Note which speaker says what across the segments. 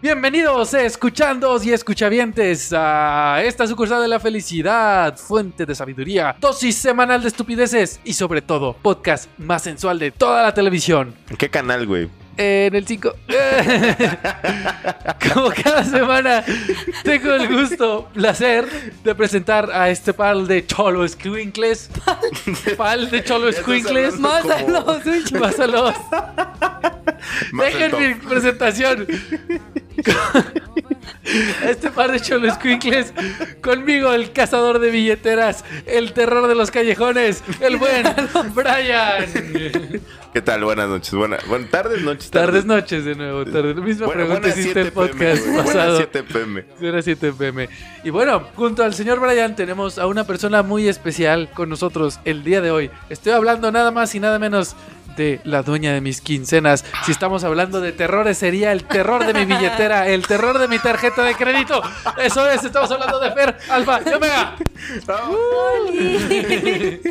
Speaker 1: Bienvenidos, escuchandos y escuchavientes, a esta sucursal de la felicidad, fuente de sabiduría, dosis semanal de estupideces y sobre todo, podcast más sensual de toda la televisión.
Speaker 2: ¿En qué canal, güey?
Speaker 1: En el 5. Como cada semana, tengo el gusto, placer de presentar a este pal de Cholo Squinkles. Pal de Cholo
Speaker 2: estás
Speaker 1: Squinkles.
Speaker 2: hablando como-
Speaker 1: Mázalos, uy, mázalos.
Speaker 2: Más
Speaker 1: Dejen mi
Speaker 2: el top.
Speaker 1: presentación. Este par de cholos cuincles. Conmigo, el cazador de billeteras, el terror de los callejones, el buen Brian.
Speaker 2: ¿Qué tal? Buenas noches. Buena, buenas tardes, noches.
Speaker 1: Tardes, noches de nuevo. Tardes. Misma
Speaker 2: Buena-
Speaker 1: pregunta
Speaker 2: buenas
Speaker 1: hiciste
Speaker 2: 7
Speaker 1: el podcast
Speaker 2: PM, güey. Buenas
Speaker 1: pasado.
Speaker 2: 7 pm.
Speaker 1: Era 7 pm. Y bueno, junto al señor Brian tenemos a una persona muy especial con nosotros el día de hoy. Estoy hablando nada más y nada menos de la dueña de mis quincenas. Si estamos hablando de terrores, sería el terror de mi billetera, el terror de mi tarjeta de crédito. Eso es, estamos hablando de Fer, Alfa y Omega.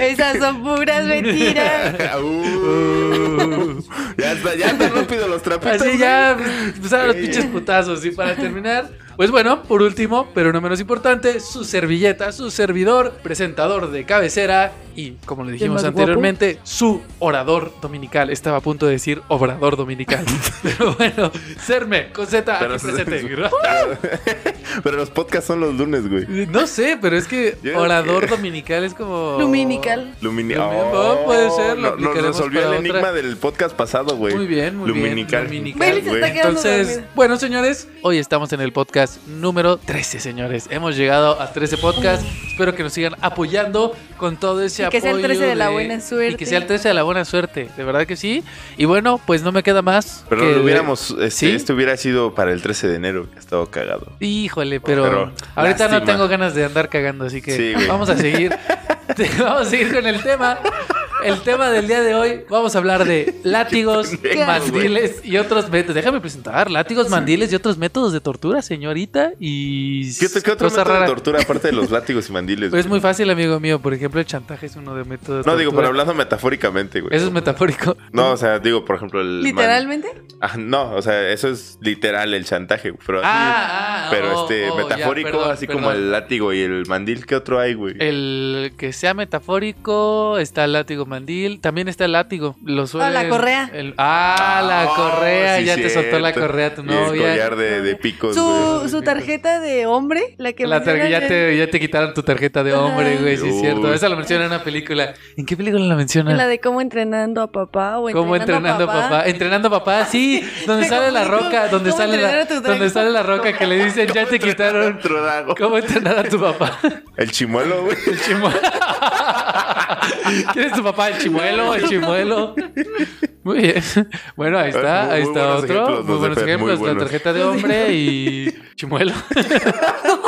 Speaker 3: Esas son puras mentiras.
Speaker 2: Ah, uh. ya está, ya está rápido los trapitos.
Speaker 1: Así
Speaker 2: güey.
Speaker 1: ya pues, empezaron los pinches putazos. Y para terminar, pues bueno, por último, pero no menos importante, su servilleta, su servidor, presentador de cabecera y, como le dijimos
Speaker 3: más
Speaker 1: anteriormente, su orador dominical. Estaba a punto de decir obrador dominical. pero bueno, serme, con Z, aquí
Speaker 2: Pero-
Speaker 1: presente.
Speaker 2: Pero los podcasts son los lunes, güey.
Speaker 1: no sé, pero es que
Speaker 2: Yo creo
Speaker 1: orador
Speaker 2: que-
Speaker 1: dominical es como.
Speaker 3: Luminical.
Speaker 2: Lumini
Speaker 1: Lumi- oh, puede ser, lo
Speaker 2: no, nos
Speaker 1: aplicaremos
Speaker 2: resolvió el
Speaker 1: para
Speaker 2: enigma
Speaker 1: otra.
Speaker 2: del podcast pasado, güey.
Speaker 1: Muy bien, muy bien,
Speaker 2: Luminical.
Speaker 1: luminical.
Speaker 3: Bailey se
Speaker 2: güey.
Speaker 3: está quedando
Speaker 1: Entonces,
Speaker 3: dormida.
Speaker 1: bueno, señores, hoy estamos en el podcast número 13, señores. Hemos llegado a 13 podcasts. Espero que nos sigan apoyando con todo ese
Speaker 3: Y
Speaker 1: apoyo.
Speaker 3: que sea el 13 de la buena
Speaker 1: Y que
Speaker 3: suerte.
Speaker 1: sea el 13 de la buena suerte, de verdad que sí. Y bueno, pues no me queda más.
Speaker 2: Pero
Speaker 1: que
Speaker 2: lo hubiéramos, este,
Speaker 1: ¿Sí?
Speaker 2: esto hubiera sido para el 13 de enero, que ha estado cagado.
Speaker 1: Híjole, pero,
Speaker 2: Pero,
Speaker 1: ahorita no
Speaker 2: lástima.
Speaker 1: tengo ganas de andar cagando, así que
Speaker 2: Sí, güey.
Speaker 1: vamos a seguir. vamos a seguir con el tema. El tema del día de hoy, vamos a hablar de látigos,
Speaker 2: pendejo,
Speaker 1: mandiles y otros métodos. Déjame presentar, látigos, mandiles y otros métodos de tortura, señorita. Y
Speaker 2: ¿Qué, qué otro
Speaker 1: cosa
Speaker 2: método
Speaker 1: rara.
Speaker 2: de tortura aparte de los látigos y mandiles?
Speaker 1: Pero es
Speaker 2: güey?
Speaker 1: muy fácil, amigo mío. Por ejemplo, el chantaje es uno de métodos. de
Speaker 2: No, digo,
Speaker 1: tortura.
Speaker 2: pero hablando metafóricamente, güey.
Speaker 1: Eso es metafórico.
Speaker 2: No, o sea, digo, por ejemplo, Oh, el. man-
Speaker 3: ¿Literalmente?
Speaker 2: Ah, no, o sea, eso es literal el chantaje, güey, pero así-
Speaker 1: Ah, ah,
Speaker 2: pero
Speaker 1: oh,
Speaker 2: este,
Speaker 1: oh, ya,
Speaker 2: metafórico,
Speaker 1: perdón,
Speaker 2: así
Speaker 1: perdón. Eh,
Speaker 2: como el látigo y el mandil, ¿qué otro hay, güey?
Speaker 1: El que sea metafórico, está el látigo mandil, también está el látigo. Lo suelen-
Speaker 3: Ah, la correa.
Speaker 1: el- ah, la
Speaker 2: Oh,
Speaker 1: correa,
Speaker 2: sí,
Speaker 1: ya te soltó la
Speaker 2: cierto.
Speaker 1: correa tu
Speaker 2: Y el collar
Speaker 1: novia.
Speaker 2: de, de picos,
Speaker 3: Su,
Speaker 2: güey.
Speaker 3: su tarjeta de hombre, la que
Speaker 1: La tar-
Speaker 3: menciona
Speaker 1: ya, te, ya te quitaron tu tarjeta de hombre,
Speaker 3: Ajá.
Speaker 1: güey, sí es
Speaker 2: Uy.
Speaker 1: cierto. Esa la menciona en una película. ¿En qué película la menciona?
Speaker 3: en la de cómo entrenando a papá o entrenando,
Speaker 1: Como entrenando a papá. Entrenando a papá, sí. Donde
Speaker 3: Te
Speaker 1: sale la
Speaker 3: complico.
Speaker 1: roca, donde
Speaker 3: ¿Cómo
Speaker 1: sale
Speaker 3: entrenar
Speaker 1: la,
Speaker 3: a tu
Speaker 1: donde
Speaker 3: dragón?
Speaker 1: sale la roca que le dicen, ya te quitaron.
Speaker 2: Otro dago.
Speaker 1: ¿Cómo entrenar a tu papá?
Speaker 2: El chimuelo, güey.
Speaker 1: El chimuelo. ¿Quién es tu papá? ¿El chimuelo? ¿El chimuelo? Muy bien. Bueno, ahí está,
Speaker 2: Muy-
Speaker 1: ahí
Speaker 2: muy
Speaker 1: está
Speaker 2: buenos
Speaker 1: otro.
Speaker 2: ejemplos,
Speaker 1: muy
Speaker 2: los de
Speaker 1: buenos
Speaker 2: Fer, muy
Speaker 1: ejemplos. La
Speaker 2: buenos.
Speaker 1: tarjeta de hombre y chimuelo.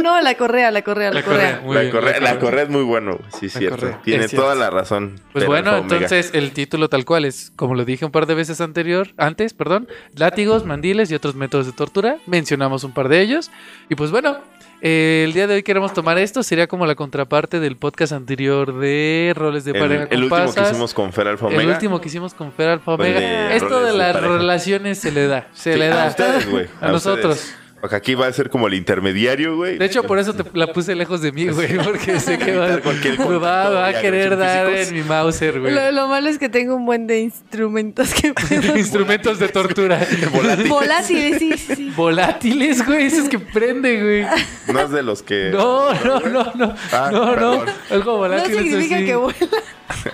Speaker 3: No, la correa, la correa, la, correa.
Speaker 1: muy
Speaker 2: la,
Speaker 1: bien,
Speaker 2: correa, la correa es muy bueno, güey. sí,
Speaker 1: La
Speaker 2: cierto.
Speaker 1: correa,
Speaker 2: Tiene
Speaker 1: es cierto.
Speaker 2: toda la razón.
Speaker 1: Pues
Speaker 2: Pero
Speaker 1: bueno,
Speaker 2: Alfa Omega.
Speaker 1: entonces el título tal cual es, como lo dije un par de veces anterior, antes, perdón, látigos, mandiles y otros métodos de tortura. Mencionamos un par de ellos. Y pues bueno, eh, el día de hoy queremos tomar esto. Sería como la contraparte del podcast anterior de roles de
Speaker 2: El,
Speaker 1: pareja.
Speaker 2: el
Speaker 1: con
Speaker 2: último que
Speaker 1: pasas.
Speaker 2: hicimos con Fer Alfa
Speaker 1: El
Speaker 2: Omega.
Speaker 1: último que hicimos con Fer Alfa
Speaker 2: Donde
Speaker 1: Omega. Esto
Speaker 2: roles
Speaker 1: de
Speaker 2: de
Speaker 1: las
Speaker 2: pareja.
Speaker 1: relaciones se le da. Se le
Speaker 2: Sí,
Speaker 1: da.
Speaker 2: A ustedes, güey.
Speaker 1: A nosotros.
Speaker 2: ustedes. Porque aquí va a ser como el intermediario, güey.
Speaker 1: De hecho, por eso te la puse lejos de mí, güey. Porque sé que va,
Speaker 2: Evitar cualquier
Speaker 1: me va,
Speaker 2: contacto
Speaker 1: va
Speaker 2: y
Speaker 1: a querer
Speaker 2: agresiones
Speaker 1: dar
Speaker 2: físicos.
Speaker 1: en mi mouser, güey.
Speaker 3: Lo, lo malo es que tengo un buen de instrumentos que puedo...
Speaker 1: Instrumentos de tortura.
Speaker 2: Volátil.
Speaker 3: Volátiles, sí, sí, sí.
Speaker 1: Volátiles, güey. Esos que prende, güey.
Speaker 2: No es de los que.
Speaker 1: No, no, no, no.
Speaker 2: Ah,
Speaker 1: no, no.
Speaker 2: perdón.
Speaker 1: Algo
Speaker 3: No
Speaker 1: volátil. eso
Speaker 3: significa
Speaker 1: sí.
Speaker 3: que vuela.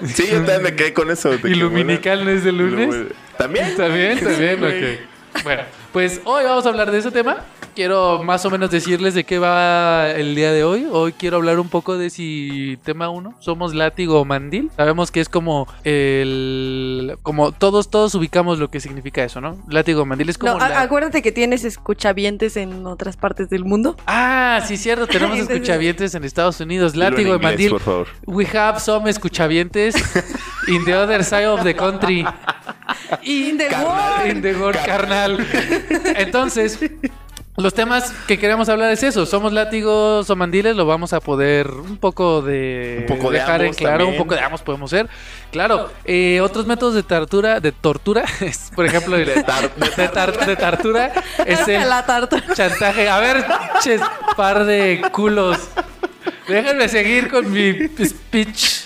Speaker 2: Sí, yo también me quedé con eso. de que
Speaker 1: Iluminical no es de
Speaker 2: vuela-
Speaker 1: lunes.
Speaker 2: Ilumi- También.
Speaker 1: También, también,
Speaker 2: güey.
Speaker 1: ok. Bueno, pues hoy vamos a hablar de ese tema. Quiero más o menos decirles de qué va el día de hoy. Hoy quiero hablar un poco de si tema 1 somos látigo o mandil. Sabemos que es como el como todos todos ubicamos lo que significa eso, ¿no? Látigo o mandil es como
Speaker 3: No, a-
Speaker 1: la-
Speaker 3: acuérdate que tienes escuchavientes en otras partes del mundo.
Speaker 1: Ah, sí cierto, tenemos
Speaker 3: Entonces-
Speaker 1: escuchavientes en Estados Unidos,
Speaker 2: Dilo en
Speaker 1: látigo y
Speaker 2: inglés,
Speaker 1: mandil.
Speaker 2: Por favor.
Speaker 1: We have some escuchavientes in the other side of the country. Y
Speaker 3: In the
Speaker 2: Carnal.
Speaker 1: Ah, In the world, carnal. Entonces, los temas que queremos hablar es eso. Somos látigos o mandiles, lo vamos a poder un poco de,
Speaker 2: Un poco de
Speaker 1: dejar en
Speaker 2: ambos
Speaker 1: claro, un
Speaker 2: también.
Speaker 1: poco de ambos podemos ser. Claro, eh, otros métodos de tortura, de tortura, es, por ejemplo, el,
Speaker 2: De tar- de
Speaker 1: de, tar- de tortura es el
Speaker 3: la tarta.
Speaker 1: chantaje. A ver, ches, par de culos. Déjenme seguir con mi speech.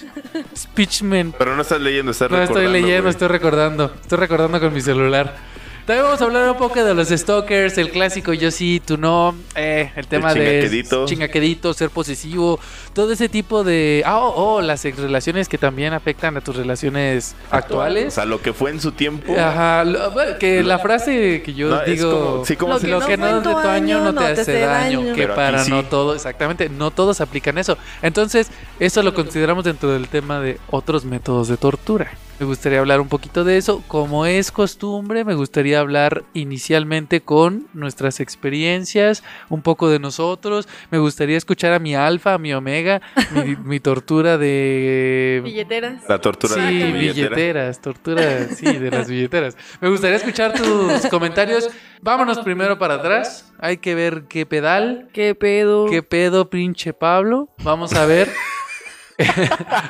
Speaker 1: Speechman.
Speaker 2: Pero no estás leyendo, estás
Speaker 1: No estoy
Speaker 2: recordando,
Speaker 1: leyendo,
Speaker 2: güey.
Speaker 1: estoy recordando. Estoy recordando con mi celular. También vamos a hablar un poco de los stalkers, el clásico yo sí, tú no, eh, el tema de
Speaker 2: chingaquedito.
Speaker 1: chingaquedito, ser posesivo, todo ese tipo de... Ah, oh, oh, las relaciones que también afectan a tus relaciones
Speaker 2: O
Speaker 1: actuales.
Speaker 2: sea, lo que fue en su tiempo.
Speaker 1: Ajá, lo- bueno, que la frase que yo
Speaker 2: No, es
Speaker 1: digo...
Speaker 2: como- sí, como
Speaker 3: Lo
Speaker 2: si-
Speaker 1: Lo que no es de tu año no te hace daño, que
Speaker 2: Pero a ti
Speaker 1: para no
Speaker 2: sí.
Speaker 1: todo, exactamente, no todos aplican eso. Entonces, eso lo consideramos dentro del tema de otros métodos de tortura. Me gustaría hablar un poquito de eso. Como es costumbre, me gustaría hablar inicialmente con nuestras experiencias, un poco de nosotros. Me gustaría escuchar a mi alfa, a mi omega, mi, mi tortura de...
Speaker 3: Billeteras.
Speaker 2: La tortura
Speaker 1: Sí,
Speaker 2: de tu billetera.
Speaker 1: billeteras, tortura, sí, de las billeteras. Me gustaría escuchar tus comentarios. Vámonos primero para atrás. Hay que ver qué pedal,
Speaker 3: ¿Qué pedo?
Speaker 1: qué pedo, pinche Pablo. Vamos a ver.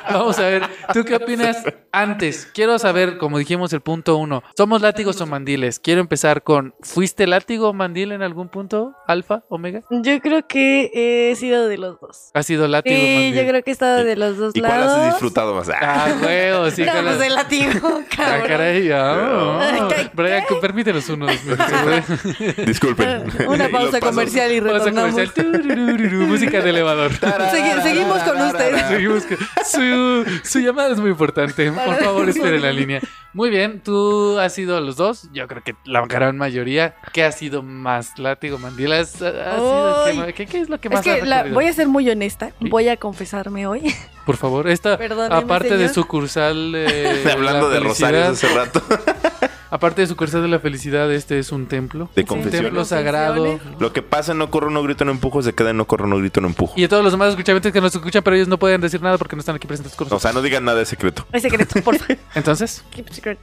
Speaker 1: Vamos a ver, ¿tú qué opinas antes? Quiero saber, como dijimos, el punto uno. ¿Somos látigos o mandiles? Quiero empezar con, ¿fuiste látigo o mandil en algún punto? ¿Alfa, omega?
Speaker 3: Yo creo que he sido de los dos.
Speaker 1: ¿Has sido látigo o
Speaker 3: Sí,
Speaker 1: mandil?
Speaker 3: yo creo que he estado de los dos
Speaker 2: ¿Y cuál
Speaker 3: lados.
Speaker 2: has disfrutado más? Ah,
Speaker 1: Ah, huevo, sí.
Speaker 3: No,
Speaker 1: con
Speaker 3: pues
Speaker 1: la-
Speaker 3: de latigo,
Speaker 1: Ah,
Speaker 3: cabrón.
Speaker 1: caray, ah.
Speaker 3: Ay, ¿qué-
Speaker 1: Brian, cu- permítenos unos minutos.
Speaker 2: Disculpen.
Speaker 3: Una
Speaker 2: Los
Speaker 3: pausa
Speaker 2: pasos.
Speaker 3: comercial y
Speaker 1: Pausa
Speaker 3: retornamos.
Speaker 1: comercial. Tururururu, Música de elevador.
Speaker 3: Segui- seguimos con ustedes.
Speaker 1: Seguimos con- Su, su llamada es muy importante. Por favor, espere la línea. Muy bien, tú has sido a los dos. Yo creo que la gran mayoría. ¿Qué ha sido más? ¿Látigo, mandilas? ¿Ha- ha sido el que
Speaker 3: Ay.
Speaker 1: más- ¿Qué, qué es lo que
Speaker 3: Es
Speaker 1: más
Speaker 3: que
Speaker 1: has
Speaker 3: la-
Speaker 1: recorrido?
Speaker 3: voy a ser muy honesta,
Speaker 1: Sí.
Speaker 3: voy a confesarme hoy.
Speaker 1: Por favor, esta,
Speaker 3: Perdóneme,
Speaker 1: aparte de
Speaker 3: señor.
Speaker 1: sucursal. eh,
Speaker 2: Hablando
Speaker 1: la
Speaker 2: de
Speaker 1: felicidad,
Speaker 2: rosarios hace rato.
Speaker 1: Aparte de sucursal de la felicidad, este es un templo.
Speaker 2: De
Speaker 1: Un
Speaker 2: confesión.
Speaker 1: templo sagrado.
Speaker 2: Lo que pasa, no corro, no grito, no empujo, se queda, en no corro, no grito, no empujo.
Speaker 1: Y a todos los demás escuchantes que nos escuchan, pero ellos no pueden decir nada porque no están aquí presentes con
Speaker 2: O
Speaker 1: nosotros.
Speaker 2: sea, no digan nada de secreto.
Speaker 3: Es secreto, por favor.
Speaker 1: Entonces,
Speaker 3: Keep secret.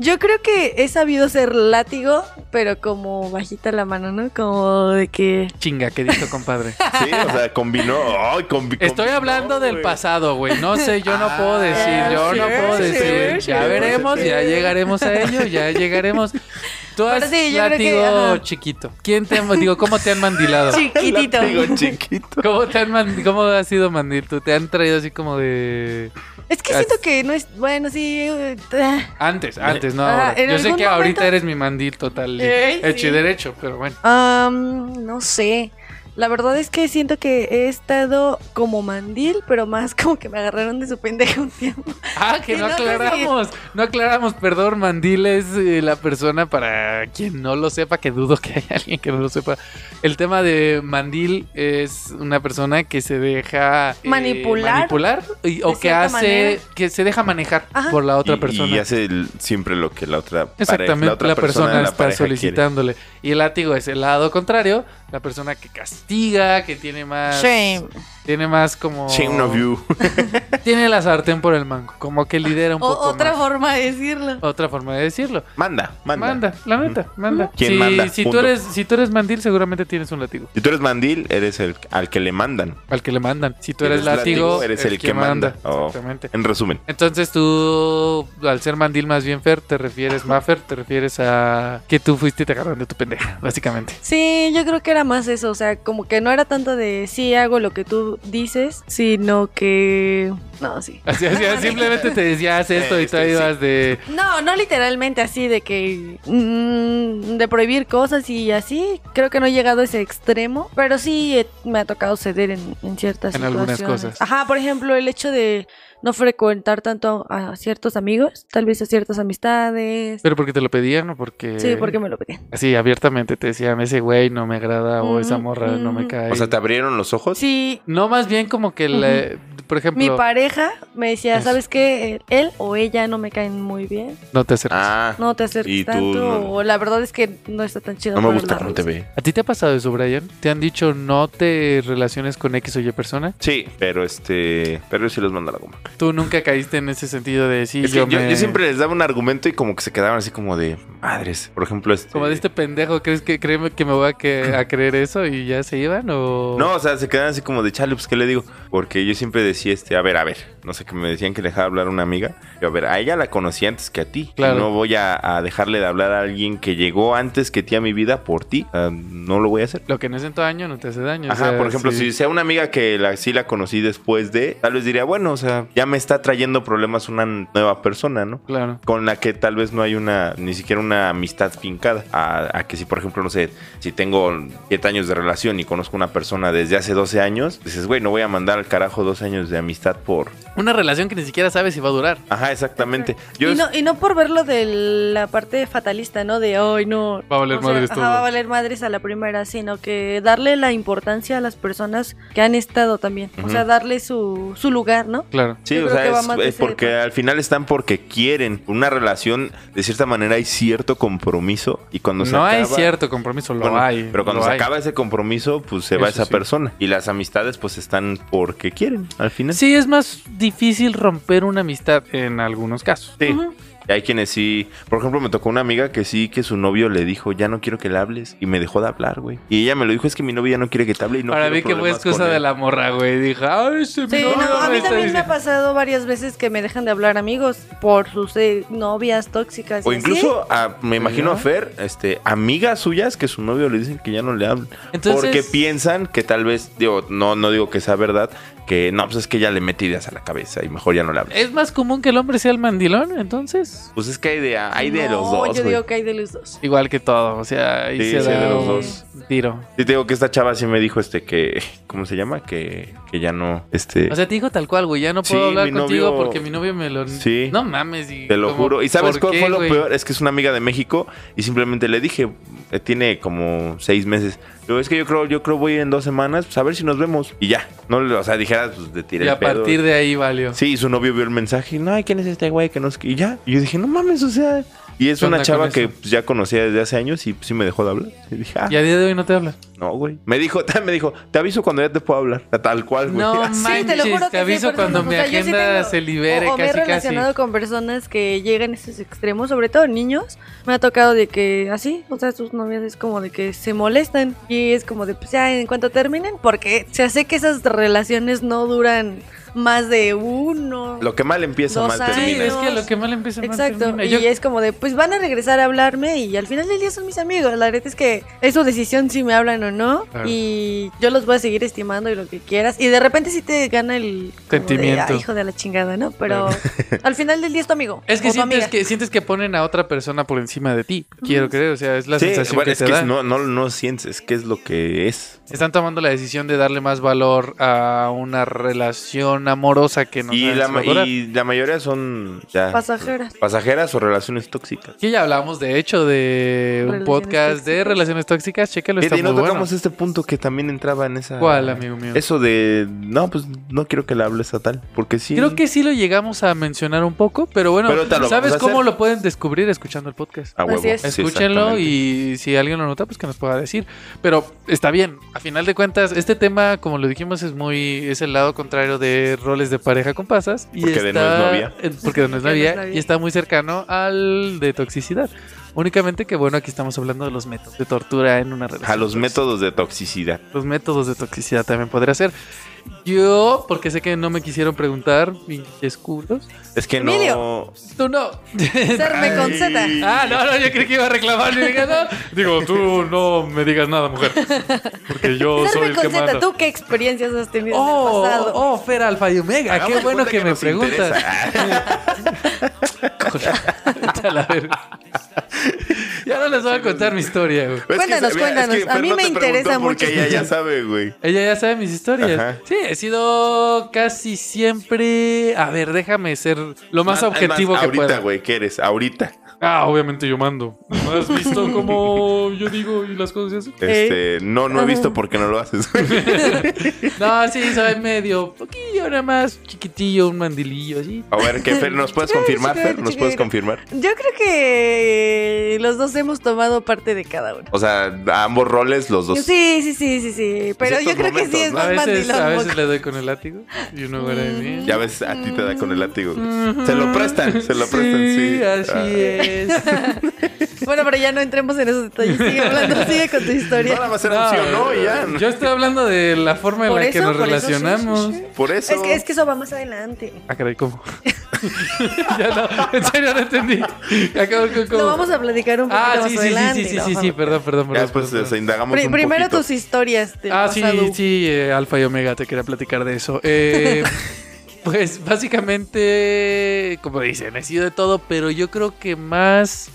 Speaker 3: Yo creo que he sabido ser látigo, pero como bajita la mano, ¿no? Como de que.
Speaker 1: chinga, que dijo compadre.
Speaker 2: Sí, o sea, combinó. Ay, combi-
Speaker 1: Estoy
Speaker 2: combinó,
Speaker 1: hablando del
Speaker 2: güey.
Speaker 1: pasado, güey. No sé, yo no
Speaker 3: Ah,
Speaker 1: puedo decir, yo no
Speaker 3: sure,
Speaker 1: puedo decir.
Speaker 3: sure,
Speaker 1: Ya
Speaker 2: sure.
Speaker 1: veremos, ya llegaremos a ello, ya llegaremos. Tú has
Speaker 3: Pero sí, yo creo que,
Speaker 1: látigo
Speaker 3: ajá.
Speaker 1: chiquito. ¿Quién te ha- digo, cómo te han mandilado?
Speaker 3: Chiquitito.
Speaker 2: Látigo chiquito.
Speaker 1: ¿Cómo te han man- cómo ha sido mandil? ¿Tú te han traído así como de
Speaker 3: Es que siento que no es. Bueno, sí. eh, ah.
Speaker 1: antes, antes, no
Speaker 3: Ajá,
Speaker 1: ahora.
Speaker 3: en
Speaker 1: Yo sé
Speaker 3: algún
Speaker 1: que ahorita
Speaker 3: momento-
Speaker 1: eres mi mandil total,
Speaker 3: Ey,
Speaker 1: hecho y
Speaker 3: sí.
Speaker 1: derecho, pero bueno.
Speaker 3: Am, no sé. La verdad es que siento que he estado como mandil, pero más como que me agarraron de su pendejo un tiempo.
Speaker 1: Ah, que
Speaker 3: Sí,
Speaker 1: no
Speaker 3: no sé si-
Speaker 1: aclaramos. No aclaramos, perdón, Mandil es eh, la persona para quien no lo sepa, que dudo que haya alguien que no lo sepa. El tema de Mandil es una persona que se deja eh,
Speaker 3: Manipular.
Speaker 1: manipular y- o
Speaker 3: De
Speaker 1: que
Speaker 3: cierta
Speaker 1: hace
Speaker 3: manera.
Speaker 1: que se deja manejar
Speaker 3: Ajá.
Speaker 1: por la otra
Speaker 2: Y-
Speaker 1: persona.
Speaker 2: Y hace el- siempre lo que la otra pareja-
Speaker 1: Exactamente, la,
Speaker 2: otra
Speaker 1: persona,
Speaker 2: de la
Speaker 1: está
Speaker 2: pareja quiere.
Speaker 1: solicitándole. Y el látigo es el lado contrario, la persona que castiga, que tiene más...
Speaker 3: Shame.
Speaker 1: Tiene más como...
Speaker 2: Shame of you.
Speaker 1: Tiene la sartén por el mango, como que lidera un
Speaker 3: O-
Speaker 1: poco
Speaker 3: otra
Speaker 1: más.
Speaker 3: forma de decirlo.
Speaker 1: Otra forma de decirlo.
Speaker 2: Manda, manda.
Speaker 1: Manda, la neta, manda.
Speaker 2: ¿Quién
Speaker 1: si,
Speaker 2: manda?
Speaker 1: Si tú,
Speaker 2: Punto.
Speaker 1: eres, si tú eres mandil, seguramente tienes un látigo.
Speaker 2: Si tú eres mandil, eres el al que le mandan.
Speaker 1: Al que le mandan. Si tú eres,
Speaker 2: Eres
Speaker 1: látigo,
Speaker 2: látigo, eres el que manda. Oh.
Speaker 1: Exactamente.
Speaker 2: En resumen.
Speaker 1: Entonces tú, al ser mandil más bien Fer, te refieres, Maffer, te refieres a que tú fuiste y te agarraron de tu pendeja, básicamente.
Speaker 3: Sí, yo creo que era más eso, o sea, como que no era tanto de sí hago lo que tú dices, sino que... No, sí.
Speaker 1: Así, así, simplemente te decía, haz esto y tú
Speaker 2: Este,
Speaker 1: ahí
Speaker 2: sí.
Speaker 1: vas de...
Speaker 3: No, no literalmente así de que... mm, de prohibir cosas y así, creo que no he llegado a ese extremo, pero sí eh, me ha tocado ceder en, en ciertas
Speaker 1: En algunas
Speaker 3: situaciones.
Speaker 1: cosas.
Speaker 3: Ajá, por ejemplo, el hecho de no frecuentar tanto a, a ciertos amigos, tal vez a ciertas amistades.
Speaker 1: Pero porque te lo pedían o porque...
Speaker 3: Sí, porque me lo pedí.
Speaker 1: Así, abiertamente te decían, ese güey no me agrada o esa
Speaker 3: Mm,
Speaker 1: morra no me
Speaker 3: mm.
Speaker 1: cae.
Speaker 2: O sea, ¿te abrieron los ojos?
Speaker 3: Sí,
Speaker 1: No, más bien como que, la- por ejemplo,
Speaker 3: mi pareja me decía,
Speaker 1: Eso.
Speaker 3: ¿sabes qué? Él o ella no me caen muy bien.
Speaker 1: no te acerques.
Speaker 2: Ah, no,
Speaker 3: no te acerques
Speaker 2: Y tú
Speaker 3: tanto
Speaker 2: no-
Speaker 3: o la verdad es que no está tan chido.
Speaker 2: me
Speaker 3: para
Speaker 2: gusta
Speaker 3: la
Speaker 2: cómo te
Speaker 3: relación.
Speaker 2: ve.
Speaker 1: ¿A ti te ha pasado eso, Brian? ¿Te han dicho no te relaciones con X o Y persona?
Speaker 2: Sí, pero este. Pero sí los manda a la goma.
Speaker 1: Tú nunca caíste en ese sentido de sí,
Speaker 2: Es que yo,
Speaker 1: me-
Speaker 2: yo siempre les daba un argumento y como que se quedaban así como de madres. Por ejemplo, este.
Speaker 1: Como de este pendejo, ¿crees que créeme que me voy a, que- a creer eso y ya se iban o...?
Speaker 2: No, o sea, se quedaban así como de chale, pues, ¿qué le digo? Porque yo siempre decía, este, a ver, a ver, no sé, que me decían que dejaba hablar a una amiga. Yo, a ver, a ella la conocí antes que a ti.
Speaker 1: Claro.
Speaker 2: No voy a, a dejarle de hablar a alguien que llegó antes que ti a mi vida por ti. Ah, no lo voy a hacer.
Speaker 1: Lo que no es en tu daño no te hace daño. o
Speaker 2: Ajá,
Speaker 1: sea,
Speaker 2: por ejemplo,
Speaker 1: sí.
Speaker 2: si sea una amiga que la, sí la conocí después de, tal vez diría, bueno, o sea, ya me está trayendo problemas una nueva persona, ¿no?
Speaker 1: Claro.
Speaker 2: con la que tal vez no hay una, ni siquiera una amistad fincada. A, a que si, por ejemplo, no sé, si tengo 7 años de relación y conozco una persona desde hace 12 años, dices, güey, no voy a mandar al carajo 12 años de amistad por...
Speaker 1: Una relación que ni siquiera sabes si va a durar.
Speaker 2: Ajá, exactamente. Yo
Speaker 3: Y no, y no por verlo de la parte fatalista, ¿no? De, ay, no.
Speaker 1: Va a valer
Speaker 3: o sea,
Speaker 1: madres
Speaker 3: ajá,
Speaker 1: todo".
Speaker 3: va a valer madres a la primera, sino que darle la importancia a las personas que han estado también. O
Speaker 2: Ujú.
Speaker 3: sea, darle su, su lugar, ¿no?
Speaker 1: Claro.
Speaker 2: Sí,
Speaker 3: Yo
Speaker 2: o
Speaker 3: creo
Speaker 2: sea,
Speaker 3: que va
Speaker 2: es,
Speaker 3: más de
Speaker 2: es
Speaker 3: ese
Speaker 2: porque
Speaker 3: deporte.
Speaker 2: al final están porque quieren una relación, de cierta manera hay cierto compromiso y cuando se
Speaker 1: no hay
Speaker 2: acaba-
Speaker 1: cierto compromiso, lo
Speaker 2: Bueno,
Speaker 1: hay.
Speaker 2: Pero cuando
Speaker 1: lo
Speaker 2: se
Speaker 1: hay.
Speaker 2: acaba ese compromiso, pues se va
Speaker 1: Eso
Speaker 2: esa
Speaker 1: sí.
Speaker 2: persona. Y las amistades pues están porque quieren, al final.
Speaker 1: Sí, es más difícil romper una amistad en algunos casos.
Speaker 2: Sí.
Speaker 3: Ujú.
Speaker 2: Y Hay quienes sí, por ejemplo, me tocó una amiga que sí, que su novio le dijo, ya no quiero que le hables, y me dejó de hablar, güey. Y ella me lo dijo, es que mi novio ya no quiere que te hable y no
Speaker 1: Ahora
Speaker 2: quiero
Speaker 1: vi que fue
Speaker 2: problemas
Speaker 1: excusa
Speaker 2: con
Speaker 1: de
Speaker 2: él".
Speaker 1: la morra, güey. Dije, ay, se
Speaker 3: Sí, no, a mí también me ha
Speaker 1: diciendo.
Speaker 3: pasado varias veces que me dejan de hablar amigos por sus eh, novias tóxicas.
Speaker 2: O
Speaker 3: y así.
Speaker 2: incluso, a- me imagino a
Speaker 1: ¿no?
Speaker 2: Fer, este, amigas suyas que su novio le dicen que ya no le hable.
Speaker 1: Entonces-
Speaker 2: Porque piensan que tal vez, digo, no, no digo que sea verdad, que no, pues es que ya le mete ideas a la cabeza y mejor ya no le hable.
Speaker 1: ¿Es más común que el hombre sea el mandilón, entonces?
Speaker 2: Pues es que hay de, hay de
Speaker 3: No,
Speaker 2: los dos,
Speaker 3: Yo
Speaker 2: güey.
Speaker 3: digo que hay de los dos.
Speaker 1: Igual que todo, o sea, ahí
Speaker 2: Sí,
Speaker 1: se
Speaker 2: sí,
Speaker 1: da
Speaker 2: de los
Speaker 1: un
Speaker 2: dos.
Speaker 1: tiro.
Speaker 2: Sí, te digo que esta chava sí me dijo, este, que, ¿cómo se llama? Que, que ya no, este...
Speaker 1: O sea, te dijo tal cual, güey, ya no
Speaker 2: Sí,
Speaker 1: puedo hablar
Speaker 2: mi
Speaker 1: contigo
Speaker 2: novio-
Speaker 1: porque mi novio me lo...
Speaker 2: Sí.
Speaker 1: No mames. y
Speaker 2: Te lo
Speaker 1: como,
Speaker 2: juro. ¿Y sabes
Speaker 1: ¿por
Speaker 2: cuál
Speaker 1: qué,
Speaker 2: fue lo
Speaker 1: güey?
Speaker 2: peor? Es que es una amiga de México y simplemente le dije, eh, tiene como seis meses. Yo, es que yo creo, yo creo voy en dos semanas, pues a ver si nos vemos. Y ya. No, le- o sea, dijeras, pues de tiré
Speaker 1: Y
Speaker 2: el
Speaker 1: a
Speaker 2: pedo.
Speaker 1: partir de ahí valió.
Speaker 2: Sí, y su novio vio el mensaje. y, No, ay, ¿quién es este güey que nos... Y ya. Y yo dije, no mames, o sea... Y es
Speaker 1: ¿Qué
Speaker 2: una
Speaker 1: onda
Speaker 2: chava
Speaker 1: con
Speaker 2: que
Speaker 1: eso?
Speaker 2: pues, ya conocía desde hace años y pues, sí me dejó de hablar. Y dije, ah,
Speaker 1: Y a día de hoy no te habla.
Speaker 2: no, güey. Me dijo, me dijo, te aviso cuando ya te puedo hablar. Tal cual, güey.
Speaker 1: No
Speaker 2: Así.
Speaker 1: manches,
Speaker 3: te lo juro que sí,
Speaker 1: aviso
Speaker 3: por eso
Speaker 1: cuando
Speaker 3: no,
Speaker 1: mi
Speaker 3: o sea, yo sí
Speaker 1: agenda
Speaker 3: tengo-
Speaker 1: se libere
Speaker 3: o, o me he
Speaker 1: casi casi.
Speaker 3: relacionado con personas que llegan a esos extremos, sobre todo niños. Me ha tocado de que así, o sea, sus novias es como de que se molestan. Y es como de, pues ya, en cuanto terminen, porque se hace que esas relaciones no duran más de uno.
Speaker 2: Lo que mal empieza,
Speaker 3: Dos
Speaker 2: mal
Speaker 1: Sí,
Speaker 2: termina.
Speaker 1: es que lo que mal empieza mal
Speaker 3: Exacto,
Speaker 1: termina.
Speaker 3: y
Speaker 1: Yo-
Speaker 3: es como de, pues van a regresar a hablarme y al final del día son mis amigos. La verdad es que es su decisión si me hablan o no
Speaker 1: Claro.
Speaker 3: y yo los voy a seguir estimando y lo que quieras. Y de repente sí te gana el como de,
Speaker 1: Sentimiento.
Speaker 3: "Ah, hijo de la chingada, ¿no? Pero al final del día es tu amigo.
Speaker 1: Es que
Speaker 3: o tu
Speaker 1: sientes
Speaker 3: amiga.
Speaker 1: que sientes que ponen a otra persona por encima de ti. Quiero
Speaker 3: Ujú.
Speaker 1: creer, o sea, es la
Speaker 2: Sí,
Speaker 1: sensación
Speaker 2: bueno,
Speaker 1: que
Speaker 2: es
Speaker 1: te
Speaker 2: que
Speaker 1: da.
Speaker 2: no, no, no sientes, es que es lo que es.
Speaker 1: Están tomando la decisión de darle más valor a una relación amorosa que no
Speaker 2: y,
Speaker 1: saben
Speaker 2: la,
Speaker 1: si va
Speaker 2: ma-
Speaker 1: a durar.
Speaker 2: y la mayoría son ya,
Speaker 3: Pasajeras.
Speaker 2: pasajeras o relaciones tóxicas.
Speaker 1: Que ya hablamos, de hecho, de un
Speaker 3: Relaciones
Speaker 1: podcast de
Speaker 3: tóxicas.
Speaker 1: relaciones tóxicas. Chéquelo, está
Speaker 2: Y no
Speaker 1: muy bueno.
Speaker 2: tocamos este punto que también entraba en esa.
Speaker 1: ¿Cuál, amigo mío?
Speaker 2: Eso de, no, pues no quiero que le hables a tal, porque sí.
Speaker 1: Creo que sí lo llegamos a mencionar un poco, pero bueno,
Speaker 2: Pero ahorita lo
Speaker 1: ¿sabes
Speaker 2: vamos a
Speaker 1: cómo
Speaker 2: hacer.
Speaker 1: lo pueden descubrir escuchando el podcast?
Speaker 2: A huevo,
Speaker 3: Así es.
Speaker 2: sí,
Speaker 1: Escúchenlo
Speaker 2: exactamente.
Speaker 1: y si alguien lo nota, pues que nos pueda decir. Pero está bien, a final de cuentas, este tema, como lo dijimos, es muy es el lado contrario de roles de pareja con pasas. Y
Speaker 2: Porque de no
Speaker 1: está-
Speaker 2: es novia.
Speaker 1: eh, Porque de no es
Speaker 3: Porque de no es
Speaker 1: novia
Speaker 3: novia.
Speaker 1: y está muy cercano al de toxicidad. Únicamente que, bueno, aquí estamos hablando de los métodos de tortura en una relación.
Speaker 2: A los métodos de toxicidad.
Speaker 1: Los métodos de toxicidad también podría ser. Yo, porque sé que no me quisieron preguntar, pinches culos.
Speaker 2: Es que no.
Speaker 3: Emilio.
Speaker 1: Tú no.
Speaker 3: Serme con
Speaker 2: Ay.
Speaker 3: Z.
Speaker 1: Ah, no, no, yo creí que iba a reclamar y dije, no. Digo, tú no me digas nada, mujer. Porque yo Oh, soy
Speaker 3: Serme
Speaker 1: el que
Speaker 3: con
Speaker 1: manda.
Speaker 3: Z, ¿tú qué experiencias has tenido
Speaker 1: Oh,
Speaker 3: en el pasado?
Speaker 1: oh, Fer Alfa y Omega,
Speaker 2: Hagamos
Speaker 1: qué
Speaker 2: de
Speaker 1: bueno
Speaker 2: cuenta
Speaker 1: que, me
Speaker 2: nos
Speaker 1: preguntas.
Speaker 2: interesa.
Speaker 1: Vete a la verga. ya no les voy a contar mi historia, güey.
Speaker 2: Es que-
Speaker 3: Cuéntanos,
Speaker 2: mira, es que
Speaker 3: cuéntanos. A
Speaker 2: Fer
Speaker 3: mí
Speaker 2: no
Speaker 3: me
Speaker 2: te preguntó
Speaker 3: interesa
Speaker 2: porque
Speaker 3: mucho.
Speaker 2: ella ya sabe, güey.
Speaker 1: Ella ya sabe mis historias.
Speaker 2: Ajá.
Speaker 1: Sí, he sido casi siempre. A ver, déjame ser lo más
Speaker 2: Es
Speaker 1: objetivo que
Speaker 2: ahorita,
Speaker 1: pueda.
Speaker 2: güey, ¿qué eres? Ahorita.
Speaker 1: Ah, obviamente yo mando. ¿No has visto cómo yo digo y las cosas así?
Speaker 2: Este, no, no he
Speaker 3: ¿Eh? Ajá.
Speaker 2: visto porque no lo haces.
Speaker 1: No, sí, soy medio, poquillo nada más, chiquitillo, un mandilillo, así.
Speaker 2: A ver, ¿qué, Fer? ¿Nos puedes confirmar, Fer? ¿Nos puedes confirmar?
Speaker 3: Yo creo que los dos hemos tomado parte de cada uno.
Speaker 2: O sea, a ambos roles, los dos.
Speaker 3: Sí, sí, sí, sí, sí. Pero yo
Speaker 2: ciertos
Speaker 3: creo que sí
Speaker 2: momentos,
Speaker 3: es
Speaker 2: ¿no?
Speaker 1: A veces,
Speaker 3: más mandilón. Mm.
Speaker 1: a veces
Speaker 3: Moco.
Speaker 1: le doy con el látigo y uno fuera de mí.
Speaker 2: Ya ves, a ti te da con el látigo. Se lo prestan, se lo
Speaker 1: Mm. Sí,
Speaker 2: prestan, sí.
Speaker 1: así
Speaker 2: Ah.
Speaker 1: es.
Speaker 3: Bueno, pero ya no entremos en esos detalles. Sigue hablando, sigue con tu historia.
Speaker 2: Nada más era un sí o no y ya.
Speaker 1: Yo estoy hablando de la forma en
Speaker 3: Por
Speaker 1: la que
Speaker 3: eso,
Speaker 1: nos
Speaker 3: por eso, sí, sí,
Speaker 1: relacionamos.
Speaker 3: sí.
Speaker 2: Por eso.
Speaker 3: Es que, es que eso va más adelante.
Speaker 1: Ah, caray, ¿cómo? ya no, en serio no entendí. Acabo con cómo.
Speaker 3: Lo vamos a platicar un poquito
Speaker 1: Ah,
Speaker 3: más
Speaker 1: sí, sí, sí,
Speaker 3: adelante.
Speaker 1: sí, sí,
Speaker 3: lo
Speaker 1: sí,
Speaker 3: vamos
Speaker 1: sí,
Speaker 3: a-
Speaker 1: perdón, perdón,
Speaker 2: Ya
Speaker 1: perdón.
Speaker 2: después
Speaker 1: perdón.
Speaker 2: se indagamos
Speaker 3: Pri-
Speaker 2: un
Speaker 3: primero
Speaker 2: poquito.
Speaker 3: tus historias del
Speaker 1: Ah, sí,
Speaker 3: pasado.
Speaker 1: sí, eh, Alfa y Omega, te quería platicar de eso. Eh, pues básicamente, como dicen, he sido de todo, pero yo creo que más...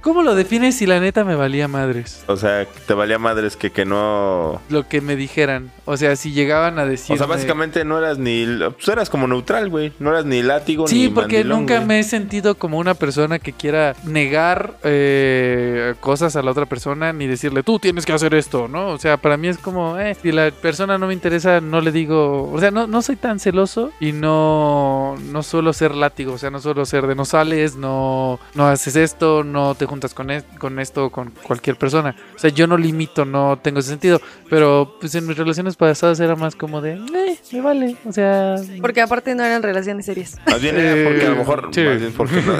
Speaker 1: ¿Cómo lo defines si la neta me valía madres?
Speaker 2: O sea, te valía madres que, que no...
Speaker 1: Lo que me dijeran. O sea, si llegaban a decir...
Speaker 2: O sea, básicamente no eras ni... Pues eras como neutral, güey. No eras ni látigo ni
Speaker 1: Sí, porque
Speaker 2: mandilón,
Speaker 1: nunca
Speaker 2: güey.
Speaker 1: me he sentido como una persona que quiera negar eh, cosas a la otra persona ni decirle, tú tienes que hacer esto, ¿no? O sea, para mí es como, eh, si la persona no me interesa, no le digo, o sea, no, no soy tan celoso y no, no suelo ser látigo, o sea, no suelo ser de no sales, no, no haces esto, no te juntas con, es- con esto, o con cualquier persona. O sea, yo no limito, no tengo ese sentido, pero pues en mis relaciones pasadas era más como de, eh, me vale, o sea...
Speaker 3: Porque aparte no eran relaciones serias.
Speaker 2: Más bien era porque a lo mejor...
Speaker 1: Sí.
Speaker 2: más bien porque no,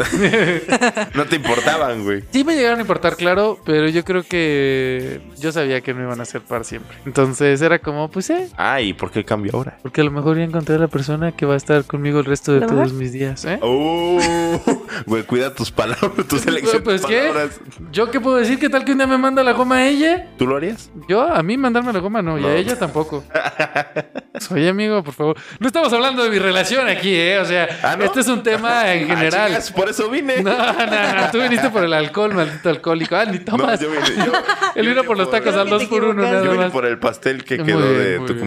Speaker 2: no te importaban, güey.
Speaker 1: Sí me llegaron a importar, claro, pero yo creo que yo sabía que me iban a hacer para siempre. Entonces era como, pues eh,
Speaker 2: Ay, Ah, ¿y ¿por qué el cambio ahora?
Speaker 1: porque a lo mejor ya encontré a la persona que va a estar conmigo el resto de
Speaker 3: ¿Lo
Speaker 1: todos
Speaker 3: mejor?
Speaker 1: mis días, ¿eh?
Speaker 2: Oh, güey, cuida tus palabras, tus elecciones.
Speaker 1: Pues, ¿qué?
Speaker 2: palabras.
Speaker 1: ¿Yo qué puedo decir? ¿Qué tal que un día me manda la goma a ella?
Speaker 2: ¿Tú lo harías?
Speaker 1: Yo, a mí mandarme la goma no, y
Speaker 2: No.
Speaker 1: a ella tampoco. Soy amigo, por favor. No estamos hablando de mi relación aquí, ¿eh? O sea,
Speaker 2: ¿Ah, no?
Speaker 1: este es un tema en
Speaker 2: Ah,
Speaker 1: general.
Speaker 2: chingas, por eso vine.
Speaker 1: no, no, no, tú viniste por el alcohol, maldito alcohólico. Ah, ni
Speaker 2: No,
Speaker 1: tomas.
Speaker 2: yo vine, yo-
Speaker 1: Él
Speaker 2: yo
Speaker 1: vino por los tacos
Speaker 3: Creo
Speaker 1: al
Speaker 3: que
Speaker 1: 2
Speaker 3: te
Speaker 1: por 1
Speaker 3: equivocas.
Speaker 1: nada
Speaker 2: Yo vine
Speaker 1: más.
Speaker 2: por el pastel que
Speaker 1: Muy
Speaker 2: quedó
Speaker 1: bien,
Speaker 2: de
Speaker 1: muy
Speaker 2: tu
Speaker 1: bien.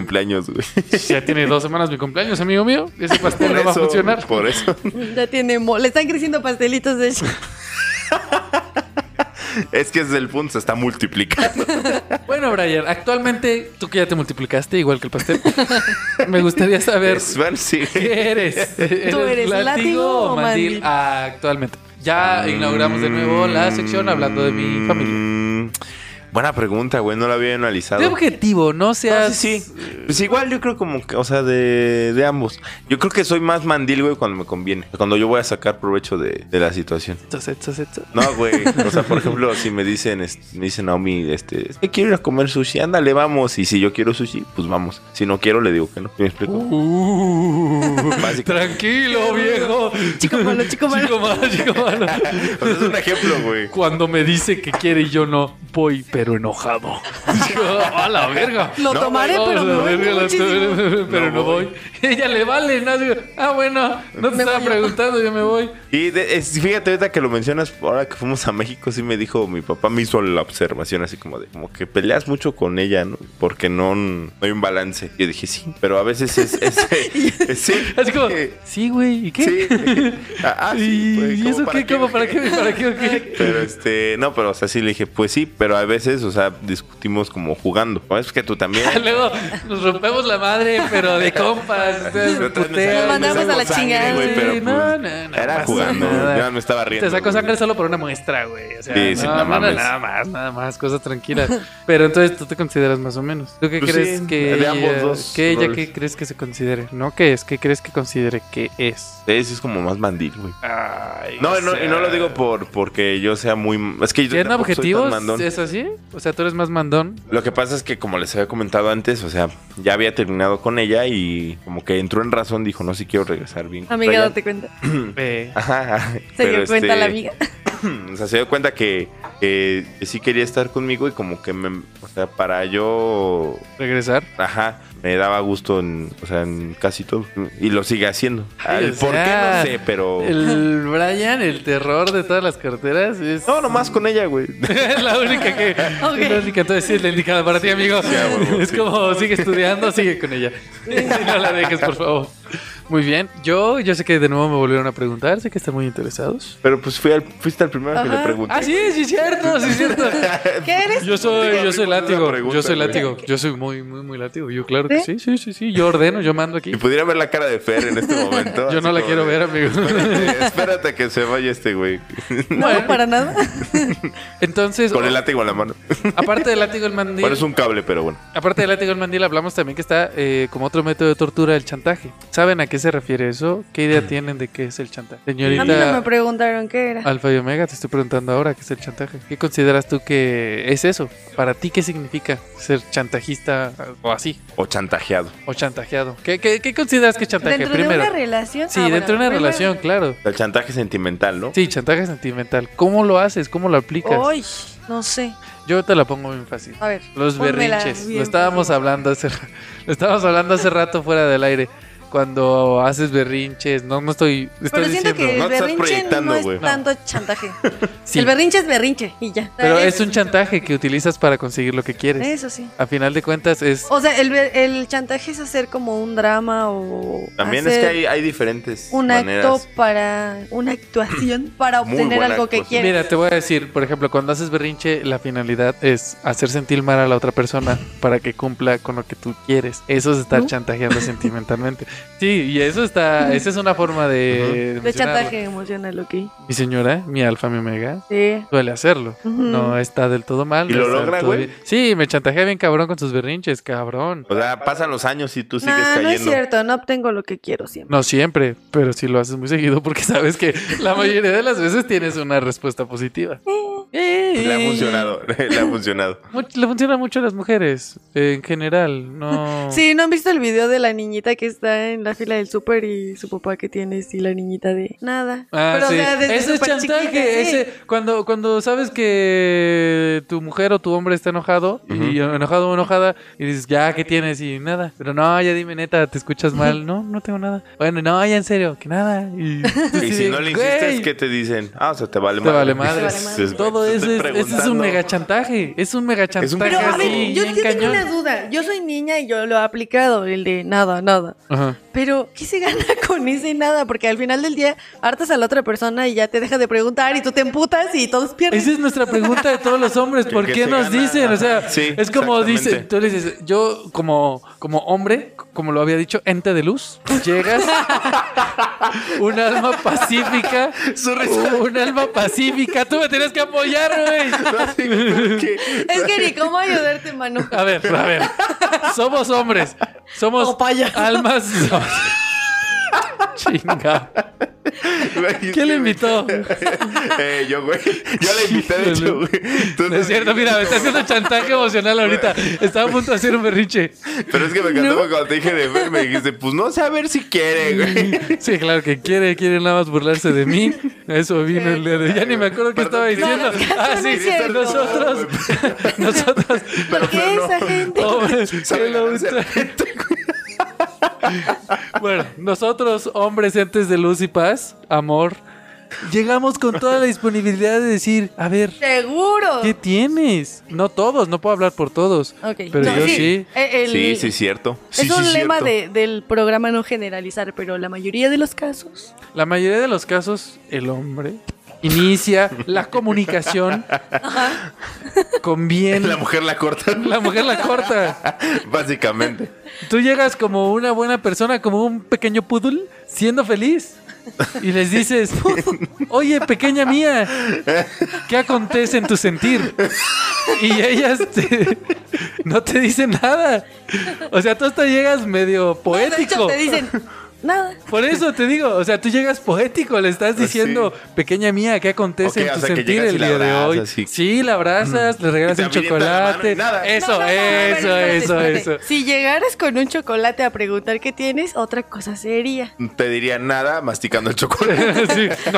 Speaker 2: cumpleaños, güey.
Speaker 1: Ya tiene dos semanas mi cumpleaños, amigo mío. Ese pastel
Speaker 2: Por
Speaker 1: no va a
Speaker 2: eso,
Speaker 1: funcionar.
Speaker 2: Por eso.
Speaker 3: Ya tiene mo- le están creciendo pastelitos de hecho.
Speaker 2: Es que es el punto, se está multiplicando.
Speaker 1: Bueno, Brian, actualmente tú que ya te multiplicaste, igual que el pastel, me gustaría saber
Speaker 2: Es- bueno, sí.
Speaker 1: qué eres.
Speaker 3: ¿Tú eres látigo o mandil?
Speaker 1: Ah, actualmente.
Speaker 2: Ah.
Speaker 1: Ya inauguramos de nuevo la sección hablando de mi familia.
Speaker 2: Mm, Buena pregunta, güey. No la había analizado.
Speaker 1: De objetivo, no seas.
Speaker 2: Ah, sí, sí. Pues igual yo creo como que, o sea, de, de ambos. Yo creo que soy más mandil, güey, cuando me conviene. Cuando yo voy a sacar provecho de, de la situación.
Speaker 1: Entonces, entonces, entonces.
Speaker 2: No, güey. O sea, por ejemplo, si me dicen, este, me dicen Naomi, este, es que quiero ir a comer sushi, ándale, vamos. Y si yo quiero sushi, pues vamos. Si no quiero, le digo que no. ¿Me explico?
Speaker 1: Uh,
Speaker 2: Básico.
Speaker 1: tranquilo, viejo.
Speaker 3: Chico malo, chico malo.
Speaker 1: Chico malo, chico malo.
Speaker 2: O sea, es un ejemplo, güey.
Speaker 1: Cuando me dice que quiere y yo no, voy pero enojado. Digo, A la verga.
Speaker 3: Lo
Speaker 2: No,
Speaker 3: tomaré,
Speaker 1: Vamos
Speaker 3: pero
Speaker 1: a
Speaker 3: me voy
Speaker 1: verga, la
Speaker 3: muchísimo.
Speaker 1: torre, pero
Speaker 2: No
Speaker 1: no
Speaker 2: voy.
Speaker 1: voy. Ella le vale, ¿no? Digo, ah, bueno, no te
Speaker 3: Me
Speaker 1: estaba
Speaker 3: voy yo.
Speaker 1: preguntando, yo me voy.
Speaker 2: Y de- es- fíjate, ahorita que lo mencionas, ahora que fuimos a México, sí me dijo mi papá, me hizo la observación así como de, como que peleas mucho con ella, ¿no? Porque no, no hay un balance. Y yo dije, sí, pero a veces es, es- es- sí.
Speaker 1: Así como,
Speaker 2: Eh,
Speaker 1: sí, güey, ¿y qué?
Speaker 2: Sí. Ah, ah, sí,
Speaker 1: ¿Y,
Speaker 2: pues,
Speaker 1: y
Speaker 2: ¿cómo
Speaker 1: eso
Speaker 2: para
Speaker 1: qué? ¿Cómo? ¿Para qué? ¿Para qué? o qué?
Speaker 2: Pero este, no, pero o sea, sí le dije, pues sí, pero a veces, o sea, discutimos como jugando. ¿no? Es que tú también.
Speaker 1: Luego nos rompemos la madre, pero de compas. ustedes me
Speaker 2: Yo también
Speaker 1: putean.
Speaker 2: estaba-
Speaker 3: Nos mandamos a la
Speaker 2: sangre,
Speaker 3: chingada.
Speaker 2: güey, pero,
Speaker 1: Sí,
Speaker 2: pues,
Speaker 1: no, no, no
Speaker 2: Era
Speaker 1: pasa
Speaker 2: jugando,
Speaker 1: nada.
Speaker 2: ya me estaba riendo.
Speaker 1: Te saco
Speaker 2: güey.
Speaker 1: sangre solo por una muestra, güey. O sea,
Speaker 2: Sí, sí,
Speaker 1: no,
Speaker 2: no
Speaker 1: no, no,
Speaker 2: mames.
Speaker 1: nada más, nada más, cosas tranquilas. Pero entonces tú te consideras más o menos. ¿Tú qué
Speaker 2: Pues
Speaker 1: crees
Speaker 2: sí,
Speaker 1: que
Speaker 2: de
Speaker 1: ella,
Speaker 2: ambos dos
Speaker 1: que ella
Speaker 2: roles.
Speaker 1: qué crees que se considere? No que es, ¿qué crees que considere que es?
Speaker 2: Sí, sí, es como más mandil, güey.
Speaker 1: Ay,
Speaker 2: No,
Speaker 1: o
Speaker 2: no, y
Speaker 1: sea,
Speaker 2: no lo digo por porque yo sea muy. Es que yo
Speaker 1: ¿Tienen
Speaker 2: tampoco soy tan
Speaker 1: objetivos?
Speaker 2: mandón.
Speaker 1: ¿Es así? O sea, tú eres más mandón.
Speaker 2: Lo que pasa es que, como les había comentado antes, o sea, ya había terminado con ella y como que entró en razón, dijo, no, si quiero regresar bien. con
Speaker 3: Amiga,
Speaker 2: Brian".
Speaker 3: date cuenta.
Speaker 2: Mm.
Speaker 1: Ve.
Speaker 2: Ajá, ajá.
Speaker 3: Se dio
Speaker 2: pero
Speaker 3: cuenta
Speaker 2: este,
Speaker 3: la amiga.
Speaker 2: O sea, se dio cuenta que, que sí quería estar conmigo y como que me. O sea, para yo.
Speaker 1: ¿Regresar?
Speaker 2: Ajá, me daba gusto en, o sea, en casi todo. Y lo sigue haciendo.
Speaker 1: Ay,
Speaker 2: El
Speaker 1: o
Speaker 2: ¿Por
Speaker 1: sea,
Speaker 2: qué? No sé, pero.
Speaker 1: El Brian, el terror de todas las carteras, es...
Speaker 2: No, nomás con ella, güey.
Speaker 1: es la única que.
Speaker 3: Ok.
Speaker 1: Es la única, entonces sí es la indicada para ti, amigo.
Speaker 2: sí, a huevo,
Speaker 1: es
Speaker 2: sí.
Speaker 1: como sigue estudiando, sigue con ella. No la dejes, por favor. Muy bien. Yo, yo sé que de nuevo me volvieron a preguntar, sé que están muy interesados.
Speaker 2: Pero pues fui al, fuiste el primero que le
Speaker 3: Ajá.
Speaker 2: pregunté.
Speaker 1: Ah, sí, sí, cierto, sí, cierto.
Speaker 3: ¿Qué eres?
Speaker 1: Yo soy, yo soy látigo, yo soy
Speaker 2: Pregunta,
Speaker 1: látigo, yo soy muy, muy, muy látigo. Yo claro que sí, sí, sí, sí. Yo ordeno, yo mando aquí.
Speaker 2: Y pues, pudiera ver la cara de Fer en este momento.
Speaker 1: Yo
Speaker 2: así
Speaker 1: no la
Speaker 2: como
Speaker 1: quiero
Speaker 2: de,
Speaker 1: ver, amigo.
Speaker 2: Espérate, espérate a que se vaya este güey.
Speaker 3: No,
Speaker 1: Bueno.
Speaker 3: para nada.
Speaker 1: Entonces,
Speaker 2: Con el látigo en la mano.
Speaker 1: aparte del látigo el mandil,
Speaker 2: Bueno, es un cable, pero bueno.
Speaker 1: aparte del látigo el mandil, hablamos también que está eh, como otro método de tortura el chantaje. ¿Saben a qué se refiere eso? ¿Qué idea tienen de qué es el chantaje?
Speaker 3: Mm. A mí no me
Speaker 1: Señorita
Speaker 3: preguntaron qué era.
Speaker 1: Alfa y Omega, te estoy preguntando ahora qué es el chantaje. ¿Qué consideras tú que es eso? Para ti, ¿qué significa ser chantajista o así?
Speaker 2: O chantajeado.
Speaker 1: O chantajeado. ¿Qué, qué- qué consideras que es chantaje?
Speaker 3: ¿Dentro
Speaker 1: primero.
Speaker 3: de una relación?
Speaker 1: Sí,
Speaker 3: Ah, bueno,
Speaker 1: dentro de una
Speaker 3: primero-
Speaker 1: relación, claro.
Speaker 2: El chantaje sentimental, ¿no?
Speaker 1: Sí, chantaje sentimental. ¿Cómo lo haces? ¿Cómo lo aplicas?
Speaker 3: Ay, no sé.
Speaker 1: Yo te la pongo bien fácil.
Speaker 3: A ver.
Speaker 1: Los
Speaker 3: pónmela
Speaker 1: berrinches.
Speaker 3: bien,
Speaker 1: Lo estábamos
Speaker 3: por favor.
Speaker 1: hablando hace ra- lo estábamos hablando hace rato fuera del aire. Cuando haces berrinches, no no estoy estoy
Speaker 3: Pero siento
Speaker 1: diciendo.
Speaker 3: que
Speaker 2: no
Speaker 3: el
Speaker 2: te estás
Speaker 3: berrinche
Speaker 2: proyectando,
Speaker 3: no es
Speaker 2: güey.
Speaker 3: tanto chantaje.
Speaker 1: Sí,
Speaker 3: El berrinche es berrinche y ya.
Speaker 1: pero es un chantaje que utilizas para conseguir lo que quieres.
Speaker 3: Eso sí.
Speaker 1: A final de cuentas es
Speaker 3: O sea, el, ber- el chantaje es hacer como un drama o.
Speaker 2: También es
Speaker 3: hacer
Speaker 2: que hay, hay diferentes
Speaker 3: Un
Speaker 2: maneras.
Speaker 3: acto para. Una actuación para
Speaker 2: Muy
Speaker 3: obtener
Speaker 2: buena
Speaker 3: algo que
Speaker 2: actuación.
Speaker 3: quieres.
Speaker 1: Mira, te voy a decir, por ejemplo, cuando haces berrinche, la finalidad es hacer sentir mal a la otra persona para que cumpla con lo que tú quieres. Eso es estar
Speaker 3: ¿No?
Speaker 1: chantajeando sentimentalmente. Sí, y eso está, esa es una forma de...
Speaker 3: de
Speaker 1: mencionarlo.
Speaker 3: chantaje emocional, ok.
Speaker 1: Mi señora, mi alfa, mi omega,
Speaker 3: Sí.
Speaker 1: suele hacerlo.
Speaker 3: Ujú.
Speaker 1: No está del todo mal.
Speaker 2: ¿Y
Speaker 1: no
Speaker 2: lo
Speaker 1: está del
Speaker 2: logra,
Speaker 1: todo
Speaker 2: güey?
Speaker 1: bien. Sí, me chantajea bien cabrón con sus berrinches, cabrón.
Speaker 2: O sea, pasan los años y tú sigues
Speaker 3: Nah, no es
Speaker 2: cayendo.
Speaker 3: cierto, no obtengo lo que quiero siempre.
Speaker 1: No siempre, pero sí lo haces muy seguido porque sabes que la mayoría de las veces tienes una respuesta positiva.
Speaker 2: Le ha funcionado. Le ha funcionado.
Speaker 1: Much- le funciona mucho a las mujeres, eh, en general, no...
Speaker 3: Sí, ¿no han visto el video de la niñita que está en la fila del súper y su papá que tiene y la niñita de nada?
Speaker 1: Ah,
Speaker 3: Pero, o
Speaker 1: sí.
Speaker 3: sea, desde
Speaker 1: ese es
Speaker 3: súper
Speaker 1: chantaje,
Speaker 3: chiquita, sí.
Speaker 1: ese cuando cuando sabes que tu mujer o tu hombre está enojado y enojado o enojada y dices, "Ya, ¿qué tienes?" y nada. Pero no, ya dime neta, te escuchas mal. No, no tengo nada. Bueno, no, ya en serio, que nada. Y,
Speaker 2: Y si no le insistes, ¿qué te dicen? Ah, o sea, te vale
Speaker 1: Te
Speaker 2: madre.
Speaker 1: vale madre.
Speaker 3: Te vale madre.
Speaker 2: Dices,
Speaker 1: Todo
Speaker 2: "Te
Speaker 1: eso
Speaker 2: estoy
Speaker 1: es, ese es un
Speaker 2: preguntando".
Speaker 1: mega chantaje, es un mega chantaje.
Speaker 2: Es un
Speaker 3: Pero a
Speaker 2: Casi,
Speaker 3: ver, yo
Speaker 1: bien
Speaker 3: sí tengo
Speaker 1: cañón.
Speaker 3: una duda. Yo soy niña y yo lo he aplicado, el de nada, nada.
Speaker 1: Ajá.
Speaker 3: Pero, ¿qué se gana con ese nada? Porque al final del día hartas a la otra persona y ya te deja de preguntar y tú te emputas y todos pierden.
Speaker 1: Esa es nuestra pregunta de todos los hombres. ¿Por
Speaker 2: Que-
Speaker 1: qué
Speaker 2: que se
Speaker 1: nos
Speaker 2: gana.
Speaker 1: dicen? O sea,
Speaker 2: Sí,
Speaker 1: es como
Speaker 2: exactamente.
Speaker 1: dice, tú le dices, yo como, como hombre, como lo había dicho, ente de luz, llegas, un alma pacífica, un alma pacífica, tú me tienes que apoyar, güey.
Speaker 2: Así como que-
Speaker 3: Es que ni cómo ayudarte, mano.
Speaker 1: A ver, a ver, somos hombres, somos
Speaker 3: O payaso.
Speaker 1: almas... Chinga. ¿Quién le invitó?
Speaker 2: Eh, yo, güey. Yo la invité, de hecho, güey. Entonces,
Speaker 1: No es cierto, mira, me está haciendo chantaje emocional ahorita. Estaba a punto de hacer un berrinche.
Speaker 2: Pero es que me encantó porque cuando te dije de ver, me dijiste, pues no sé a ver si quiere, güey.
Speaker 1: Sí, claro que quiere, quiere nada más burlarse de mí. A Eso vino el día de. Ya ni me acuerdo qué estaba
Speaker 2: Perdón,
Speaker 1: diciendo.
Speaker 3: no, no,
Speaker 1: Ah,
Speaker 3: no
Speaker 1: sí,
Speaker 3: es cierto.
Speaker 1: nosotros. Nosotros.
Speaker 3: ¿Por qué
Speaker 2: no,
Speaker 3: esa gente?
Speaker 1: Hombres,
Speaker 2: Sabe
Speaker 1: que lo
Speaker 2: ganarse la
Speaker 1: usa- bueno, nosotros, hombres entes de luz y paz, amor, llegamos con toda la disponibilidad de decir, a ver,
Speaker 3: Seguro.
Speaker 1: ¿qué tienes? No todos, no puedo hablar por todos.
Speaker 3: Ok.
Speaker 1: Pero
Speaker 3: No,
Speaker 1: yo sí.
Speaker 3: Eh, el-
Speaker 2: Sí, sí, cierto. Sí,
Speaker 3: es un
Speaker 2: sí,
Speaker 3: lema
Speaker 2: cierto.
Speaker 3: de- del programa no generalizar, pero la mayoría de los casos.
Speaker 1: La mayoría de los casos, el hombre inicia la comunicación con bien.
Speaker 2: La mujer la corta,
Speaker 1: La mujer la corta.
Speaker 2: básicamente.
Speaker 1: Tú llegas como una buena persona, como un pequeño pudul, siendo feliz. Y les dices, oye, pequeña mía, ¿qué acontece en tu sentir? Y ellas te- no te dicen nada. O sea, tú hasta llegas medio
Speaker 3: De hecho,
Speaker 1: poético.
Speaker 3: te dicen nada.
Speaker 1: Por eso te digo, o sea, tú llegas poético, le estás
Speaker 2: Ah, Sí.
Speaker 1: diciendo, pequeña mía, ¿qué acontece
Speaker 2: Ok,
Speaker 1: en
Speaker 2: o
Speaker 1: tu
Speaker 2: sea, que
Speaker 1: sentir
Speaker 2: llegas y
Speaker 1: el
Speaker 2: la
Speaker 1: día de
Speaker 2: abrazas,
Speaker 1: hoy?
Speaker 2: sí.
Speaker 1: Sí, la abrazas, le regalas
Speaker 2: Y
Speaker 1: un
Speaker 2: te avientas la mano y
Speaker 1: chocolate.
Speaker 2: nada.
Speaker 1: Eso,
Speaker 3: No, no, no, a ver,
Speaker 1: eso,
Speaker 3: espérate,
Speaker 1: eso,
Speaker 3: espérate.
Speaker 1: eso.
Speaker 3: Si llegaras con un chocolate a preguntar qué tienes, otra cosa sería.
Speaker 2: Te diría nada masticando el chocolate.
Speaker 1: Sí.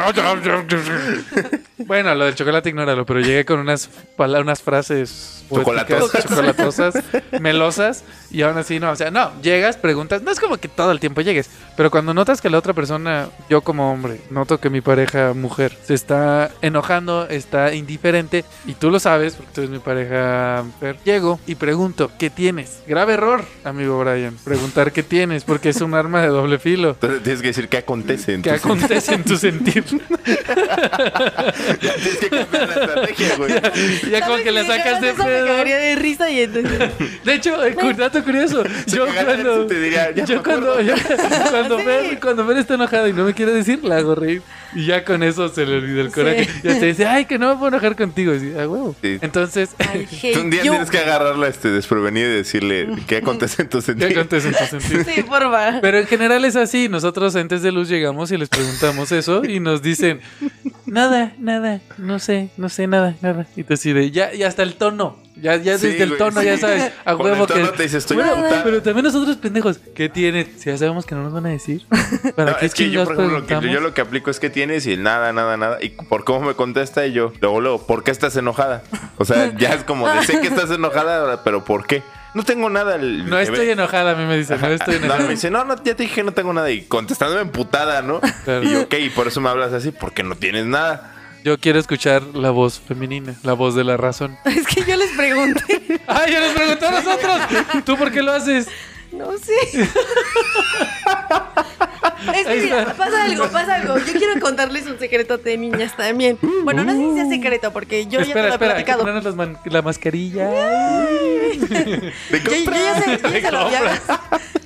Speaker 1: Bueno, lo del chocolate ignóralo, pero llegué con unas, pala- unas frases poéticas,
Speaker 2: Chocolatosas.
Speaker 1: chocolatosas, melosas, y aún así no. O sea, no, llegas, preguntas. No es como que todo el tiempo llegues, pero cuando notas que la otra persona, yo como hombre, noto que mi pareja mujer se está enojando, está indiferente, y tú lo sabes, porque tú eres mi pareja mujer, llego y pregunto, ¿qué tienes? Grave error, amigo Brian, preguntar qué tienes, porque es un arma de doble filo.
Speaker 2: Entonces tienes que decir qué acontece.
Speaker 1: ¿Qué
Speaker 2: Entonces,
Speaker 1: acontece en tu sentir?
Speaker 2: tienes que cambiar la estrategia, güey.
Speaker 1: ya como
Speaker 3: ¿Sabes
Speaker 1: que la
Speaker 3: qué?
Speaker 1: sacas de
Speaker 3: Eso me
Speaker 1: pedo.
Speaker 3: cagaría de risa y entonces...
Speaker 1: De hecho, eh, cu- dato curioso.
Speaker 2: Se
Speaker 1: Yo
Speaker 2: cagara,
Speaker 1: cuando.
Speaker 2: te diría, ya
Speaker 1: Yo
Speaker 2: me
Speaker 1: cuando,
Speaker 2: acuerdo.
Speaker 1: yo- cuando,
Speaker 3: Sí.
Speaker 1: Fer, cuando Fer está enojada y no me quiere decir, la hago reír. Y ya con eso se le olvida el coraje.
Speaker 3: Sí.
Speaker 1: Ya te dice, ay, que no me puedo enojar contigo. Y dice, ah, huevo.
Speaker 2: Sí.
Speaker 1: Entonces,
Speaker 3: I hate
Speaker 2: Tú un día
Speaker 3: you.
Speaker 2: tienes que agarrarla este, desprevenida y decirle qué acontece en tu
Speaker 1: ¿qué
Speaker 2: sentido.
Speaker 1: acontece en tu sentido?
Speaker 3: Sí, porfa.
Speaker 1: Pero en general es así. Nosotros antes de luz llegamos y les preguntamos eso y nos dicen, nada, nada, no sé, no sé, nada, nada. Y te decide, ya, y hasta el tono. Ya, ya
Speaker 2: Sí,
Speaker 1: desde el
Speaker 2: güey,
Speaker 1: tono, ya
Speaker 2: sí.
Speaker 1: sabes, a
Speaker 2: Con el
Speaker 1: huevo
Speaker 2: tono
Speaker 1: que.
Speaker 2: te dices, estoy
Speaker 1: Bueno,
Speaker 2: puta.
Speaker 1: pero también nosotros pendejos, ¿qué tiene? Si ya sabemos que no nos van a decir. ¿Para
Speaker 2: No,
Speaker 1: qué
Speaker 2: es que yo,
Speaker 1: chingados
Speaker 2: por ejemplo, lo que,
Speaker 1: preguntamos?
Speaker 2: yo lo que aplico es que tienes y nada, nada, nada. Y por cómo me contesta y yo, luego, luego, ¿por qué estás enojada? O sea, ya es como de sé que estás enojada, pero ¿por qué? No tengo nada. el-
Speaker 1: No
Speaker 2: que
Speaker 1: estoy
Speaker 2: ve-
Speaker 1: enojada, a mí me dicen, no estoy
Speaker 2: No,
Speaker 1: enojada.
Speaker 2: me dice, no, no, ya te dije que no tengo nada. Y contestándome emputada, ¿no?
Speaker 1: Claro.
Speaker 2: Y yo, ok, y por eso me hablas así, porque no tienes nada.
Speaker 1: Yo quiero escuchar la voz femenina, la voz de la razón.
Speaker 3: Es que yo les pregunté.
Speaker 1: ¡Ay, ya nos preguntó a nosotros! ¿Tú por qué lo haces?
Speaker 3: No sé. Es que
Speaker 1: Ahí
Speaker 3: mira,
Speaker 1: está.
Speaker 3: pasa algo, pasa algo. Yo quiero contarles un secreto de niñas también. Bueno, no sé si sea secreto porque yo ya te
Speaker 1: espera,
Speaker 3: lo he
Speaker 1: espera, hay que
Speaker 3: platicado.
Speaker 1: ponernos las man- la mascarilla.
Speaker 2: Te
Speaker 3: Yo, yo ya se, yo ya se lo había,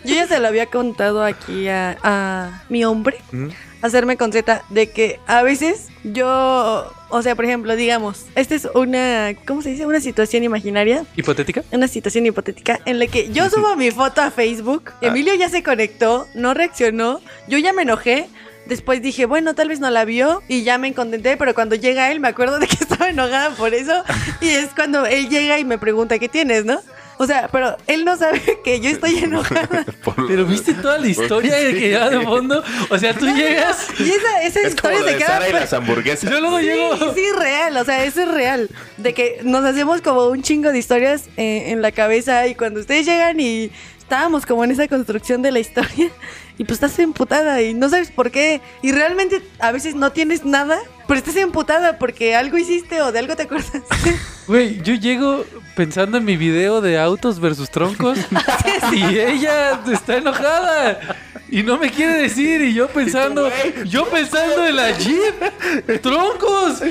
Speaker 3: yo ya se lo había contado aquí a, a mi hombre,
Speaker 1: ¿Mm?
Speaker 3: hacerme conceta de que a veces yo, o sea, por ejemplo, digamos, esta es una, ¿cómo se dice? Una situación imaginaria
Speaker 1: ¿Hipotética?
Speaker 3: una situación hipotética en la que yo subo mi foto a Facebook,
Speaker 2: Ah.
Speaker 3: Emilio ya se conectó, no reaccionó, yo ya me enojé. Después dije, bueno, tal vez no la vio y ya me contenté, pero cuando llega él me acuerdo de que estaba enojada por eso y es cuando él llega y me pregunta, ¿qué tienes, no? O sea, pero él no sabe que yo estoy enojada.
Speaker 2: Por-
Speaker 1: Pero viste toda la historia de que lleva de fondo. O sea, tú llegas.
Speaker 3: Y esa, esa
Speaker 2: Es como
Speaker 3: historia
Speaker 2: lo
Speaker 3: se
Speaker 2: de
Speaker 3: queda...
Speaker 2: Sara y
Speaker 3: per-
Speaker 2: las hamburguesas.
Speaker 1: Yo luego llego.
Speaker 3: Sí, sí, real, o sea, eso es real. De que nos hacemos como un chingo de historias eh, en la cabeza y cuando ustedes llegan y estábamos como en esa construcción de la historia y pues estás emputada y no sabes por qué y realmente a veces no tienes nada, pero estás emputada porque algo hiciste o de algo te acuerdas.
Speaker 1: Güey, yo llego pensando en mi video de autos versus troncos
Speaker 3: Ah,
Speaker 1: y ella está enojada y no me quiere decir y yo pensando,
Speaker 2: güey.
Speaker 1: yo pensando en la Jeep, troncos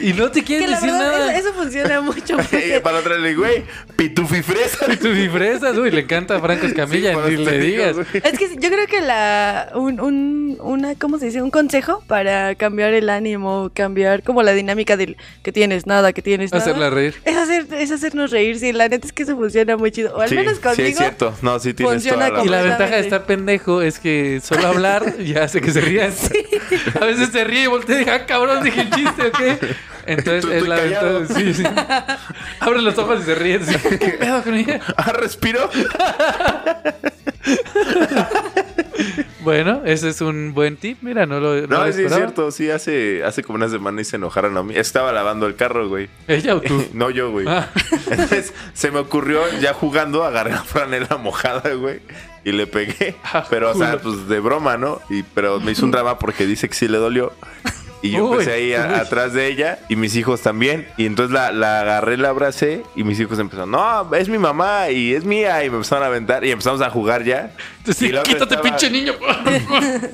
Speaker 1: y no te
Speaker 3: que
Speaker 1: quieren
Speaker 3: la
Speaker 1: decir
Speaker 3: verdad
Speaker 1: nada.
Speaker 3: eso, eso funciona mucho.
Speaker 2: Y
Speaker 3: porque-
Speaker 2: para otra le digo, güey, pitufi fresa.
Speaker 1: Y tu disfrazas, uy, le encanta a Franco Escamilla,
Speaker 2: Sí, por
Speaker 1: ni
Speaker 2: eso te
Speaker 1: le
Speaker 2: digo,
Speaker 1: digas.
Speaker 2: güey.
Speaker 3: Es que yo creo que la un, un- una ¿cómo se dice? un consejo para cambiar el ánimo, cambiar como la dinámica del que tienes nada, que tienes nada.
Speaker 1: Hacerla reír.
Speaker 3: Es, hacer, es hacernos reír, sí. La neta es que eso funciona muy chido. O al
Speaker 2: Sí,
Speaker 3: menos conmigo.
Speaker 2: Sí, es cierto. No, sí tienes
Speaker 3: funciona
Speaker 2: toda la
Speaker 1: Y la
Speaker 3: Completamente.
Speaker 1: ventaja de estar pendejo es que solo hablar ya hace que se rían. A veces se ríe y voltea y dice, ah, cabrón, dije el chiste, ¿o qué? Entonces
Speaker 2: Tú-
Speaker 1: es
Speaker 2: tú
Speaker 1: la
Speaker 2: callado.
Speaker 1: ventaja. Sí, sí. Abre los ojos y se ríe. así, ¿Qué pedo con ella?
Speaker 2: Ah, respiro.
Speaker 1: Bueno, ese es un buen tip. Mira, no lo.
Speaker 2: No,
Speaker 1: lo
Speaker 2: sí, es
Speaker 1: esperaba.
Speaker 2: cierto. Sí, hace, hace como una semana y se enojaron a mí. Estaba lavando el carro, güey.
Speaker 1: ¿Ella o tú?
Speaker 2: No yo, güey.
Speaker 1: Ah.
Speaker 2: Entonces se me ocurrió, ya jugando, agarré la franela mojada, güey. Y le pegué.
Speaker 1: Ah,
Speaker 2: Pero, o sea,
Speaker 1: culo.
Speaker 2: pues de broma, ¿no? Y, pero me hizo un drama porque dice que sí le dolió. Y yo
Speaker 1: Uy,
Speaker 2: empecé ahí a-
Speaker 1: uy.
Speaker 2: atrás de ella y mis hijos también. Y entonces la, la agarré, la abracé y mis hijos empezaron, no, es mi mamá y es mía. Y me empezaron a aventar y empezamos a jugar ya.
Speaker 1: Entonces,
Speaker 2: Y la otra
Speaker 1: quítate,
Speaker 2: estaba-
Speaker 1: pinche niño.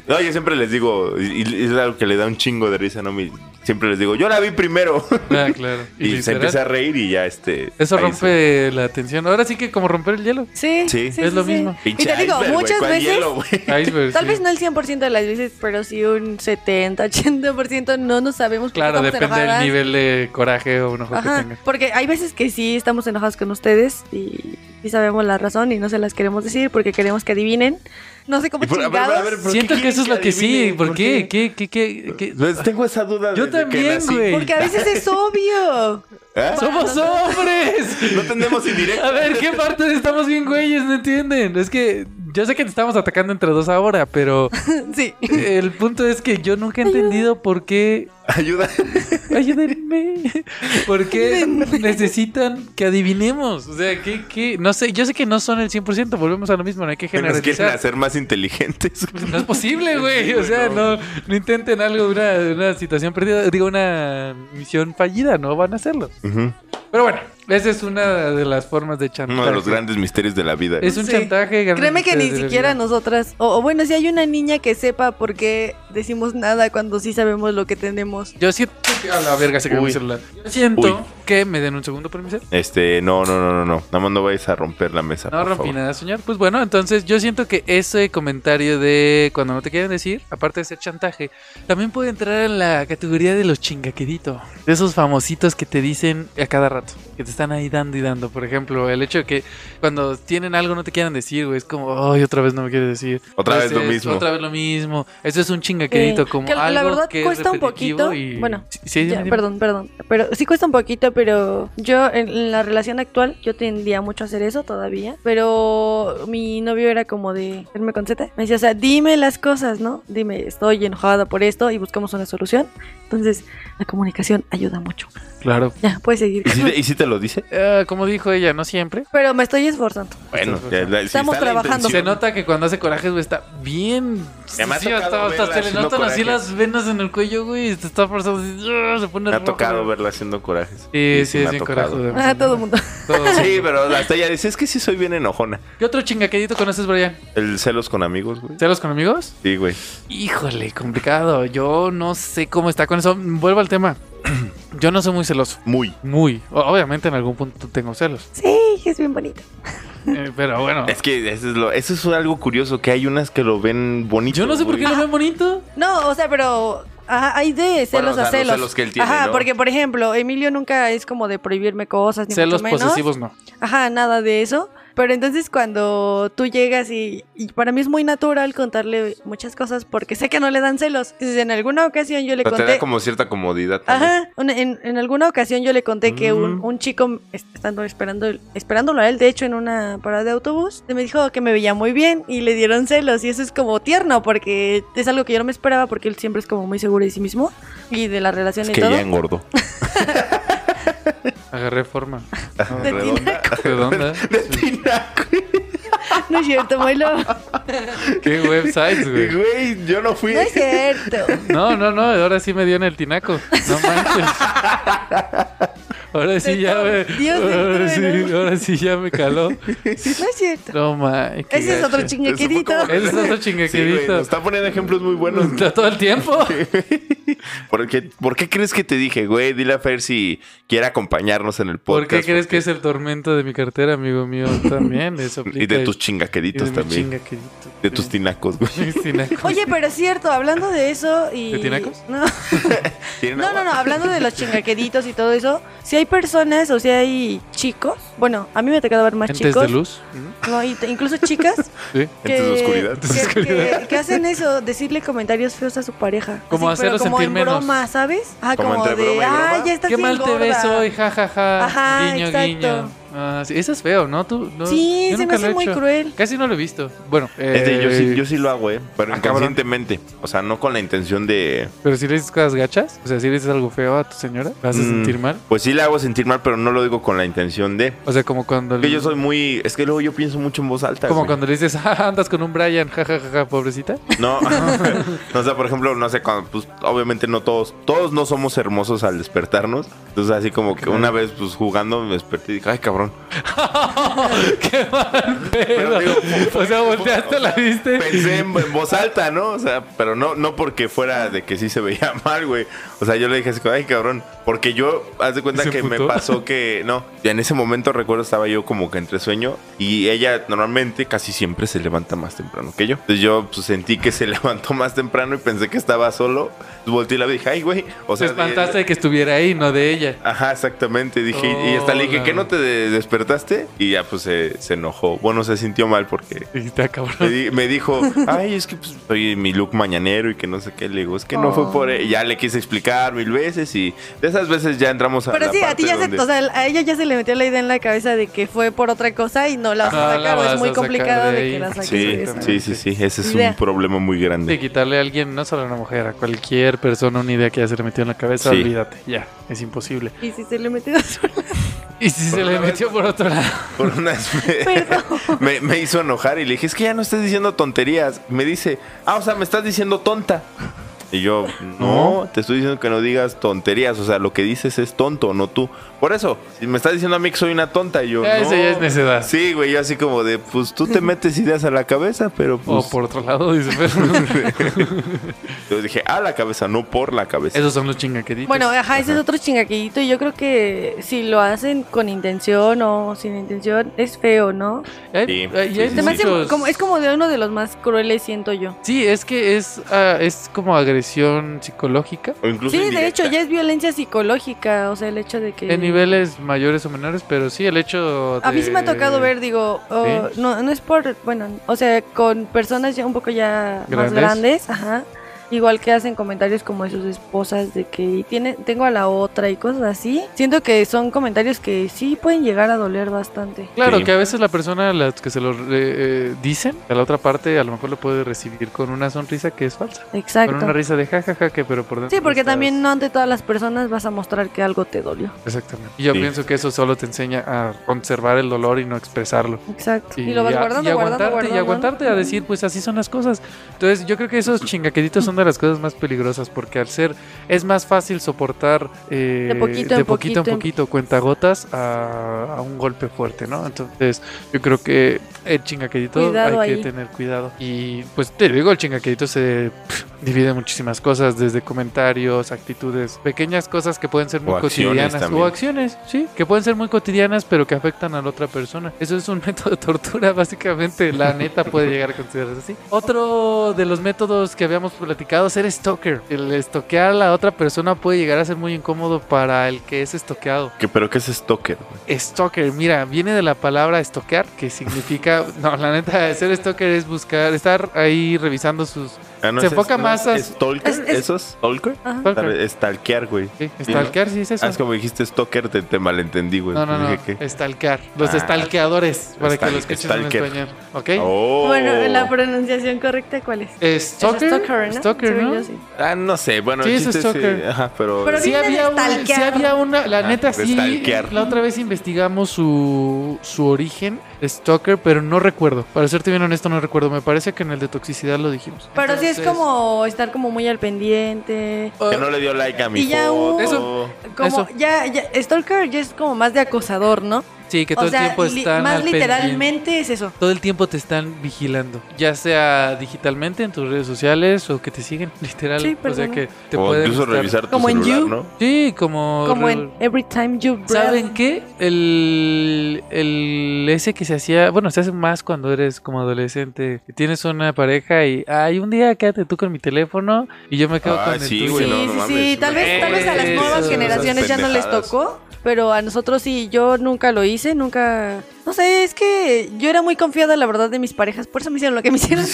Speaker 2: No, yo siempre les digo, y, y es algo que le da un chingo de risa, ¿no? Mi- siempre les digo, yo la vi primero.
Speaker 1: ah, claro.
Speaker 2: Y, se
Speaker 1: literal,
Speaker 2: empieza a reír y ya este.
Speaker 1: Eso
Speaker 2: ahí se-
Speaker 1: rompe la tensión. Ahora sí que como romper el hielo.
Speaker 3: Sí,
Speaker 2: Sí.
Speaker 1: Es lo mismo.
Speaker 3: Y te
Speaker 2: Pinche
Speaker 3: digo,
Speaker 2: iceberg, güey,
Speaker 3: muchas
Speaker 2: ¿cuál
Speaker 3: veces,
Speaker 2: hielo, güey?
Speaker 1: Iceberg,
Speaker 3: tal
Speaker 1: sí.
Speaker 3: vez no el 100% de las veces, pero sí un 70, 80% no nos sabemos por qué
Speaker 1: Claro,
Speaker 3: estamos
Speaker 1: depende
Speaker 3: enojadas.
Speaker 1: del nivel de coraje o enojo que
Speaker 3: Ajá,
Speaker 1: tengan.
Speaker 3: porque hay veces que sí estamos enojados con ustedes y, y sabemos la razón y no se las queremos decir porque queremos que adivinen. No sé cómo
Speaker 2: Y por- a ver,
Speaker 3: chingados.
Speaker 2: a ver, ¿por qué
Speaker 1: Siento que
Speaker 2: quieres
Speaker 1: eso es lo que sí.
Speaker 2: adivine?
Speaker 1: ¿Por qué? ¿Qué? ¿Qué? ¿Qué? qué?
Speaker 2: Pues tengo esa duda.
Speaker 1: Yo
Speaker 2: desde que
Speaker 1: también,
Speaker 2: nací.
Speaker 1: güey.
Speaker 3: Porque a veces es obvio.
Speaker 2: ¿Eh?
Speaker 1: ¡Somos hombres!
Speaker 2: No tenemos
Speaker 1: A
Speaker 2: indirecto.
Speaker 1: ver, ¿qué parte de estamos bien güeyes? ¿No entienden? Es que Yo sé que te estamos atacando entre dos ahora, pero
Speaker 3: Sí.
Speaker 1: el punto es que yo nunca he entendido por qué.
Speaker 2: Ayuda.
Speaker 1: Ayúdenme. ¿Por qué necesitan que adivinemos? O sea, que, no sé, yo sé que no son el 100%, volvemos a lo mismo, no hay que
Speaker 2: Nos quieren
Speaker 1: generalizar.
Speaker 2: hacer más inteligentes.
Speaker 1: Pues no es posible, güey. O sea, no, no intenten algo, una, una situación perdida, digo, una misión fallida, no van a hacerlo.
Speaker 2: Ujú.
Speaker 1: Pero bueno, esa es una de las formas de chantaje.
Speaker 2: Uno de los grandes misterios de la vida.
Speaker 1: Es un
Speaker 3: Sí.
Speaker 1: chantaje. gran-
Speaker 3: Créeme que ni
Speaker 1: de- de-
Speaker 3: siquiera
Speaker 1: de-
Speaker 3: nosotras, o, o bueno, si hay una niña que sepa por qué decimos nada cuando sí sabemos lo que tenemos.
Speaker 1: Yo siento que- a la verga se cayó mi
Speaker 2: Uy.
Speaker 1: celular. Yo siento
Speaker 2: Uy.
Speaker 1: que me den un segundo por mi cel.
Speaker 2: Este, no, no, no, no, no. Nada más no vayas a romper la mesa.
Speaker 1: No
Speaker 2: por
Speaker 1: rompí
Speaker 2: favor.
Speaker 1: nada, señor. Pues bueno, entonces yo siento que ese comentario de cuando no te quieren decir, aparte de ser chantaje, también puede entrar en la categoría de los chingaquerito. De esos famositos que te dicen a cada rato, que te están ahí dando y dando. Por ejemplo, el hecho de que cuando tienen algo no te quieran decir, güey, es como, ay, otra vez no me quieres decir.
Speaker 2: Otra vez lo
Speaker 1: Entonces,
Speaker 2: mismo.
Speaker 1: Otra vez lo mismo. Eso es un chingaquerito,
Speaker 3: Sí,
Speaker 1: como
Speaker 3: Eh, que la
Speaker 1: algo
Speaker 3: verdad
Speaker 1: que
Speaker 3: cuesta
Speaker 1: es
Speaker 3: un poquito,
Speaker 1: repetitivo y-
Speaker 3: bueno,
Speaker 1: Sí, sí,
Speaker 3: Ya,
Speaker 1: dime, dime.
Speaker 3: perdón, perdón. Pero sí cuesta un poquito, pero yo en, en la relación actual, yo tendía mucho a hacer eso todavía. Pero mi novio era como de, él me conceta, me decía, o sea, dime las cosas, ¿no? Dime, estoy enojada por esto y buscamos una solución. Entonces, la comunicación ayuda mucho.
Speaker 1: Claro.
Speaker 3: Ya, puedes seguir.
Speaker 2: ¿Y si, te, y si te lo dice?
Speaker 1: Ah, como dijo ella, no siempre.
Speaker 3: Pero me estoy esforzando.
Speaker 2: Bueno,
Speaker 1: Estás
Speaker 2: ya la- si
Speaker 3: Estamos
Speaker 2: está la
Speaker 3: trabajando.
Speaker 1: Se
Speaker 2: intención.
Speaker 1: nota que cuando hace corajes, güey, está bien. Sí,
Speaker 2: Ya me ha
Speaker 1: sí,
Speaker 2: tocado
Speaker 1: hasta, hasta
Speaker 2: verla
Speaker 1: se le
Speaker 2: haciendo
Speaker 1: notan así
Speaker 2: corajes.
Speaker 1: las venas en el cuello, güey. y Te está forzando así, ¡ah! se pone
Speaker 2: Me ha
Speaker 1: rojo.
Speaker 2: tocado verla haciendo corajes.
Speaker 1: Sí, sí,
Speaker 2: me
Speaker 1: es
Speaker 2: ha
Speaker 1: bien
Speaker 2: tocado.
Speaker 1: corajudo.
Speaker 3: A todo el mundo.
Speaker 1: Todo.
Speaker 2: Sí, pero hasta ella dice, es que sí soy bien enojona.
Speaker 1: ¿Qué otro chingaquedito conoces, Brian?
Speaker 2: El celos con amigos, güey.
Speaker 1: ¿Celos con amigos?
Speaker 2: Sí, güey.
Speaker 1: Híjole, complicado. Yo no sé cómo está con eso. Vuelvo al tema. Yo no soy muy celoso.
Speaker 2: Muy.
Speaker 1: Muy. O- Obviamente en algún punto tengo celos.
Speaker 3: Sí, es bien bonito.
Speaker 1: Eh, pero bueno.
Speaker 2: Es que eso es, lo, eso es algo curioso, que hay unas que lo ven bonito.
Speaker 1: Yo no sé por
Speaker 2: güey.
Speaker 1: qué lo ven bonito.
Speaker 3: No, o sea, pero ajá, hay de celos
Speaker 2: o sea,
Speaker 3: a
Speaker 2: los
Speaker 3: celos.
Speaker 2: celos que él tiene,
Speaker 3: ajá,
Speaker 2: ¿no?
Speaker 3: porque por ejemplo, Emilio nunca es como de prohibirme cosas ni
Speaker 1: Celos
Speaker 3: mucho menos.
Speaker 1: posesivos no.
Speaker 3: Ajá, nada de eso. Pero entonces cuando tú llegas y, y para mí es muy natural contarle muchas cosas porque sé que no le dan celos. Entonces en alguna ocasión yo le
Speaker 2: O sea, te da
Speaker 3: conté...
Speaker 2: como cierta comodidad. también.
Speaker 3: Ajá, una- en, en alguna ocasión yo le conté que un,
Speaker 2: Mm.
Speaker 3: un chico, est- estando esperando, esperándolo a él, de hecho, en una parada de autobús, me dijo que me veía muy bien y le dieron celos. Y eso es como tierno porque es algo que yo no me esperaba porque él siempre es como muy seguro de sí mismo y de la relación
Speaker 2: Es
Speaker 3: y
Speaker 2: que
Speaker 3: todo.
Speaker 2: ya engordó.
Speaker 1: Agarré forma. ¿eh?
Speaker 3: De
Speaker 2: Redonda.
Speaker 1: Redonda.
Speaker 2: De tinaco.
Speaker 3: No es cierto, Milo.
Speaker 1: Qué websites, güey.
Speaker 2: Güey, yo no fui.
Speaker 3: No es cierto.
Speaker 1: No, no, no, ahora sí me dio en el tinaco. No manches. Ahora sí
Speaker 3: De
Speaker 1: ya
Speaker 3: todo.
Speaker 1: me.
Speaker 3: Dios del
Speaker 1: ahora, sí,
Speaker 3: trueno.
Speaker 1: ahora sí ya me caló.
Speaker 3: No es cierto.
Speaker 1: No mames. qué
Speaker 3: Ese es
Speaker 1: gacho.
Speaker 3: otro chinguequerito.
Speaker 2: Eso fue como-
Speaker 1: Ese es otro
Speaker 2: Sí, güey,
Speaker 1: chingaquedito.
Speaker 2: nos está poniendo ejemplos muy buenos.
Speaker 1: Está todo el tiempo.
Speaker 2: ¿Por qué, por qué crees que te dije, güey? Dile a Fer si quiere acompañarnos en el
Speaker 1: ¿Por
Speaker 2: podcast.
Speaker 1: qué crees que
Speaker 2: porque-
Speaker 1: es el tormento de mi cartera, amigo mío? También eso aplica.
Speaker 2: Y de tus
Speaker 1: y de
Speaker 2: chingaqueditos
Speaker 1: mi
Speaker 2: también.
Speaker 1: chingaquedito.
Speaker 2: De tus tinacos, güey.
Speaker 1: Mis tinacos.
Speaker 3: Oye, pero es cierto, hablando de eso y...
Speaker 1: ¿De tinacos?
Speaker 3: No.
Speaker 2: ¿Tienen
Speaker 3: No,
Speaker 2: agua?
Speaker 3: no, no, hablando de los chingaqueditos y todo eso, si hay personas o si hay chicos, bueno, a mí me ha tocado ver más
Speaker 1: Antes
Speaker 3: chicos,
Speaker 1: de luz.
Speaker 3: no, y te- incluso chicas
Speaker 1: Sí.
Speaker 2: En tus oscuridades.
Speaker 3: que- que- que hacen eso, decirle comentarios feos a su pareja.
Speaker 1: Como
Speaker 3: pero
Speaker 1: hacerlo
Speaker 3: como
Speaker 1: sentir
Speaker 3: en
Speaker 1: menos.
Speaker 3: broma, ¿sabes? Ah,
Speaker 2: Como
Speaker 3: como,
Speaker 2: entre
Speaker 3: de,
Speaker 2: broma y broma.
Speaker 3: ah, ya estás
Speaker 1: Qué
Speaker 3: bien
Speaker 1: mal te ves
Speaker 3: gorda".
Speaker 1: hoy, jajaja. Ja, ja.
Speaker 3: Ajá,
Speaker 1: guiño,
Speaker 3: exacto.
Speaker 1: guiño. Ah, sí, Eso es feo, ¿no? Tú, no
Speaker 3: Sí,
Speaker 1: yo
Speaker 3: se me
Speaker 1: nunca lo
Speaker 3: hace
Speaker 1: he
Speaker 3: muy
Speaker 1: hecho.
Speaker 3: cruel.
Speaker 1: Casi no lo he visto. Bueno,
Speaker 2: Es de, yo, sí,
Speaker 1: eh,
Speaker 2: yo sí lo hago, ¿eh? Pero
Speaker 1: Ah, cabrón.
Speaker 2: inconscientemente. O sea, no con la intención de...
Speaker 1: Pero si le dices cosas gachas, o sea, si le dices algo feo a tu señora, la haces
Speaker 2: Mm.
Speaker 1: sentir mal.
Speaker 2: Pues sí la hago sentir mal, pero no lo digo con la intención de...
Speaker 1: O sea, como cuando
Speaker 2: Que
Speaker 1: le,
Speaker 2: yo soy muy... Es que luego yo pienso mucho en voz alta,
Speaker 1: como
Speaker 2: güey.
Speaker 1: cuando le dices, "Ah, andas con un Brian, jajajaja, pobrecita.
Speaker 2: No, no, o sea, por ejemplo, no sé, cuando, pues, obviamente no todos, todos no somos hermosos al despertarnos. Entonces, así como que una vez, pues, jugando, me desperté y dije, ay, cabrón.
Speaker 1: ¡Qué mal pedo!
Speaker 2: Pero digo,
Speaker 1: o sea, volteaste, la viste.
Speaker 2: Pensé en, en voz alta, ¿no? O sea, pero no, no porque fuera de que sí se veía mal, güey. O sea, yo le dije así, como, ay, cabrón. Porque yo, haz de cuenta
Speaker 1: ¿Se
Speaker 2: que me
Speaker 1: emputó?
Speaker 2: pasó que, no, en ese momento recuerdo estaba yo como que entre sueño y ella normalmente casi siempre se levanta más temprano que yo. Entonces yo pues, sentí que se levantó más temprano y pensé que estaba solo. Volté y la vi y dije, ay, güey. O
Speaker 1: Te
Speaker 2: sea,
Speaker 1: espantaste de que estuviera ahí, no de ella.
Speaker 2: Ajá, exactamente. Dije, y hasta le dije,
Speaker 1: Hola.
Speaker 2: ¿qué no te de- despertaste? Y ya pues se, se enojó. Bueno, se sintió mal porque
Speaker 1: Dijiste, "Ah,
Speaker 2: me,
Speaker 1: cabrón.
Speaker 2: di- me dijo, ay, es que pues,
Speaker 3: Oh.
Speaker 2: e-". soy mi look mañanero y que no sé qué. Le digo, es que no fue por. él". Ya le quise explicar mil veces y de esas veces ya entramos a
Speaker 3: Pero
Speaker 2: la
Speaker 3: sí, a
Speaker 2: parte
Speaker 3: ti ya se,
Speaker 2: donde-
Speaker 3: o sea, a ella ya se le metió la idea en la cabeza de que fue por otra cosa y no la vas
Speaker 1: Ah,
Speaker 3: a
Speaker 1: la
Speaker 3: sacar, o
Speaker 1: vas
Speaker 3: es muy
Speaker 1: a sacar
Speaker 3: complicado
Speaker 1: de
Speaker 3: de,
Speaker 1: ahí.
Speaker 3: que la saques.
Speaker 2: Sí,
Speaker 3: de esa.
Speaker 2: sí, sí, sí, ese es un
Speaker 3: Idea.
Speaker 2: problema muy
Speaker 1: De
Speaker 2: grande.
Speaker 1: quitarle a alguien, no solo a una mujer, a cualquier persona una idea que ya se le metió en la cabeza,
Speaker 2: Sí.
Speaker 1: olvídate. Ya, es imposible.
Speaker 3: Y si se le metió sola,
Speaker 1: Y si se
Speaker 2: Por
Speaker 1: le
Speaker 2: una vez-
Speaker 1: metió por otro lado.
Speaker 2: Por una vez
Speaker 3: perdón.
Speaker 2: me, me- me hizo enojar y le dije, es que ya no estés diciendo tonterías. Me dice, ah, o sea, me estás diciendo tonta. Y yo, no, te estoy diciendo que no digas tonterías. O sea, lo que dices es tonto, no tú. Por eso, si me estás diciendo a mí que soy una tonta, y yo.
Speaker 1: Ya, ese
Speaker 2: "No".
Speaker 1: Ah, ya es necedad.
Speaker 2: Sí, güey, yo así como de, pues tú te metes ideas a la cabeza, pero pues.
Speaker 1: O por otro lado, dice. pero-
Speaker 2: Yo dije, a la cabeza, no por la cabeza.
Speaker 1: Esos son los chingaqueditos.
Speaker 3: Bueno, ajá, ese es otro chingaquillito y yo creo que si lo hacen con intención o sin intención, es feo, ¿no?
Speaker 1: Hay-
Speaker 2: Sí,
Speaker 1: hay-
Speaker 2: sí,
Speaker 1: Eh, hay
Speaker 2: sí,
Speaker 3: Se me hace
Speaker 1: muchos-
Speaker 3: como- es como de uno de los más crueles, siento yo.
Speaker 1: Sí, es que es, ah, es como agresión psicológica.
Speaker 2: O incluso
Speaker 3: Sí, de hecho,
Speaker 2: indirecta.
Speaker 3: ya es violencia psicológica, o sea, el hecho de que...
Speaker 1: En niveles mayores o menores, pero sí, el hecho
Speaker 3: A mí sí me ha
Speaker 1: de-
Speaker 3: tocado ver, digo, oh,
Speaker 1: ¿Sí?
Speaker 3: no, no es por, bueno, o sea, con personas ya un poco ya
Speaker 1: Grandes.
Speaker 3: más grandes, ajá. Igual que hacen comentarios como de sus esposas de que tiene, tengo a la otra y cosas así. Siento que son comentarios que sí pueden llegar a doler bastante.
Speaker 1: Claro,
Speaker 2: Sí.
Speaker 1: que a veces la persona a la que se lo eh, eh, dicen, a la otra parte a lo mejor lo puede recibir con una sonrisa que es falsa. Con
Speaker 3: Exacto.
Speaker 1: una risa de jajaja, que pero por dentro.
Speaker 3: Sí, porque
Speaker 1: estás-
Speaker 3: también no ante todas las personas vas a mostrar que algo te dolió.
Speaker 1: Exactamente. Y yo
Speaker 2: Sí.
Speaker 1: pienso que eso solo te enseña a conservar el dolor y no expresarlo.
Speaker 3: Exacto. Y, lo vas
Speaker 1: a-
Speaker 3: guardando,
Speaker 1: y
Speaker 3: guardando,
Speaker 1: aguantarte,
Speaker 3: guardando.
Speaker 1: y aguantarte a decir, pues así son las cosas. Entonces, yo creo que esos chingaqueditos son de las cosas más peligrosas porque al ser es más fácil soportar eh,
Speaker 3: De poquito en
Speaker 1: poquito,
Speaker 3: poquito en-
Speaker 1: cuentagotas a, a un golpe fuerte, ¿no? Entonces, yo creo que el chingaquedito
Speaker 3: Cuidado
Speaker 1: hay que
Speaker 3: ahí.
Speaker 1: tener cuidado. Y pues te digo, el chingaquedito se pff, divide en muchísimas cosas, desde comentarios, actitudes, pequeñas cosas que pueden ser muy
Speaker 2: O acciones
Speaker 1: cotidianas
Speaker 2: también.
Speaker 1: o acciones, sí, que pueden ser muy cotidianas pero que afectan a la otra persona. Eso es un método de tortura, básicamente. La neta puede llegar a considerarse así. Otro de los métodos que habíamos platicado es ser stalker. El estoquear a la otra persona puede llegar a ser muy incómodo para el que es estoqueado.
Speaker 2: Que- pero ¿qué es stalker? güey?
Speaker 1: Stalker, mira, viene de la palabra estoquear, que significa, no, la neta, ser stalker es buscar, estar ahí revisando sus...
Speaker 2: Ah, no,
Speaker 1: Se
Speaker 2: ese
Speaker 1: enfoca
Speaker 2: es- no,
Speaker 1: más a-
Speaker 2: es ¿Stalker?
Speaker 3: Es- es-
Speaker 2: ¿Eso es stalker?
Speaker 3: Ajá.
Speaker 1: Stalker.
Speaker 2: Stalkear, güey.
Speaker 1: Sí, stalkear, sí es eso.
Speaker 2: Ah, es como dijiste stalker, te, te malentendí, güey.
Speaker 1: No, no, no.
Speaker 2: pues, Dije que-
Speaker 1: Stalkear. Los
Speaker 2: Ah.
Speaker 1: stalkeadores, para que
Speaker 2: Stal-
Speaker 1: lo escuchen en
Speaker 2: stalker.
Speaker 1: español. ¿Ok?
Speaker 2: Oh.
Speaker 3: Bueno, la pronunciación correcta, ¿cuál es?
Speaker 1: Eh,
Speaker 3: Es
Speaker 1: Stalker.
Speaker 3: stalker, ¿no?
Speaker 1: Stalker,
Speaker 3: Según
Speaker 1: ¿no?
Speaker 3: yo sí.
Speaker 2: Ah, no sé. Bueno,
Speaker 1: Sí,
Speaker 2: el
Speaker 1: es
Speaker 2: chiste
Speaker 1: stalker.
Speaker 2: sí, Ajá, pero.
Speaker 3: Pero
Speaker 1: Sí
Speaker 3: viene de
Speaker 1: había, una, sí
Speaker 3: stalkear.
Speaker 1: había una, la
Speaker 2: Ah,
Speaker 1: neta
Speaker 2: de
Speaker 1: sí,
Speaker 2: stalkear.
Speaker 1: la otra vez investigamos su, su origen, Stalker, pero no recuerdo, para serte bien honesto no recuerdo, me parece que en el de toxicidad lo dijimos.
Speaker 3: Pero sí es
Speaker 1: Entonces,
Speaker 3: como estar como muy al pendiente.
Speaker 1: eh,
Speaker 2: Que no le dio like a mi
Speaker 3: Y ya
Speaker 2: foto.
Speaker 3: hubo-
Speaker 1: Eso-
Speaker 3: Como
Speaker 1: Eso.
Speaker 3: ya, ya- stalker ya es como más de acosador, ¿no?
Speaker 1: sí, que todo
Speaker 3: o sea,
Speaker 1: el tiempo
Speaker 3: li-
Speaker 1: están
Speaker 3: más
Speaker 1: al pendiente.
Speaker 3: literalmente es eso.
Speaker 1: Todo el tiempo te están vigilando, ya sea digitalmente en tus redes sociales o que te siguen, literal.
Speaker 3: Sí,
Speaker 1: o sea
Speaker 3: perdona.
Speaker 1: que te
Speaker 2: o
Speaker 1: pueden
Speaker 2: incluso
Speaker 1: estar-
Speaker 2: revisar tu
Speaker 3: Como en
Speaker 2: celular,
Speaker 3: You.
Speaker 2: ¿no?
Speaker 1: Sí, como
Speaker 3: Como
Speaker 1: re-
Speaker 3: en Every Time You Breath.
Speaker 1: ¿Saben qué? El, el ese que se hacía, bueno, se hace más cuando eres como adolescente, que tienes una pareja y, ay, un día quédate tú con mi teléfono y yo me quedo
Speaker 2: Ah,
Speaker 1: con el tuyo".
Speaker 2: sí,
Speaker 3: Sí,
Speaker 2: güey, no,
Speaker 3: sí,
Speaker 2: no
Speaker 3: sí.
Speaker 2: mames.
Speaker 3: Tal vez, tal vez a las
Speaker 1: Eh,
Speaker 3: nuevas
Speaker 1: esas
Speaker 3: generaciones ya no les
Speaker 2: pendejadas.
Speaker 3: tocó, pero a nosotros sí. Yo nunca lo hice, nunca. No sé, es que yo era muy confiada, la verdad, de mis parejas. Por eso me hicieron lo que me hicieron.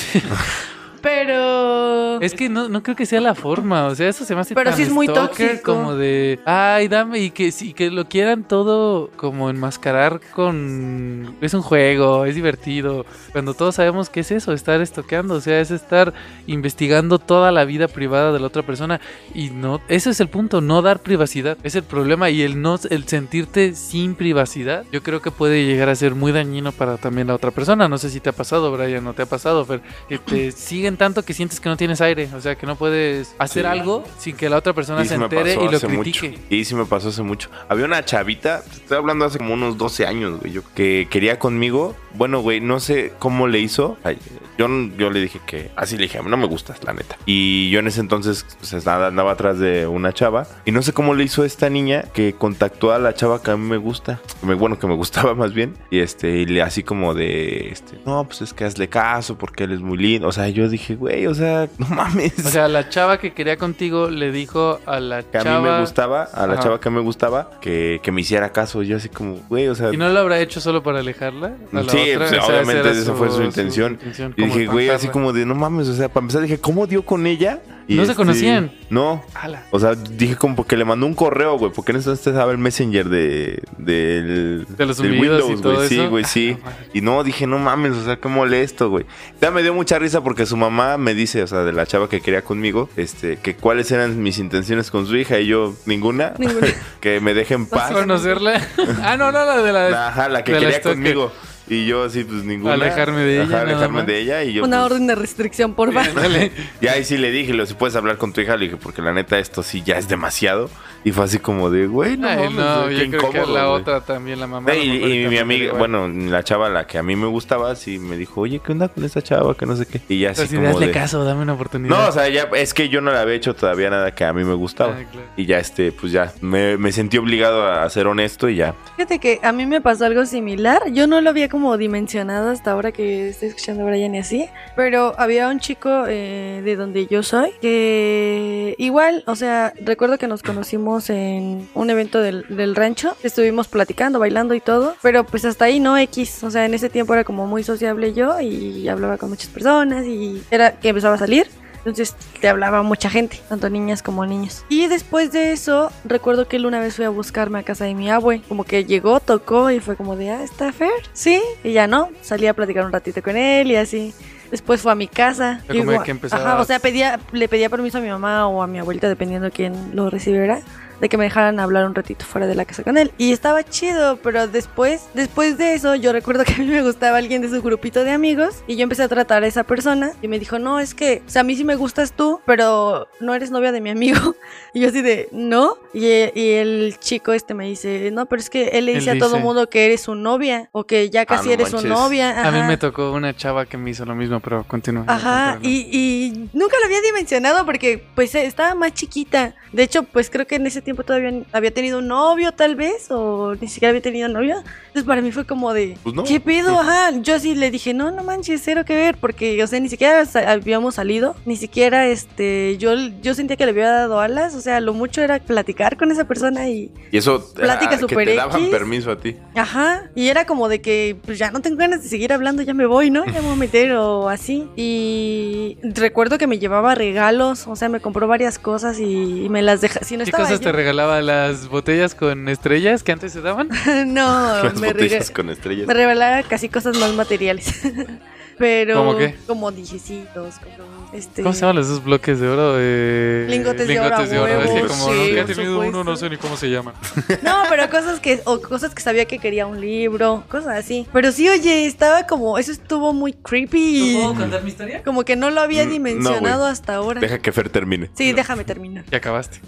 Speaker 3: Pero.
Speaker 1: Es que no, no creo que sea la forma, o sea, eso se me hace
Speaker 3: Pero
Speaker 1: tan
Speaker 3: sí es muy
Speaker 1: stalker
Speaker 3: tóxico.
Speaker 1: como de, ay, dame y que sí que lo quieran todo como enmascarar con es un juego, es divertido, cuando todos sabemos que es eso, estar estoqueando, o sea, es estar investigando toda la vida privada de la otra persona y no ese es el punto, no dar privacidad, es el problema y el no el sentirte sin privacidad, yo creo que puede llegar a ser muy dañino para también la otra persona, no sé si te ha pasado, Brian, no te ha pasado, Fer, que te siguen tanto que sientes que no tienes aire, o sea, que no puedes hacer
Speaker 2: Sí.
Speaker 1: algo sin que la otra persona
Speaker 2: Y
Speaker 1: se
Speaker 2: sí me
Speaker 1: entere
Speaker 2: pasó
Speaker 1: y lo
Speaker 2: hace
Speaker 1: critique.
Speaker 2: mucho. Y sí me pasó hace mucho. Había una chavita, te estoy hablando hace como unos 12 años, güey, yo- que quería conmigo. Bueno, güey, no sé cómo le hizo. Ay, Yo, yo le dije que, así le dije, no me gustas, la neta. Y yo en ese entonces pues, andaba, andaba atrás de una chava. Y no sé cómo le hizo esta niña que contactó a la chava que a mí me gusta. que me- bueno, que me gustaba más bien. Y este, y le así como de, este, no, pues es que hazle caso porque él es muy lindo. O sea, yo dije, güey, o sea, no mames.
Speaker 1: O sea, la chava que quería contigo le dijo a la
Speaker 2: que a
Speaker 1: chava
Speaker 2: mí me gustaba, a la
Speaker 1: Ajá.
Speaker 2: chava que me gustaba, que, que me hiciera caso. Yo así como, güey, o sea...
Speaker 1: y no lo habrá hecho solo para alejarla. A la
Speaker 2: sí, Sí,
Speaker 1: otra.
Speaker 2: pues,
Speaker 1: O sea,
Speaker 2: obviamente
Speaker 1: esa era
Speaker 2: esa fue su intención. Y dije, güey, así
Speaker 1: espantarla.
Speaker 2: como de, no mames, o sea, para empezar dije, ¿cómo dio con ella? Y este,
Speaker 1: No se conocían.
Speaker 2: No,
Speaker 1: Ala.
Speaker 2: o sea, diste- dije como porque le mandó un correo, güey, porque en eso usted sabe el messenger de, del,
Speaker 1: De los
Speaker 2: del
Speaker 1: zumbidos y todo
Speaker 2: güey, sí,
Speaker 1: eso.
Speaker 2: güey, sí.
Speaker 1: Ah, madre.
Speaker 2: Y no, dije, no mames, o sea, qué molesto, güey. Ya me dio mucha risa porque su mamá me dice, o sea, de la chava que quería conmigo, este, que cuáles eran mis intenciones con su hija y yo, ninguna,
Speaker 3: Ninguna.
Speaker 2: que me deje en paz.
Speaker 1: ¿Conocerla? ah, no, no, la de la...
Speaker 2: Ajá, la que
Speaker 1: de la
Speaker 2: quería
Speaker 1: stalker.
Speaker 2: conmigo. Y yo así, pues ninguna.
Speaker 1: Alejarme de ella,
Speaker 2: Ajá,
Speaker 1: nada
Speaker 2: alejarme
Speaker 1: más.
Speaker 2: de ella y yo.
Speaker 3: Una
Speaker 2: pues,
Speaker 3: orden de restricción, por favor.
Speaker 1: Ándale.
Speaker 2: y ahí sí le dije, lo si puedes hablar con tu hija, le dije, porque la neta esto sí ya es demasiado. Y fue así como de, güey, no,
Speaker 1: Ay,
Speaker 2: mames,
Speaker 1: no,
Speaker 2: güey,
Speaker 1: yo
Speaker 2: qué
Speaker 1: creo que la
Speaker 2: güey".
Speaker 1: otra también, la mamá.
Speaker 2: Sí,
Speaker 1: a lo mejor
Speaker 2: y, y mi
Speaker 1: también
Speaker 2: amiga,
Speaker 1: igual.
Speaker 2: bueno, la chava, la que a mí me gustaba, sí me dijo, oye, ¿qué onda con esa chava? Que no sé qué. Y ya así
Speaker 1: Así,
Speaker 2: como
Speaker 1: hazle
Speaker 2: de...
Speaker 1: caso, dame una oportunidad.
Speaker 2: No, o sea, ya, es que yo no le había hecho todavía nada que a mí me gustaba.
Speaker 1: Ah, claro.
Speaker 2: Y ya, este, pues ya, me, me sentí obligado a ser honesto y ya.
Speaker 3: Fíjate que a mí me pasó algo similar. Yo no lo había como dimensionado hasta ahora que estoy escuchando a Brian y así. Pero había un chico eh, de donde yo soy que igual, o sea, recuerdo que nos conocimos en un evento del, del rancho. Estuvimos platicando, bailando y todo. Pero pues hasta ahí no X. O sea, en ese tiempo era como muy sociable yo y hablaba con muchas personas y era que empezaba a salir. Entonces te hablaba a mucha gente, tanto niñas como niños. Y después de eso, recuerdo que él una vez fue a buscarme a casa de mi abue. Como que llegó, tocó y fue como de, ah, ¿está Fer? Sí. Y ya no, salí a platicar un ratito con él y así. Después fue a mi casa.
Speaker 1: Pero como
Speaker 3: Llegó-
Speaker 1: que empezaba-
Speaker 3: Ajá, o sea, pedía, le pedía permiso a mi mamá o a mi abuelita, dependiendo quién lo recibiera de que me dejaran hablar un ratito fuera de la casa con él. Y estaba chido, pero después, después de eso, yo recuerdo que a mí me gustaba alguien de su grupito de amigos y yo empecé a tratar a esa persona y me dijo, no, es que, o sea, a mí sí me gustas tú, pero no eres novia de mi amigo. Y yo así de, no. Y, y el chico este me dice, no, pero es que él le
Speaker 1: Él
Speaker 3: dice a todo
Speaker 1: dice. Ah,
Speaker 3: mundo que eres su novia o que ya casi
Speaker 2: no
Speaker 3: eres su
Speaker 2: manches.
Speaker 3: novia.
Speaker 1: A mí
Speaker 3: Ajá.
Speaker 1: me tocó una chava que me hizo lo mismo, pero continúa.
Speaker 3: Ajá, y, y nunca lo había dimensionado porque pues eh, estaba más chiquita. De hecho, pues creo que en ese tiempo todavía n- había tenido un novio tal vez, o ni siquiera había tenido novio. Entonces para mí fue como de,
Speaker 2: Pues no.
Speaker 3: ¿qué pedo? Ajá, yo sí le dije, no, no manches, cero que ver, porque, o sea, ni siquiera sa- habíamos salido, ni siquiera, este, yo, yo sentía que le había dado alas, o sea, lo mucho era platicar con esa persona y,
Speaker 2: Y eso,
Speaker 3: Plática
Speaker 2: ah, que
Speaker 3: super
Speaker 2: te daban
Speaker 3: X.
Speaker 2: permiso a ti.
Speaker 3: Ajá, y era como de que pues ya no tengo ganas de seguir hablando, ya me voy, ¿no? Ya me voy a meter o así. Y recuerdo que me llevaba regalos, o sea, me compró varias cosas y, y me las dejaba. Si no
Speaker 1: ¿Qué
Speaker 3: estaba
Speaker 1: cosas
Speaker 3: yo-
Speaker 1: te regalaba? ¿Las botellas con estrellas que antes se daban?
Speaker 3: no,
Speaker 2: Las
Speaker 3: Ah, me,
Speaker 2: botellas
Speaker 3: rega-
Speaker 2: con estrellas.
Speaker 3: me regalaba casi cosas más materiales. Pero
Speaker 1: ¿Cómo qué?
Speaker 3: como dijecitos, como este
Speaker 1: ¿Cómo se llaman los dos bloques de oro? Eh,
Speaker 3: Lingotes de oro, a
Speaker 1: Es que
Speaker 2: huevo,
Speaker 1: como
Speaker 2: sí,
Speaker 1: nunca he
Speaker 2: por
Speaker 1: tenido uno,
Speaker 3: supuesto.
Speaker 1: no sé ni cómo se llaman.
Speaker 3: No, pero cosas que o cosas que sabía que quería un libro, cosas así. Pero sí, oye, estaba como eso estuvo muy creepy.
Speaker 1: contar mi historia?
Speaker 3: Como que no lo había
Speaker 2: Mm, no,
Speaker 3: dimensionado
Speaker 2: güey.
Speaker 3: hasta ahora.
Speaker 2: Deja que Fer termine.
Speaker 3: Sí, déjame terminar.
Speaker 1: Y acabaste.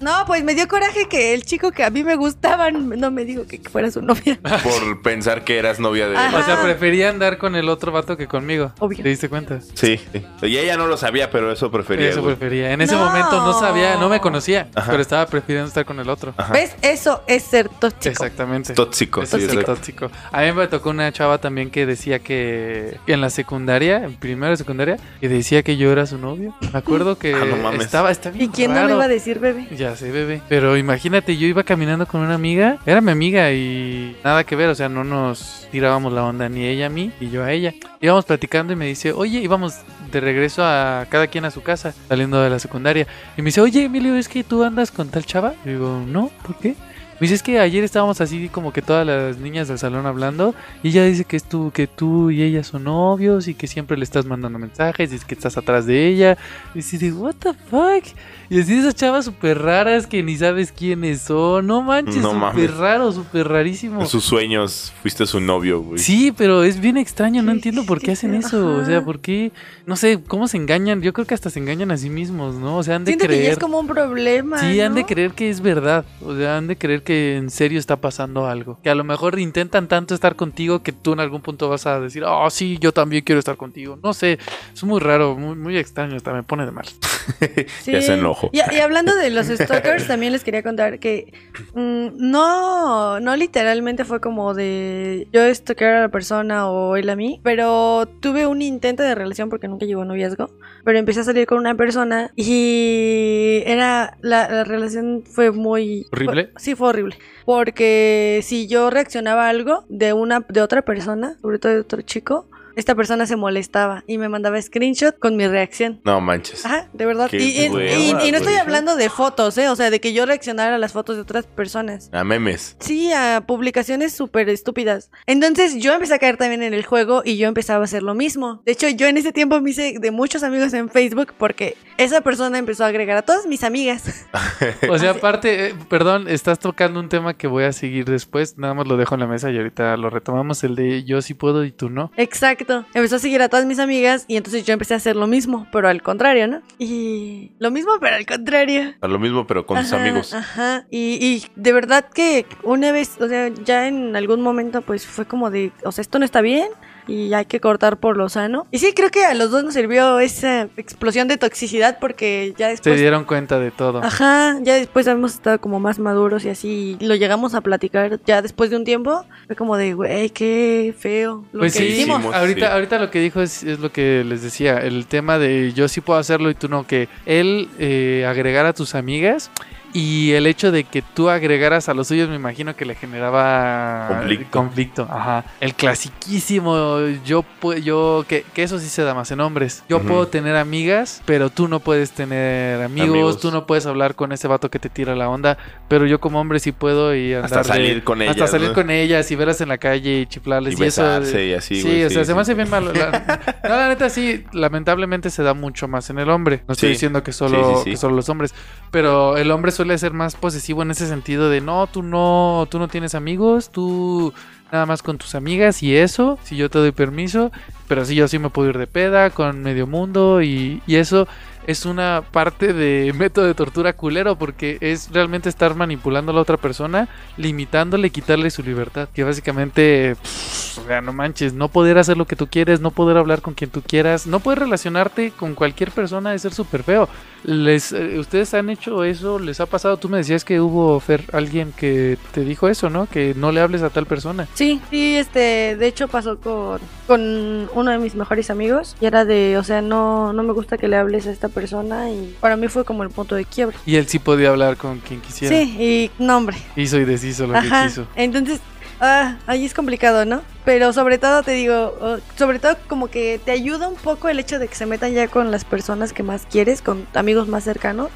Speaker 3: No, pues me dio coraje que el chico que a mí me gustaba no me dijo que fuera su novia.
Speaker 2: Por pensar que eras novia de
Speaker 3: Ajá.
Speaker 1: O sea, prefería andar con el otro vato que conmigo.
Speaker 3: Obvio.
Speaker 1: ¿Te diste cuenta?
Speaker 2: Sí, sí. Y ella no lo sabía, pero eso prefería.
Speaker 1: Eso
Speaker 2: güey.
Speaker 1: prefería. En ese
Speaker 3: No.
Speaker 1: momento no sabía, no me conocía,
Speaker 2: Ajá.
Speaker 1: pero estaba prefiriendo estar con el otro.
Speaker 2: Ajá.
Speaker 3: ¿Ves? Eso es ser tóxico.
Speaker 1: Exactamente.
Speaker 2: Tóxico.
Speaker 1: Eso
Speaker 2: sí,
Speaker 1: es el
Speaker 2: exacto.
Speaker 1: tóxico. A mí me tocó una chava también que decía que en la secundaria, en primero de secundaria, que decía que yo era su novio. Me acuerdo que
Speaker 2: Ah, no mames.
Speaker 1: estaba, está bien
Speaker 3: ¿Y quién no
Speaker 1: raro.
Speaker 3: me iba a decir, bebé?
Speaker 1: Ya sé, bebé. Pero imagínate, yo iba caminando con una amiga, era mi amiga y nada que ver, o sea, no nos tirábamos la onda ni ella a mí y yo a ella. Íbamos platicando y me dice, oye, íbamos de regreso a cada quien a su casa, saliendo de la secundaria. Y me dice, oye, Emilio, ¿es que tú andas con tal chava? Y digo, no, ¿por qué? Me dice, Pues es que ayer estábamos así como que todas las niñas del salón hablando y ella dice que, es tú, que tú y ella son novios y que siempre le estás mandando mensajes y que estás atrás de ella. Y así de, what the fuck? Y así esas chavas súper raras que ni sabes quiénes son. No manches,
Speaker 2: No
Speaker 1: súper
Speaker 2: mames.
Speaker 1: raro, súper rarísimo.
Speaker 2: En sus sueños fuiste su novio, güey.
Speaker 1: Sí, pero es bien extraño, no
Speaker 3: Sí,
Speaker 1: entiendo por qué
Speaker 3: sí,
Speaker 1: hacen
Speaker 3: sí,
Speaker 1: eso. O
Speaker 3: ajá.
Speaker 1: sea, por qué, no sé, cómo se engañan. Yo creo que hasta se engañan a sí mismos, ¿no? O sea, han de
Speaker 3: Siento que ya
Speaker 1: creer.
Speaker 3: es como un problema.
Speaker 1: Sí, han de
Speaker 3: ¿no?
Speaker 1: creer que es verdad. O sea, han de creer que en serio está pasando algo. Que a lo mejor intentan tanto estar contigo que tú en algún punto vas a "Ah, decir, oh, sí, yo también quiero estar contigo. No sé, es muy raro, muy, muy extraño, hasta me pone de mal.
Speaker 3: Sí.
Speaker 2: Ya se enojó.
Speaker 3: Y, y hablando de los stalkers, también les quería contar que mm, no, no literalmente fue como de yo stalker a la persona o él a mí, pero tuve un intento de relación porque nunca llegó a noviazgo, pero empecé a salir con una persona y era la, la relación fue muy
Speaker 1: ¿Horrible?
Speaker 3: fue- sí, fue horrible, porque si yo reaccionaba a algo de una de otra persona, sobre todo de otro chico, esta persona se molestaba y me mandaba screenshot con mi reacción.
Speaker 2: No manches.
Speaker 3: Ajá, de verdad.
Speaker 2: Qué
Speaker 3: Y, y-
Speaker 2: hueva,
Speaker 3: y- y
Speaker 2: güey.
Speaker 3: no estoy hablando de fotos, ¿eh? O sea, de que yo reaccionara a las fotos de otras personas.
Speaker 2: A memes.
Speaker 3: Sí, a publicaciones súper estúpidas. Entonces yo empecé a caer también en el juego y yo empezaba a hacer lo mismo. De hecho, yo en ese tiempo me hice de muchos amigos en Facebook porque esa persona empezó a agregar a todas mis amigas.
Speaker 1: O sea,
Speaker 3: Así-
Speaker 1: aparte, eh, perdón, estás tocando un tema que voy a seguir después. Nada más lo dejo en la mesa y ahorita lo retomamos. El de yo sí puedo y tú no.
Speaker 3: Exacto. Empezó a seguir a todas mis amigas y entonces yo empecé a hacer lo mismo, pero al contrario, ¿no? Y lo mismo, pero al contrario.
Speaker 2: A Lo mismo, pero con tus
Speaker 3: Ajá,
Speaker 2: amigos.
Speaker 3: Ajá. Y, y de verdad que una vez, o sea, ya en algún momento pues fue como de, o sea, esto no está bien y hay que cortar por lo sano. Y sí, creo que a los dos nos sirvió esa explosión de toxicidad porque ya
Speaker 1: Se
Speaker 3: después...
Speaker 1: dieron cuenta de todo.
Speaker 3: Pues Ajá, ya después hemos estado como más maduros y así y lo llegamos a platicar ya después de un tiempo. Fue como de, güey, qué feo lo
Speaker 1: Pues
Speaker 3: que
Speaker 1: sí,
Speaker 3: hicimos.
Speaker 2: hicimos,
Speaker 1: ahorita,
Speaker 2: sí.
Speaker 1: ahorita lo que dijo es, es lo que les decía, el tema de yo sí puedo hacerlo y tú no, que él eh, agregara a tus amigas y el hecho de que tú agregaras a los suyos me imagino que le generaba
Speaker 2: Conflicto.
Speaker 1: conflicto, Ajá. El clasiquísimo, yo, pu- yo que, que eso sí se da más en hombres, yo
Speaker 2: Ujú.
Speaker 1: puedo tener amigas, pero tú no puedes tener amigos,
Speaker 2: Amigos.
Speaker 1: tú no puedes hablar con ese vato que te tira la onda, pero yo como hombre sí puedo y andar
Speaker 2: Hasta
Speaker 1: de-
Speaker 2: salir con ellas.
Speaker 1: hasta salir
Speaker 2: ¿no?
Speaker 1: con ellas y verlas en la calle y chiflarles
Speaker 2: Y
Speaker 1: y, eso. eh,
Speaker 2: besarse y así,
Speaker 1: Sí,
Speaker 2: güey,
Speaker 1: o
Speaker 2: sí,
Speaker 1: sea,
Speaker 2: sí.
Speaker 1: se me hace bien malo. La, no, la neta sí, lamentablemente se da mucho más en el hombre. No estoy
Speaker 2: Sí.
Speaker 1: diciendo que solo,
Speaker 2: Sí, sí, sí.
Speaker 1: que solo los hombres, pero el hombre suele ser más posesivo en ese sentido de no, tú no, tú no tienes amigos, tú nada más con tus amigas y eso, si yo te doy permiso, pero sí yo sí me puedo ir de peda con medio mundo y, y eso es una parte de método de tortura culero porque es realmente estar manipulando a la otra persona, limitándole, quitarle su libertad, que básicamente, pff, o sea, no manches, no poder hacer lo que tú quieres, no poder hablar con quien tú quieras, no poder relacionarte con cualquier persona es ser súper feo. Les, eh, ¿Ustedes han hecho eso? ¿Les ha pasado? Tú me decías que hubo, Fer, alguien que te dijo eso, ¿no? Que no le hables a tal persona.
Speaker 3: Sí, sí, este, de hecho pasó con, con uno de mis mejores amigos y era de, o sea, no, no me gusta que le hables a esta persona y para mí fue como el punto de quiebre.
Speaker 1: Y él sí podía hablar con quien quisiera.
Speaker 3: Sí, y nombre.
Speaker 1: Hizo y deshizo lo que
Speaker 3: Ajá.
Speaker 1: quiso.
Speaker 3: Entonces, ah, ahí es complicado, ¿no? Pero sobre todo te digo, oh, sobre todo como que te ayuda un poco el hecho de que se metan ya con las personas que más quieres, con amigos más cercanos.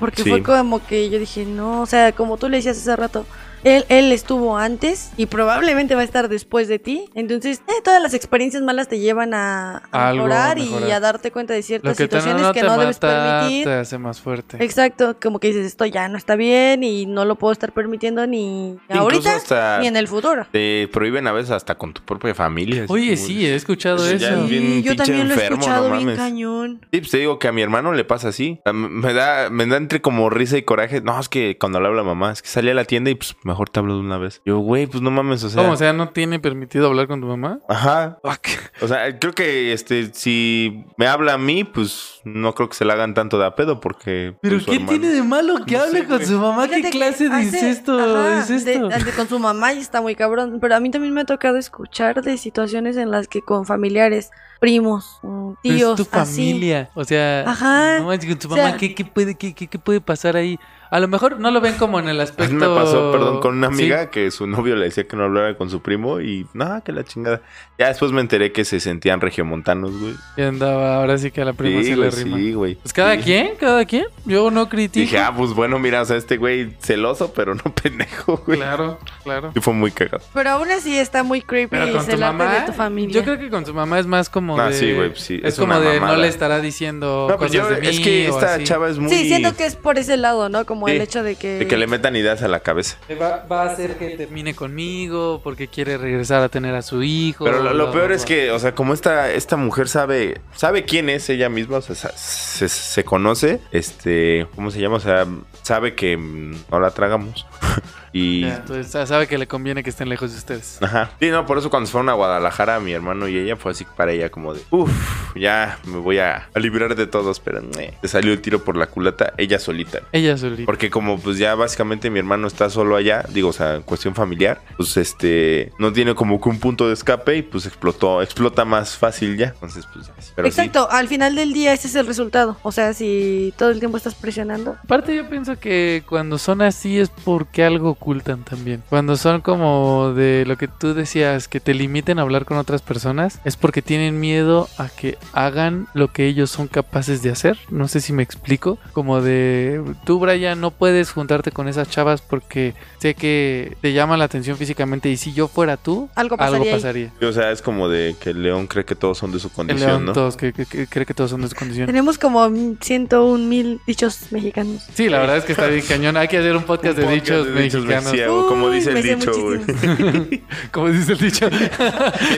Speaker 3: Porque
Speaker 2: Sí.
Speaker 3: fue como que yo dije, no, o sea, como tú le decías hace rato, él, él estuvo antes y probablemente va a estar después de ti. Entonces, eh, todas las experiencias malas te llevan a, a
Speaker 1: A algo, a
Speaker 3: mejorar,
Speaker 1: mejorar.
Speaker 3: y a darte cuenta de
Speaker 1: Lo
Speaker 3: ciertas
Speaker 1: que te, no,
Speaker 3: situaciones
Speaker 1: no
Speaker 3: que
Speaker 1: te
Speaker 3: no debes
Speaker 1: mata
Speaker 3: permitir.
Speaker 1: te hace más fuerte.
Speaker 3: Exacto, como que dices, esto ya no está bien y no lo puedo estar permitiendo ni
Speaker 2: Incluso
Speaker 3: ahorita
Speaker 2: hasta
Speaker 3: ni en el futuro.
Speaker 2: te prohíben a veces hasta con tu propia familia. así
Speaker 1: Oye,
Speaker 2: como-
Speaker 1: sí, he escuchado eso.
Speaker 2: Eso Pues ya es bien
Speaker 3: Sí, yo
Speaker 2: pinche
Speaker 3: también lo he
Speaker 2: enfermo, no
Speaker 3: escuchado bien
Speaker 2: mames.
Speaker 3: cañón.
Speaker 2: Sí, pues te digo que a mi hermano le pasa así. A m- Me da, me da entre como risa y coraje. No, es que cuando le habla mamá, es que salí a la tienda y pues mejor te hablo de una vez. Yo, güey, pues no mames, o sea.
Speaker 1: ¿Cómo? O sea, ¿no tiene permitido hablar con tu mamá?
Speaker 2: Ajá.
Speaker 1: Fuck.
Speaker 2: O sea, creo que este, si me habla a mí, pues no creo que se la hagan tanto de a pedo porque.
Speaker 1: ¿Pero
Speaker 2: pues, su
Speaker 1: qué
Speaker 2: hermano-
Speaker 1: tiene de malo que
Speaker 2: No
Speaker 1: hable
Speaker 2: sé,
Speaker 1: con
Speaker 2: güey.
Speaker 1: su mamá? Ah, ¿Qué
Speaker 3: Fíjate que
Speaker 1: clase de
Speaker 3: hace-
Speaker 1: incesto
Speaker 3: ajá,
Speaker 1: es esto?
Speaker 3: de- de- con su mamá y está muy cabrón. Pero a mí también me ha tocado escuchar de situaciones en las que con familiares, primos, mm,
Speaker 1: Pero
Speaker 3: tíos,
Speaker 1: es tu familia. O sea,
Speaker 3: Ajá.
Speaker 1: no manches, con tu
Speaker 3: O
Speaker 1: mamá,
Speaker 3: sea-
Speaker 1: ¿qué, qué puede, qué, qué- qué puede pasar ahí? A lo mejor no lo ven como en el
Speaker 2: A mí
Speaker 1: aspecto.
Speaker 2: me pasó, perdón, con una amiga
Speaker 1: Sí.
Speaker 2: que su novio le decía que no hablara con su primo y nada, que la chingada. Ya después me enteré que se sentían regiomontanos, güey.
Speaker 1: Y andaba, ahora sí que a la prima
Speaker 2: Sí,
Speaker 1: se
Speaker 2: güey,
Speaker 1: le rima.
Speaker 2: sí, güey.
Speaker 1: Pues cada
Speaker 2: Sí.
Speaker 1: quien, cada quien. Yo no critico.
Speaker 2: Dije, ah, pues bueno, mira, o sea, este güey celoso, pero no pendejo, güey.
Speaker 1: Claro, claro.
Speaker 2: Y fue muy cagado.
Speaker 3: Pero aún así está muy creepy
Speaker 1: Pero con tu
Speaker 3: celarte
Speaker 1: mamá.
Speaker 3: de tu familia.
Speaker 1: Yo creo que con su mamá es más como
Speaker 2: Ah,
Speaker 1: de.
Speaker 2: sí, güey, sí,
Speaker 1: Es,
Speaker 2: es
Speaker 1: como
Speaker 2: una
Speaker 1: de no
Speaker 2: mamada.
Speaker 1: le estará diciendo
Speaker 2: No, pues
Speaker 1: cosas
Speaker 2: yo,
Speaker 1: de mí.
Speaker 2: es que
Speaker 1: o
Speaker 2: esta
Speaker 1: así.
Speaker 2: chava es muy...
Speaker 3: Sí, siento que es por ese lado, ¿no? Como el
Speaker 2: Sí,
Speaker 3: hecho de que...
Speaker 2: De que le metan ideas a la cabeza.
Speaker 1: Va, va a hacer que termine conmigo porque quiere regresar a tener a su hijo.
Speaker 2: Pero lo, lo
Speaker 1: bla,
Speaker 2: peor
Speaker 1: bla,
Speaker 2: es
Speaker 1: bla.
Speaker 2: que, o sea, como esta, esta mujer sabe, sabe quién es ella misma, o sea, sa- se, se conoce, este, ¿cómo se llama? O sea, sabe que mm, no la tragamos. Y.
Speaker 1: Ya, entonces ya sabe que le conviene que estén lejos de ustedes.
Speaker 2: Ajá. Sí, no, por eso cuando se fueron a Guadalajara, mi hermano y ella, fue así para ella como de, uff, ya me voy a, a librar de todos, pero eh, le salió el tiro por la culata ella solita.
Speaker 1: Ella solita.
Speaker 2: Porque como pues ya básicamente mi hermano está solo allá, digo, o sea, en cuestión familiar, pues este, no tiene como que un punto de escape y pues explotó, explota más fácil ya. Entonces, pues ya. Pero sí,
Speaker 3: Exacto, al final del día ese es el resultado. O sea, si todo el tiempo estás presionando,
Speaker 1: Aparte yo pienso que cuando son así es porque algo ocultan también. Cuando son como de lo que tú decías, que te limiten a hablar con otras personas, es porque tienen miedo a que hagan lo que ellos son capaces de hacer. No sé si me explico. Como de, tú Brian no puedes juntarte con esas chavas porque sé que te llama la atención físicamente y si yo fuera tú,
Speaker 3: algo pasaría.
Speaker 1: algo
Speaker 3: ahí.
Speaker 1: pasaría.
Speaker 2: o sea, es como de que el león cree que todos son de su
Speaker 1: El
Speaker 2: condición,
Speaker 1: león
Speaker 2: ¿no?
Speaker 1: todos que, que- que cree que todos son de su condición.
Speaker 3: Tenemos como 101 mil dichos mexicanos.
Speaker 1: Sí, la verdad es que está bien cañón. Hay que hacer un podcast,
Speaker 2: Un
Speaker 1: de,
Speaker 2: podcast
Speaker 1: dichos
Speaker 2: de dichos
Speaker 1: mexicanos.
Speaker 2: mexicanos. Santiago, como dice
Speaker 3: Uy,
Speaker 2: el
Speaker 3: me sé
Speaker 2: dicho, güey.
Speaker 3: muchísimos.
Speaker 1: Como dice el dicho.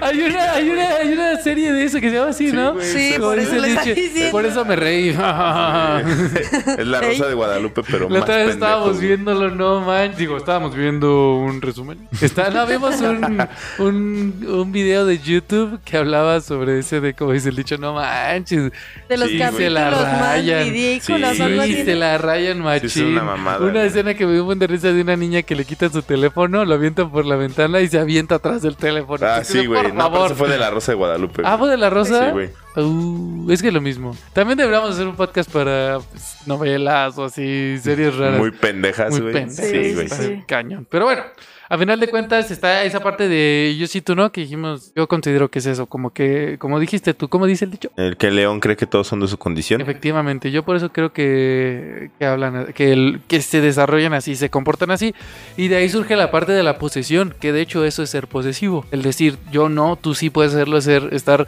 Speaker 1: hay, una, hay, una, hay una serie de eso que se llama así,
Speaker 2: Sí,
Speaker 1: ¿no?
Speaker 2: güey,
Speaker 3: Sí,
Speaker 1: Como
Speaker 3: por
Speaker 1: dice
Speaker 3: eso
Speaker 1: el
Speaker 3: lo está
Speaker 1: dicho,
Speaker 3: diciendo.
Speaker 1: Por eso me reí. La
Speaker 2: es la rosa de Guadalupe, pero más
Speaker 1: otra vez
Speaker 2: pendejo,
Speaker 1: estábamos
Speaker 2: güey.
Speaker 1: viéndolo, no man. Digo, estábamos viendo un resumen. Está, no, vimos un, un, un video de YouTube que hablaba sobre ese de como dice el dicho, no manches.
Speaker 3: De los
Speaker 2: Sí, güey.
Speaker 1: Se la
Speaker 3: capítulos más
Speaker 1: rayan.
Speaker 3: ridículos.
Speaker 2: Sí,
Speaker 3: algo
Speaker 1: Sí,
Speaker 3: así.
Speaker 1: se la rayan machín.
Speaker 2: Sí, es una mamada,
Speaker 1: Una
Speaker 2: güey.
Speaker 1: escena que me dio un de risa de una niña que le quitan su teléfono, lo avientan por la ventana y se avienta atrás del teléfono.
Speaker 2: Ah,
Speaker 1: Así
Speaker 2: sí,
Speaker 1: de,
Speaker 2: güey.
Speaker 1: Por
Speaker 2: No, pero
Speaker 1: favor.
Speaker 2: eso fue de la rosa de Guadalupe.
Speaker 1: Ah, ¿fue de la rosa?
Speaker 2: Sí, güey.
Speaker 1: Uh, es que es lo mismo. También deberíamos hacer un podcast para pues, novelas o así, series raras.
Speaker 2: Muy pendejas,
Speaker 1: Muy
Speaker 2: güey.
Speaker 1: pendejas.
Speaker 2: Sí, güey.
Speaker 1: Está
Speaker 3: sí.
Speaker 1: Cañón. Pero bueno, a final de cuentas está esa parte de yo sí, tú no, que dijimos, yo considero que es eso, como que, como dijiste tú, ¿cómo dice el dicho?
Speaker 2: El que el león cree que todos son de su condición.
Speaker 1: Efectivamente, yo por eso creo que, que hablan, que, el- que se desarrollan así, se comportan así, y de ahí surge la parte de la posesión, que de hecho eso es ser posesivo, el decir yo no, tú sí puedes hacerlo, ser, estar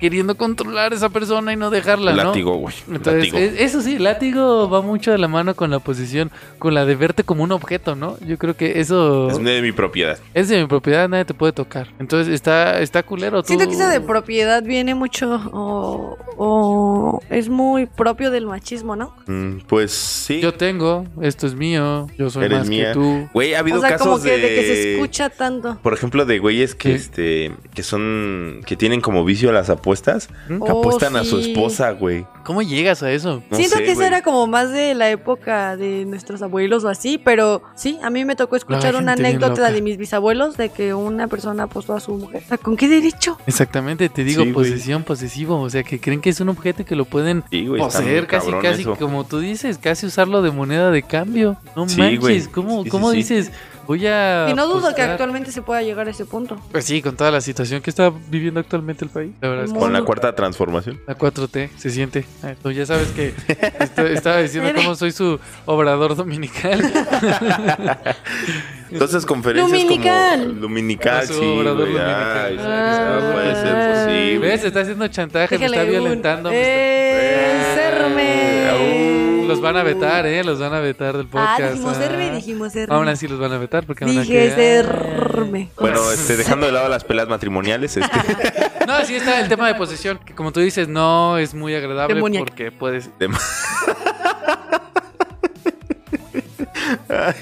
Speaker 1: queriendo controlar a esa persona y no dejarla, ¿no?
Speaker 2: Látigo, güey.
Speaker 1: Entonces,
Speaker 2: Látigo.
Speaker 1: e- eso sí, látigo va mucho de la mano con la posesión, con la de verte como un objeto, ¿no? Yo creo que eso
Speaker 2: Es
Speaker 1: es,
Speaker 2: de mi propiedad.
Speaker 1: de mi propiedad, nadie te puede tocar. Entonces, está, está culero. tú-
Speaker 3: Siento que eso de propiedad viene mucho o, o es muy propio del machismo, ¿no?
Speaker 2: Mm, pues sí.
Speaker 1: Yo tengo, esto es mío, yo soy
Speaker 2: Eres
Speaker 1: más
Speaker 2: mía.
Speaker 1: que tú.
Speaker 2: Güey, ha habido
Speaker 3: O sea,
Speaker 2: casos
Speaker 3: como que
Speaker 2: de...
Speaker 3: de... que se escucha tanto.
Speaker 2: Por ejemplo, de güeyes que
Speaker 1: Sí.
Speaker 2: este que son que tienen como vicio las apuestas, que
Speaker 1: ¿Mm?
Speaker 3: Oh,
Speaker 2: apuestan a su
Speaker 3: sí.
Speaker 2: esposa, güey.
Speaker 1: ¿Cómo llegas a eso?
Speaker 2: No
Speaker 3: Siento
Speaker 2: sé,
Speaker 3: que eso
Speaker 2: güey.
Speaker 3: era como más de la época de nuestros abuelos o así, pero sí, a mí me tocó escuchar
Speaker 1: Ay,
Speaker 3: una
Speaker 1: gente bien
Speaker 3: anécdota
Speaker 1: loca.
Speaker 3: de mis bisabuelos de que una persona apostó a su mujer. O sea, ¿Con qué derecho?
Speaker 1: Exactamente, te digo
Speaker 2: Sí, güey.
Speaker 1: posesión, posesivo. O sea, que creen que es un objeto que lo pueden
Speaker 2: Sí, güey, Pues, está muy
Speaker 1: poseer Pues casi,
Speaker 2: cabrón
Speaker 1: casi,
Speaker 2: eso.
Speaker 1: como tú dices, casi usarlo de moneda de cambio. No
Speaker 2: Sí,
Speaker 1: manches,
Speaker 2: güey.
Speaker 1: ¿cómo,
Speaker 2: Sí, sí,
Speaker 1: cómo
Speaker 2: sí.
Speaker 1: dices? Voy a.
Speaker 3: Y no dudo que
Speaker 1: apostar?
Speaker 3: actualmente se pueda llegar a ese punto.
Speaker 1: Pues sí, con toda la situación que está viviendo actualmente el país. La verdad es que
Speaker 2: Con la
Speaker 3: Mundo.
Speaker 2: cuarta transformación.
Speaker 1: la 4T se siente. Ah, Tú ya sabes que esto- estaba diciendo
Speaker 3: Mira.
Speaker 1: cómo soy su obrador dominical.
Speaker 2: Entonces, conferencias como
Speaker 3: Dominical.
Speaker 2: Dominical,
Speaker 1: Su
Speaker 2: sí, güey.
Speaker 1: obrador
Speaker 2: Ay,
Speaker 1: dominical.
Speaker 2: no puede ser
Speaker 1: ¿Ves?
Speaker 2: posible.
Speaker 1: Está haciendo chantaje, me
Speaker 3: Déjale
Speaker 1: está
Speaker 3: un,
Speaker 1: violentando. me está-
Speaker 3: ¡Eh, serme!
Speaker 1: Ah, uh, Los van a vetar, ¿eh? Los van a vetar del
Speaker 3: Ah,
Speaker 1: podcast.
Speaker 3: dijimos serme,
Speaker 1: Ah.
Speaker 3: dijimos serme.
Speaker 1: Aún así los van a vetar porque van a
Speaker 3: Dije
Speaker 1: quedar-
Speaker 3: serme.
Speaker 2: Bueno, este, dejando de lado las pelas matrimoniales, este,
Speaker 1: No, así está el tema de posesión, que como tú dices, no es muy agradable
Speaker 3: Demoníaca.
Speaker 1: porque puedes...
Speaker 2: Dem-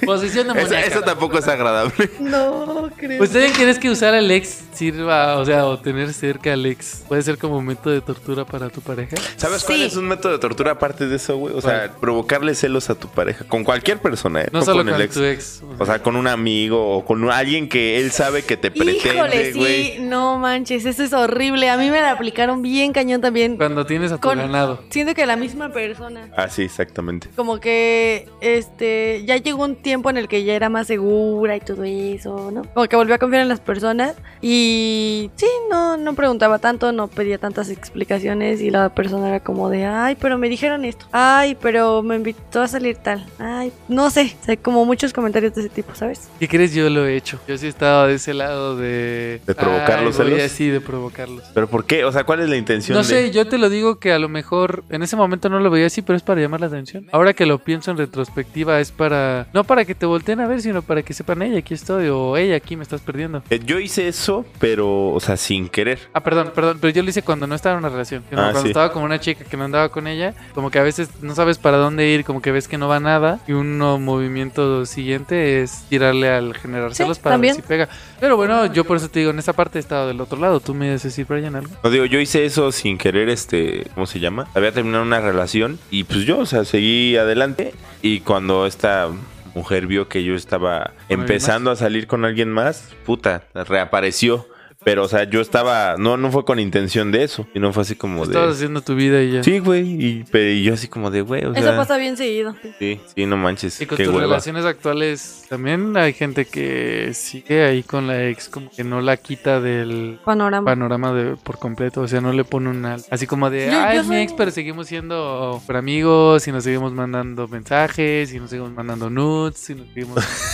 Speaker 1: Posesión
Speaker 2: eso,
Speaker 1: demoníaca.
Speaker 2: eso tampoco es agradable.
Speaker 3: No, creo.
Speaker 1: ¿Ustedes creen que usar al ex sirva, o sea, o tener cerca al ex puede ser como un método de tortura para tu pareja?
Speaker 2: ¿Sabes cuál
Speaker 3: Sí.
Speaker 2: es un método de tortura aparte de eso, güey? O sea, provocarle celos a tu pareja. Con cualquier persona, ¿eh?
Speaker 1: No solo con, tu ex.
Speaker 2: O sea, con un amigo o con alguien que él sabe que te pretende,
Speaker 3: Híjole,
Speaker 2: güey.
Speaker 3: sí, no manches, eso es horrible. A mí me la aplicaron bien cañón también.
Speaker 1: Cuando tienes a tu
Speaker 3: Con-
Speaker 1: ganado.
Speaker 3: Siento que la misma persona.
Speaker 2: Ah, sí, exactamente.
Speaker 3: Como que, este, ya llegó un tiempo en el que ya era más segura y todo eso, ¿no? Como que volvió a confiar en las personas y sí, no, no preguntaba tanto, no pedía tantas explicaciones y la persona era como de, ay, pero me dijeron esto, ay, pero me invitó a salir tal, ay, no sé, o sea, como muchos comentarios de ese tipo, ¿sabes?
Speaker 1: ¿Qué crees? Yo lo he hecho. Yo sí he estado de ese lado de...
Speaker 2: ¿De provocar los
Speaker 1: Ay, voy
Speaker 2: celos?
Speaker 1: así, de provocarlos.
Speaker 2: Pero ¿por qué? O sea, ¿cuál es la intención?
Speaker 1: No
Speaker 2: de-
Speaker 1: sé, yo te lo digo que a lo mejor en ese momento no lo veía así, pero es para llamar la atención. Ahora que lo pienso en retrospectiva, es para. No para que te volteen a ver, sino para que sepan, ella aquí estoy o ella aquí me estás perdiendo.
Speaker 2: Eh, Yo hice eso pero, o sea, sin querer.
Speaker 1: Ah, perdón, perdón, pero yo lo hice cuando no estaba en una relación. Cuando,
Speaker 2: Ah,
Speaker 1: cuando
Speaker 2: sí.
Speaker 1: estaba con una chica que me andaba con ella, como que a veces no sabes para dónde ir, como que ves que no va nada. Y un no- movimiento siguiente es tirarle al generar
Speaker 3: Sí,
Speaker 1: celos para
Speaker 3: también.
Speaker 1: ver si pega. Pero bueno, yo por eso te digo, en esa parte he estado del otro lado. Tú me ibas a decir, Brian, algo.
Speaker 2: No digo, yo hice eso sin querer, este, ¿cómo se llama? Había terminado una relación y pues yo, o sea, seguí adelante y cuando esta mujer vio que yo estaba
Speaker 1: alguien
Speaker 2: empezando a salir con alguien más, puta, reapareció. Pero, o sea, yo estaba, no, no fue con intención de eso, y no fue así como
Speaker 1: Estabas
Speaker 2: de...
Speaker 1: haciendo tu vida y ya.
Speaker 2: Sí, güey, y, pero y yo así como de, güey, o
Speaker 3: Eso
Speaker 2: sea...
Speaker 3: pasa bien seguido.
Speaker 2: Sí, sí, no manches,
Speaker 1: Y con
Speaker 2: qué
Speaker 1: tus
Speaker 2: hueva.
Speaker 1: relaciones actuales también hay gente que sigue ahí con la ex, como que no la quita del
Speaker 3: Panorama.
Speaker 1: panorama de, por completo, o sea, no le pone un al- así como de,
Speaker 3: Yo-
Speaker 1: ah,
Speaker 3: yo
Speaker 1: es mi
Speaker 3: soy-
Speaker 1: ex, pero seguimos siendo super amigos y nos seguimos mandando mensajes y nos seguimos mandando nudes y nos seguimos...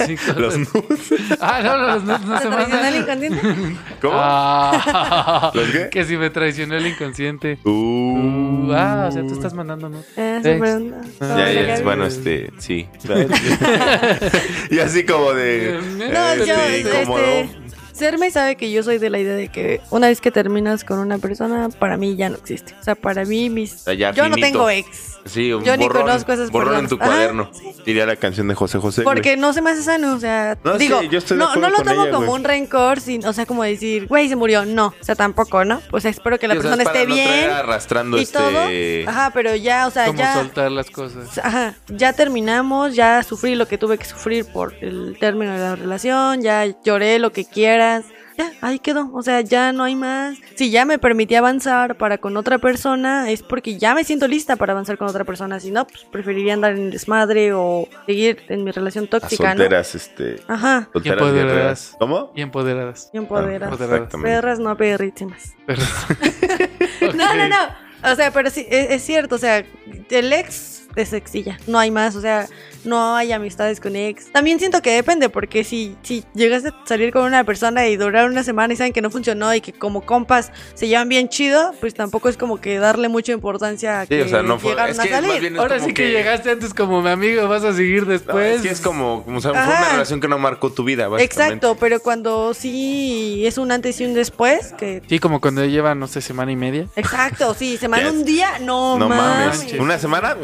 Speaker 1: así cosas.
Speaker 2: Los nudes.
Speaker 1: Ah, no, no, los nudes no se
Speaker 3: Tradicional
Speaker 1: mandan.
Speaker 3: inconsciente.
Speaker 2: ¿Cómo?
Speaker 1: Ah,
Speaker 2: ¿Los qué?
Speaker 1: Que si me traicionó el inconsciente.
Speaker 2: Uh.
Speaker 1: Uh, ah, o sea, tú estás mandando nudes.
Speaker 3: Eh, se
Speaker 1: Ex.
Speaker 3: pregunta.
Speaker 1: Ya,
Speaker 2: Ya,
Speaker 3: Sobre
Speaker 2: ya,
Speaker 3: la
Speaker 2: es
Speaker 3: vida.
Speaker 2: bueno, este, sí. y así como de.
Speaker 3: No, yo,
Speaker 2: este, incómodo.
Speaker 3: este, Serme sabe que yo soy de la idea de que una vez que terminas con una persona, para mí ya no existe. O sea, para mí mis...
Speaker 2: sea, ya
Speaker 3: yo no
Speaker 2: finito.
Speaker 3: tengo ex.
Speaker 2: Sí, un
Speaker 3: Yo ni
Speaker 2: borrón,
Speaker 3: conozco esas
Speaker 2: borrón en
Speaker 3: personas.
Speaker 2: tu
Speaker 3: Ajá,
Speaker 2: cuaderno.
Speaker 3: sí.
Speaker 2: Diría la canción de José José. güey.
Speaker 3: Porque no se me hace sano, o sea,
Speaker 2: No, sí,
Speaker 3: digo,
Speaker 2: yo estoy de
Speaker 3: no,
Speaker 2: acuerdo
Speaker 3: no lo
Speaker 2: con
Speaker 3: tomo
Speaker 2: ella,
Speaker 3: como
Speaker 2: güey.
Speaker 3: un rencor, sin, o sea, como decir, güey, se murió, no, o sea, tampoco, ¿no? O sea, espero que la
Speaker 1: Sí, o sea,
Speaker 3: persona
Speaker 2: Para
Speaker 3: esté
Speaker 2: no traer
Speaker 3: bien
Speaker 2: arrastrando
Speaker 3: y
Speaker 2: este.
Speaker 3: todo, ajá, pero ya, o sea,
Speaker 1: Como
Speaker 3: ya,
Speaker 1: soltar las cosas.
Speaker 3: Ajá, ya terminamos, ya sufrí lo que tuve que sufrir por el término de la relación, ya lloré lo que quieras. Ya, ahí quedó, o sea, ya no hay más. Si ya me permití avanzar para con otra persona, es porque ya me siento lista para avanzar con otra persona. Si no, pues preferiría andar en desmadre o seguir en mi relación
Speaker 2: a
Speaker 3: tóxica, ¿no?
Speaker 2: solteras, este.
Speaker 3: Ajá,
Speaker 2: Solteras
Speaker 1: empoderadas.
Speaker 2: guerreras. ¿Cómo?
Speaker 1: Y empoderadas.
Speaker 3: bien
Speaker 2: Ah,
Speaker 3: poderas.
Speaker 2: exactamente.
Speaker 3: Perras no perrísimas.
Speaker 1: Pero-
Speaker 3: No, no, no. O sea, pero sí, es, es cierto. O sea, el ex es ex y ya. No hay más. O sea, no hay amistades con ex. También siento que depende, porque si, si llegas a salir con una persona y durar una semana y saben que no funcionó y que como compas se llevan bien chido, pues tampoco es como que darle mucha importancia a
Speaker 2: Sí,
Speaker 3: que
Speaker 2: o sea, no fue.
Speaker 3: llegaron
Speaker 2: Es
Speaker 3: a
Speaker 2: que
Speaker 3: salir.
Speaker 2: más bien es
Speaker 1: Ahora
Speaker 2: como
Speaker 1: sí que... llegaste antes como mi amigo, vas a seguir
Speaker 2: No,
Speaker 1: después.
Speaker 2: es que es como, como, o sea, fue una
Speaker 3: pues. Ajá.
Speaker 2: relación que no marcó tu vida, básicamente.
Speaker 3: Exacto, pero cuando sí es un antes y un después, que.
Speaker 1: Sí, como cuando lleva, no sé, semana y media.
Speaker 3: Exacto, sí, semana
Speaker 2: Yes.
Speaker 3: un día, no,
Speaker 2: No mames.
Speaker 1: manches.
Speaker 2: Una semana.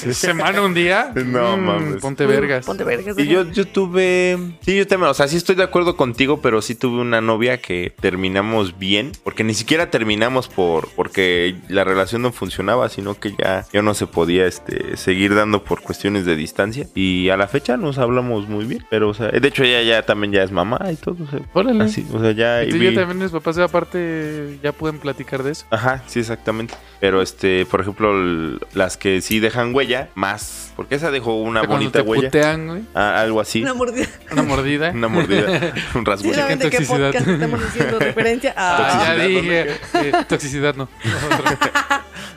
Speaker 1: ¿Semana un día?
Speaker 2: No,
Speaker 1: Mm,
Speaker 2: mames.
Speaker 1: Ponte vergas.
Speaker 3: Ponte vergas.
Speaker 2: Y
Speaker 3: ajá.
Speaker 2: yo, yo tuve. Sí, yo también. O sea, sí estoy de acuerdo contigo, pero sí tuve una novia que terminamos bien. Porque ni siquiera terminamos por porque la relación no funcionaba, sino que ya yo no se podía este, seguir dando por cuestiones de distancia. Y a la fecha nos hablamos muy bien. Pero, o sea, de hecho, ella ya también ya es mamá y todo. O sea,
Speaker 1: Órale.
Speaker 2: así, o sea ya.
Speaker 1: Y tú
Speaker 2: y
Speaker 1: y yo
Speaker 2: vi-
Speaker 1: también, mis papás, aparte, ya pueden platicar de eso.
Speaker 2: Ajá, sí, exactamente. Pero este, por ejemplo, el- las que sí dejan huella, más. Porque esa dejó una
Speaker 1: O sea, cuando
Speaker 2: bonita
Speaker 1: te
Speaker 2: huella.
Speaker 1: putean, güey.
Speaker 2: Ah, algo así.
Speaker 3: Una mordida.
Speaker 1: Una mordida.
Speaker 2: Una mordida, un rasguño.
Speaker 1: Sí,
Speaker 3: Sinceramente, ¿qué
Speaker 1: toxicidad.
Speaker 3: podcast estamos haciendo referencia a...
Speaker 1: Ah, ya
Speaker 2: Toxicidad,
Speaker 1: dije. Eh, toxicidad no.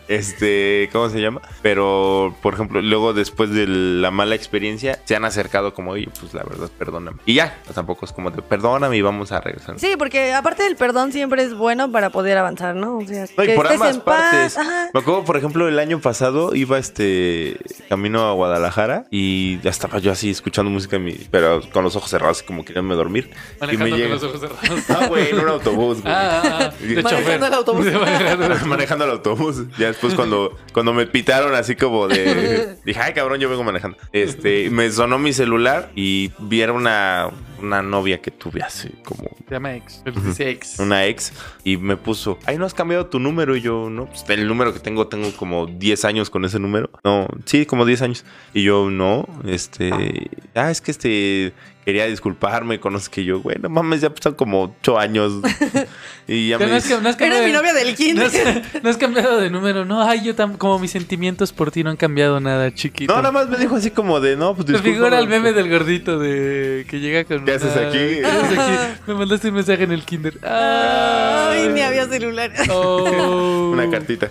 Speaker 2: Este, ¿cómo se llama? Pero, por ejemplo, luego después de la mala experiencia, se han acercado como, oye, pues la verdad, perdóname. Y ya, tampoco es como, de, perdóname y vamos a regresar.
Speaker 3: Sí, porque aparte del perdón siempre es bueno para poder avanzar, ¿no? O sea,
Speaker 2: No, y
Speaker 3: que
Speaker 2: por
Speaker 3: estés
Speaker 2: ambas
Speaker 3: en paz.
Speaker 2: partes.
Speaker 3: Ajá.
Speaker 2: Me acuerdo, por ejemplo, el año pasado iba este camino a Guadalajara y ya estaba yo así escuchando música, en mi- pero con los ojos cerrados, como queriéndome dormir. Y me
Speaker 1: Manejando con
Speaker 2: llega.
Speaker 1: los ojos cerrados.
Speaker 2: Ah, güey, en un autobús, güey.
Speaker 1: Ah, ah, ah. De
Speaker 2: Manejando
Speaker 1: chofer.
Speaker 3: el autobús.
Speaker 1: Manejando el autobús.
Speaker 2: manejando el autobús. Ya después cuando, cuando me pitaron así como de... Dije, ay cabrón, yo vengo manejando. Este, me sonó mi celular y vi era una, una novia que tuve así como...
Speaker 1: Se llama ex. pero dice ex.
Speaker 2: Una ex y me puso, ay, no has cambiado tu número. Y yo, no, pues el número que tengo, tengo como 10 años con ese número. No, sí, como 10 años. Y yo, no, este, ah, es que este, quería disculparme. Conoces que yo, güey, no mames, ya pasaron como 8 años. y ya
Speaker 1: O sea,
Speaker 2: me
Speaker 1: no es que- no es que
Speaker 3: Eres
Speaker 1: no-
Speaker 3: mi novia del
Speaker 1: No
Speaker 3: kinder.
Speaker 1: has, no has cambiado de número, no. Ay, yo tam como mis sentimientos por ti no han cambiado nada, chiquito.
Speaker 2: No, nada más me dijo así como de, no, pues
Speaker 1: Te
Speaker 2: disculpa.
Speaker 1: figura el meme del gordito de que llega con.
Speaker 2: ¿Qué haces aquí?
Speaker 1: ¿Qué haces aquí? Me mandaste un mensaje en el Kinder.
Speaker 3: Ay,
Speaker 1: Ay,
Speaker 3: ni había celular.
Speaker 1: Oh.
Speaker 2: Una cartita.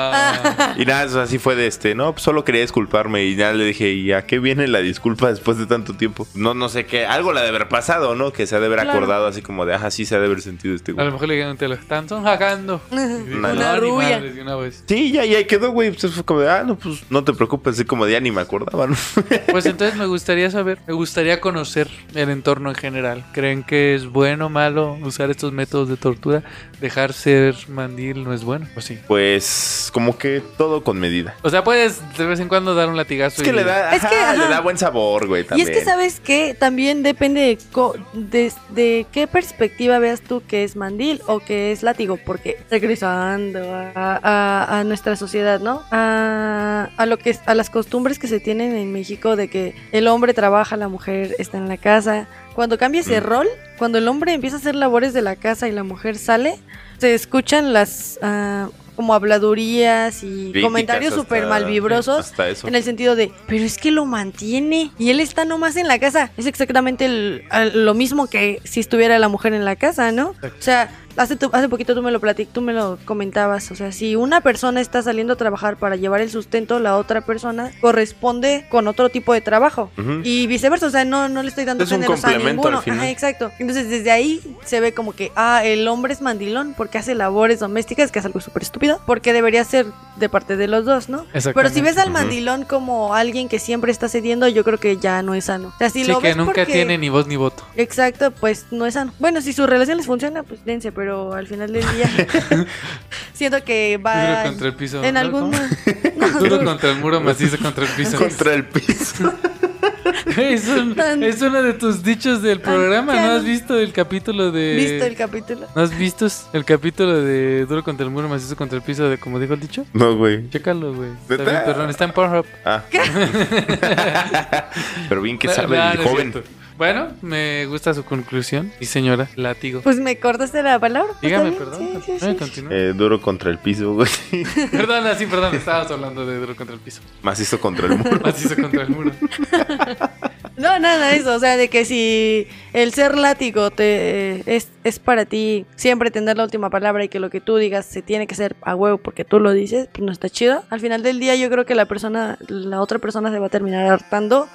Speaker 1: Ah,
Speaker 2: Y nada, eso así fue de este, no, pues solo quería disculparme y nada, le dije, ¿y a qué viene la disculpa después de tanto tiempo? No, no sé qué, algo la de haber pasado, ¿no? Que se ha de haber
Speaker 3: Claro.
Speaker 2: acordado así como de, ajá, sí se ha de haber sentido este
Speaker 1: a
Speaker 2: güey.
Speaker 1: lo mejor le dijeron, te lo están sonjacando.
Speaker 2: Una
Speaker 3: rubia.
Speaker 1: Una vez.
Speaker 2: Sí, ya, y ahí quedó, güey. Pues fue como de, ah, no, pues no te preocupes, así como de, ya ni me acordaba, ¿no?
Speaker 1: Pues entonces me gustaría saber, me gustaría conocer el entorno en general. ¿Creen que es bueno o malo usar estos métodos de tortura? ¿Dejar ser mandil no es bueno? Pues sí.
Speaker 2: Pues como que todo con medida.
Speaker 1: O sea, puedes de vez en cuando dar un latigazo.
Speaker 2: Es que
Speaker 1: y-
Speaker 2: le da,
Speaker 3: Es que,
Speaker 2: ajá, le
Speaker 3: ajá.
Speaker 2: da buen sabor, güey,
Speaker 3: Y
Speaker 2: también.
Speaker 3: es que sabes que también depende de, co- de- de qué perspectiva veas tú que es mandil o que es látigo, porque regresando a, a- a nuestra sociedad, ¿no? A, a lo que es- a las costumbres que se tienen en México de que el hombre trabaja, la mujer está en la casa. Cuando cambia ese
Speaker 2: Mm.
Speaker 3: rol, cuando el hombre empieza a hacer labores de la casa y la mujer sale, se escuchan las ah, como habladurías y
Speaker 2: Críticas
Speaker 3: comentarios
Speaker 2: hasta-
Speaker 3: súper malvibrosos
Speaker 2: Hasta eso.
Speaker 3: en el sentido de, pero es que lo mantiene y él está nomás en la casa. Es exactamente el- al- lo mismo que si estuviera la mujer en la casa, ¿no? O sea, hace, tu- hace poquito tú me lo platic, tú me lo comentabas. O sea, si una persona está saliendo a trabajar para llevar el sustento, la otra persona corresponde con otro tipo de trabajo.
Speaker 2: Ujú.
Speaker 3: Y viceversa, o sea, no, no le estoy dando
Speaker 2: Es un
Speaker 3: géneros a
Speaker 2: complemento al
Speaker 3: ninguno.
Speaker 2: final.
Speaker 3: Ajá, exacto. Entonces, desde ahí se ve como que, ah, el hombre es mandilón porque hace labores domésticas, que es algo súper estúpido, porque debería ser de parte de los dos, ¿no? Pero si
Speaker 1: Exactamente.
Speaker 3: ves al
Speaker 2: Ujú.
Speaker 3: mandilón como alguien que siempre está cediendo, yo creo que ya no es sano. O sea, si
Speaker 1: Sí,
Speaker 3: lo
Speaker 1: que
Speaker 3: ves
Speaker 1: nunca
Speaker 3: porque-
Speaker 1: tiene ni voz ni voto.
Speaker 3: Exacto, pues no es sano. Bueno, si su relación les funciona, pues dense, pero al final del día siento que
Speaker 1: Duro
Speaker 3: va
Speaker 1: contra el piso.
Speaker 3: en
Speaker 1: ¿no?
Speaker 3: algún
Speaker 1: ¿Cómo? Duro contra el muro, macizo contra el piso.
Speaker 2: Contra el piso.
Speaker 1: es, un-
Speaker 3: Tan-
Speaker 1: es uno de tus dichos del programa.
Speaker 3: ya
Speaker 1: ¿No
Speaker 3: no-
Speaker 1: has visto el capítulo de.
Speaker 3: visto el capítulo.
Speaker 1: ¿No has visto el capítulo de Duro contra el muro, macizo contra el piso, de como dijo el dicho?
Speaker 2: No, güey.
Speaker 1: Chécalo, güey. Está
Speaker 2: ¿Neta?
Speaker 1: bien, perrón, está en Pornhub.
Speaker 2: Ah. Pero bien que
Speaker 1: Ah,
Speaker 2: sabe
Speaker 1: ah,
Speaker 2: el
Speaker 1: no es
Speaker 2: joven.
Speaker 1: cierto. Bueno, me gusta su conclusión. Y señora, látigo.
Speaker 3: Pues me cortaste la palabra. pues,
Speaker 1: Dígame,
Speaker 3: está bien,
Speaker 1: perdón.
Speaker 3: sí, sí,
Speaker 1: No,
Speaker 3: sí.
Speaker 1: continúa.
Speaker 2: Eh, duro contra el piso, güey.
Speaker 1: Perdona, sí, perdón. Estabas hablando de duro contra el piso.
Speaker 2: Macizo contra el muro.
Speaker 1: Macizo contra el muro.
Speaker 3: No, nada de eso. O sea, de que si el ser látigo te, eh, es, es para ti siempre tener la última palabra y que lo que tú digas se tiene que hacer a huevo porque tú lo dices, pues no está chido. Al final del día yo creo que la persona, la otra persona se va a terminar hartando.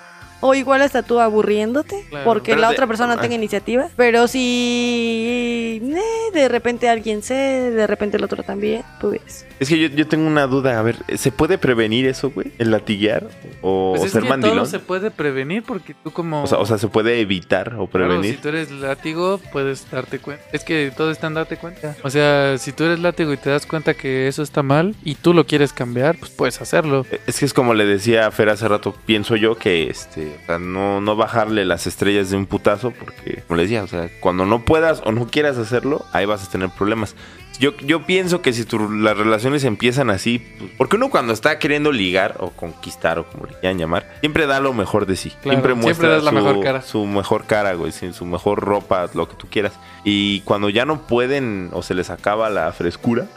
Speaker 3: O igual hasta tú aburriéndote
Speaker 1: Claro.
Speaker 3: porque
Speaker 2: Pero
Speaker 3: la
Speaker 2: de-
Speaker 3: otra persona
Speaker 2: ah.
Speaker 3: tenga iniciativa. Pero si eh, de repente alguien se, de repente el otro también, pues...
Speaker 2: Es que yo, yo tengo una duda. A ver, ¿se puede prevenir eso, güey? ¿El latiguear? ¿O
Speaker 1: Pues es
Speaker 2: ser
Speaker 1: que todo
Speaker 2: mandilón?
Speaker 1: se puede prevenir porque tú como...
Speaker 2: O, sea, o sea, ¿se puede evitar o
Speaker 1: Claro,
Speaker 2: prevenir?
Speaker 1: si tú eres látigo, puedes darte cuenta. Es que todo está en darte cuenta. O sea, si tú eres látigo y te das cuenta que eso está mal y tú lo quieres cambiar, pues puedes hacerlo.
Speaker 2: Es que es como le decía a Fer hace rato, pienso yo que este, o sea, no, no bajarle las estrellas de un putazo, porque, como le decía, o sea, cuando no puedas o no quieras hacerlo, ahí vas a tener problemas. Yo, yo pienso que si tu- las relaciones empiezan así, pues, porque uno cuando está queriendo ligar o conquistar o como le quieran llamar, siempre da lo mejor de sí.
Speaker 1: Claro,
Speaker 2: siempre
Speaker 1: siempre
Speaker 2: muestra
Speaker 1: das la
Speaker 2: su,
Speaker 1: mejor cara.
Speaker 2: su mejor cara, güey, sin su mejor ropa, lo que tú quieras. Y cuando ya no pueden o se les acaba la frescura,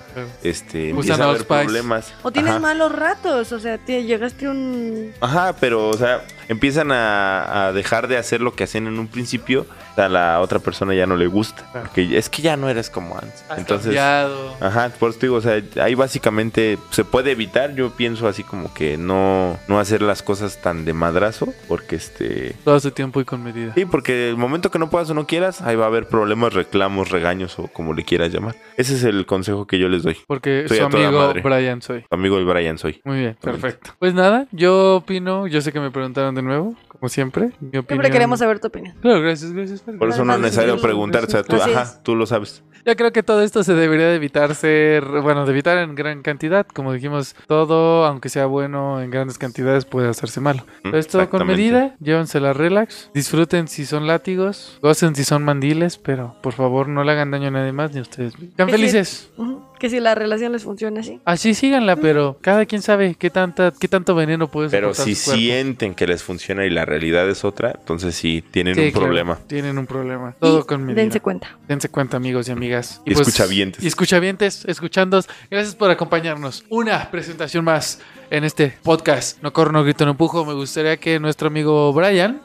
Speaker 1: Usan
Speaker 2: este, empiezan a
Speaker 1: Old
Speaker 2: haber
Speaker 1: Spice.
Speaker 2: problemas.
Speaker 3: O tienes
Speaker 2: Ajá.
Speaker 3: malos ratos, o sea, te llegaste a un...
Speaker 2: Ajá, pero, o sea, empiezan a, a dejar de hacer lo que hacían en un principio. A la otra persona ya no le gusta.
Speaker 1: Claro.
Speaker 2: Porque es que ya no eres como antes. Entonces, ah.
Speaker 1: Cambiado.
Speaker 2: ajá, por eso te digo, o sea, ahí básicamente se puede evitar. Yo pienso así como que no, no hacer las cosas tan de madrazo. Porque este.
Speaker 1: Todo su tiempo y con medida.
Speaker 2: Sí, porque el momento que no puedas o no quieras, ahí va a haber problemas, reclamos, regaños o como le quieras llamar. Ese es el consejo que yo les doy.
Speaker 1: Porque
Speaker 2: Estoy
Speaker 1: su
Speaker 2: a toda
Speaker 1: amigo
Speaker 2: madre.
Speaker 1: Brian soy.
Speaker 2: Amigo el Brian soy.
Speaker 1: Muy bien, perfecto. Pues nada, yo opino, yo sé que me preguntaron de nuevo, como siempre. Mi opinión.
Speaker 3: Siempre queremos saber tu opinión.
Speaker 1: Claro, gracias, gracias. Fer.
Speaker 2: Por eso no es
Speaker 3: Normal,
Speaker 2: necesario
Speaker 3: sí.
Speaker 2: preguntarse. O sea, tú,
Speaker 3: Así es.
Speaker 2: ajá, tú lo sabes.
Speaker 1: Yo creo que todo esto se debería de evitar ser, bueno, de evitar en gran cantidad. Como dijimos, todo, aunque sea bueno en grandes cantidades, puede hacerse malo. Pero esto Pues con
Speaker 2: Mm, Exactamente.
Speaker 1: medida, llévensela relax, disfruten si son látigos, gocen si son mandiles, pero por favor no le hagan daño a nadie más ni a ustedes. mismos. Sean
Speaker 3: Que sí.
Speaker 1: felices.
Speaker 3: Ujú, Que si la relación les funciona así.
Speaker 1: Así
Speaker 3: Mm.
Speaker 1: síganla, pero cada quien sabe qué tanta, qué tanto veneno puede
Speaker 2: Pero
Speaker 1: soportar
Speaker 2: si
Speaker 1: su cuerpo.
Speaker 2: sienten que les funciona y la realidad es otra, entonces sí tienen
Speaker 1: Sí,
Speaker 2: un
Speaker 1: claro,
Speaker 2: problema.
Speaker 1: Tienen un problema. Todo
Speaker 3: Y
Speaker 1: con medida.
Speaker 3: Dense cuenta.
Speaker 1: Dense cuenta, amigos y amigas.
Speaker 2: Y escuchavientes.
Speaker 1: Y escuchavientes, escuchandos. Gracias por acompañarnos. Una presentación más en este podcast. No corro, no grito, no empujo. Me gustaría que nuestro amigo Brian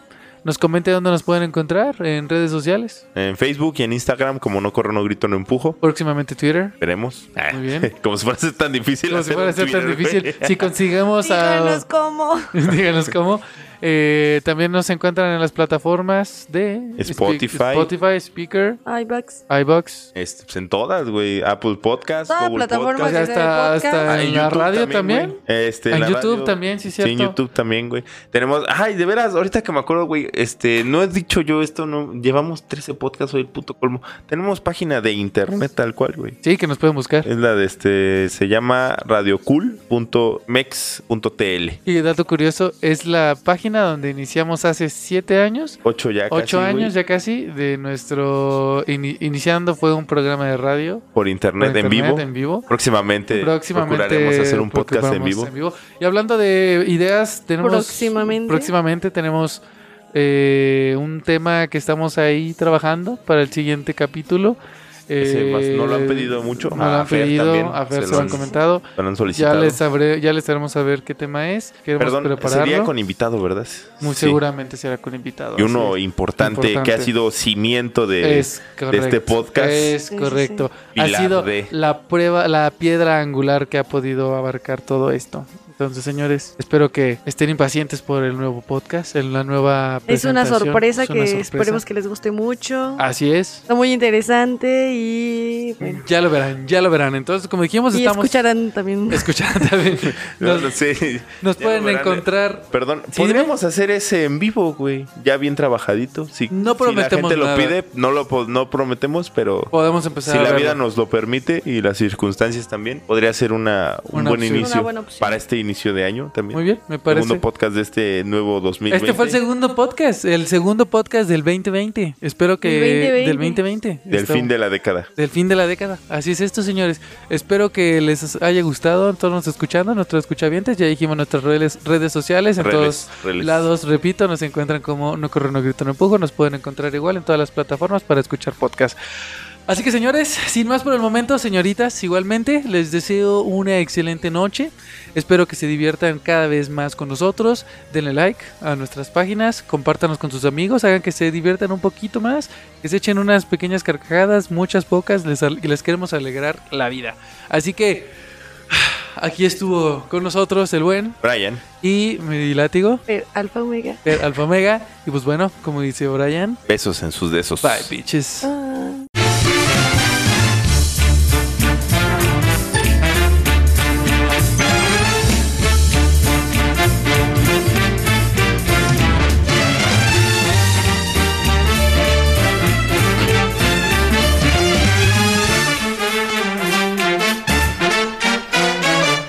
Speaker 1: nos comente dónde nos pueden encontrar en redes sociales.
Speaker 2: En Facebook y en Instagram, como no corro, no grito, no empujo.
Speaker 1: Próximamente Twitter.
Speaker 2: Veremos. Ah,
Speaker 1: Muy bien.
Speaker 2: Como si fuera a ser tan difícil.
Speaker 1: Como si
Speaker 2: hacer
Speaker 1: fuera a
Speaker 2: un
Speaker 1: ser tan
Speaker 2: Twitter, güey.
Speaker 1: difícil. Si consigamos a.
Speaker 3: Díganos cómo.
Speaker 1: Díganos cómo. Eh, también nos encuentran en las plataformas de
Speaker 2: Spotify.
Speaker 1: Spe- Spotify, Speaker,
Speaker 3: iBax.
Speaker 1: iBox.
Speaker 2: Este, pues en todas, güey. Apple Podcast,
Speaker 3: Toda
Speaker 2: Google
Speaker 3: plataforma
Speaker 1: O
Speaker 2: Podcast.
Speaker 1: sea,
Speaker 3: de
Speaker 1: hasta,
Speaker 3: podcast.
Speaker 1: hasta
Speaker 2: Ah,
Speaker 1: en la
Speaker 2: YouTube
Speaker 1: radio también.
Speaker 2: güey. Este,
Speaker 1: En
Speaker 2: la
Speaker 1: YouTube
Speaker 2: radio.
Speaker 1: también, sí,
Speaker 2: Sí, en
Speaker 1: cierto.
Speaker 2: YouTube también, güey. Tenemos. Ay, de veras, ahorita que me acuerdo, güey. Este, no he dicho yo esto, no. Llevamos 13 podcasts hoy, el puto colmo. Tenemos página de internet tal cual, güey.
Speaker 1: Sí, que nos pueden buscar.
Speaker 2: Es la de este. Se llama radiocool.mex.tl.
Speaker 1: Y dato curioso, es la página donde iniciamos hace siete años.
Speaker 2: Ocho ya casi.
Speaker 1: Ocho
Speaker 2: güey,
Speaker 1: años ya casi de nuestro... ini- iniciando fue un programa de radio.
Speaker 2: Por internet,
Speaker 1: por
Speaker 2: en vivo.
Speaker 1: internet, en vivo.
Speaker 2: Próximamente,
Speaker 1: Próximamente pues,
Speaker 2: procuraremos hacer un podcast en
Speaker 1: procuramos
Speaker 2: vivo.
Speaker 1: Y hablando de ideas, tenemos...
Speaker 3: Próximamente.
Speaker 1: próximamente tenemos eh, un tema que estamos ahí trabajando para el siguiente capítulo.
Speaker 2: Ese
Speaker 1: Eh,
Speaker 2: más, no lo han pedido mucho. Ah,
Speaker 1: No lo
Speaker 2: A
Speaker 1: han
Speaker 2: Fer
Speaker 1: pedido,
Speaker 2: también,
Speaker 1: a Fer
Speaker 2: se
Speaker 1: se,
Speaker 2: lo
Speaker 1: lo han
Speaker 2: han-
Speaker 1: comentado.
Speaker 2: Lo han
Speaker 1: Ya
Speaker 2: solicitado.
Speaker 1: les, sabré, ya les haremos saber qué tema es. Queremos
Speaker 2: Perdón,
Speaker 1: prepararlo.
Speaker 2: sería con invitado, ¿verdad?
Speaker 1: Muy
Speaker 2: Sí.
Speaker 1: seguramente será con invitado.
Speaker 2: Y uno
Speaker 1: sí.
Speaker 2: importante, que ha
Speaker 1: Importante.
Speaker 2: sido cimiento de...
Speaker 1: Es correcto,
Speaker 2: este podcast.
Speaker 1: Es
Speaker 3: Sí, sí,
Speaker 1: correcto. Ha
Speaker 2: Pilar
Speaker 1: sido
Speaker 2: de-
Speaker 1: la prueba, la piedra angular que ha podido abarcar todo esto. Entonces, señores, espero que estén impacientes por el nuevo podcast, en la nueva
Speaker 3: Es una
Speaker 1: presentación.
Speaker 3: sorpresa
Speaker 1: Es una
Speaker 3: que
Speaker 1: sorpresa. Ah.
Speaker 3: esperemos que les guste mucho.
Speaker 1: Así es.
Speaker 3: Está muy interesante y bueno.
Speaker 1: Ya lo verán, ya lo verán. Entonces, como dijimos,
Speaker 3: Y
Speaker 1: estamos
Speaker 3: escucharán también.
Speaker 1: escuchando también.
Speaker 2: No, no
Speaker 1: Nos,
Speaker 2: sé.
Speaker 1: nos
Speaker 2: Ya lo
Speaker 1: pueden
Speaker 2: verán, eh.
Speaker 1: encontrar
Speaker 2: Perdón,
Speaker 1: Sí,
Speaker 2: podríamos hacer ese en vivo, güey. Ya bien trabajadito. Si,
Speaker 1: No prometemos
Speaker 2: Si la
Speaker 1: nada.
Speaker 2: gente lo pide, no lo po- no prometemos, pero
Speaker 1: podemos empezar
Speaker 2: si
Speaker 1: a
Speaker 2: la
Speaker 1: verlo.
Speaker 2: vida nos lo permite y las circunstancias también, podría ser una, un
Speaker 1: Una
Speaker 2: buen
Speaker 1: opción.
Speaker 2: inicio
Speaker 3: Una buena opción.
Speaker 2: para este inicio de año también.
Speaker 1: Muy bien, me
Speaker 2: Segundo
Speaker 1: parece.
Speaker 2: podcast de este nuevo 2020.
Speaker 1: Este fue el segundo podcast, el segundo podcast del 2020. Espero que
Speaker 3: Del 2020.
Speaker 1: del 2020.
Speaker 2: Del
Speaker 1: Estamos-
Speaker 2: fin de la década.
Speaker 1: del fin de la década. Así es esto, señores. Espero que les haya gustado a todos nos escuchando, nuestros escuchavientes. Ya dijimos nuestras redes, redes sociales en
Speaker 2: Reles,
Speaker 1: todos
Speaker 2: reles.
Speaker 1: lados. Repito, nos encuentran como No Corro, No Grito, No Empujo. Nos pueden encontrar igual en todas las plataformas para escuchar podcast. Así que, señores, sin más por el momento, señoritas, igualmente les deseo una excelente noche. Espero que se diviertan cada vez más con nosotros. Denle like a nuestras páginas, compártanos con sus amigos, hagan que se diviertan un poquito más que se echen unas pequeñas carcajadas, muchas pocas, les, al- les queremos alegrar la vida. Así que aquí estuvo con nosotros el buen
Speaker 2: Brian.
Speaker 1: y mi látigo,
Speaker 3: Pero Alfa Omega.
Speaker 1: el Alfa Omega. Y pues bueno, como dice Brian,
Speaker 2: Besos en sus besos.
Speaker 1: bye bitches.
Speaker 3: Ah.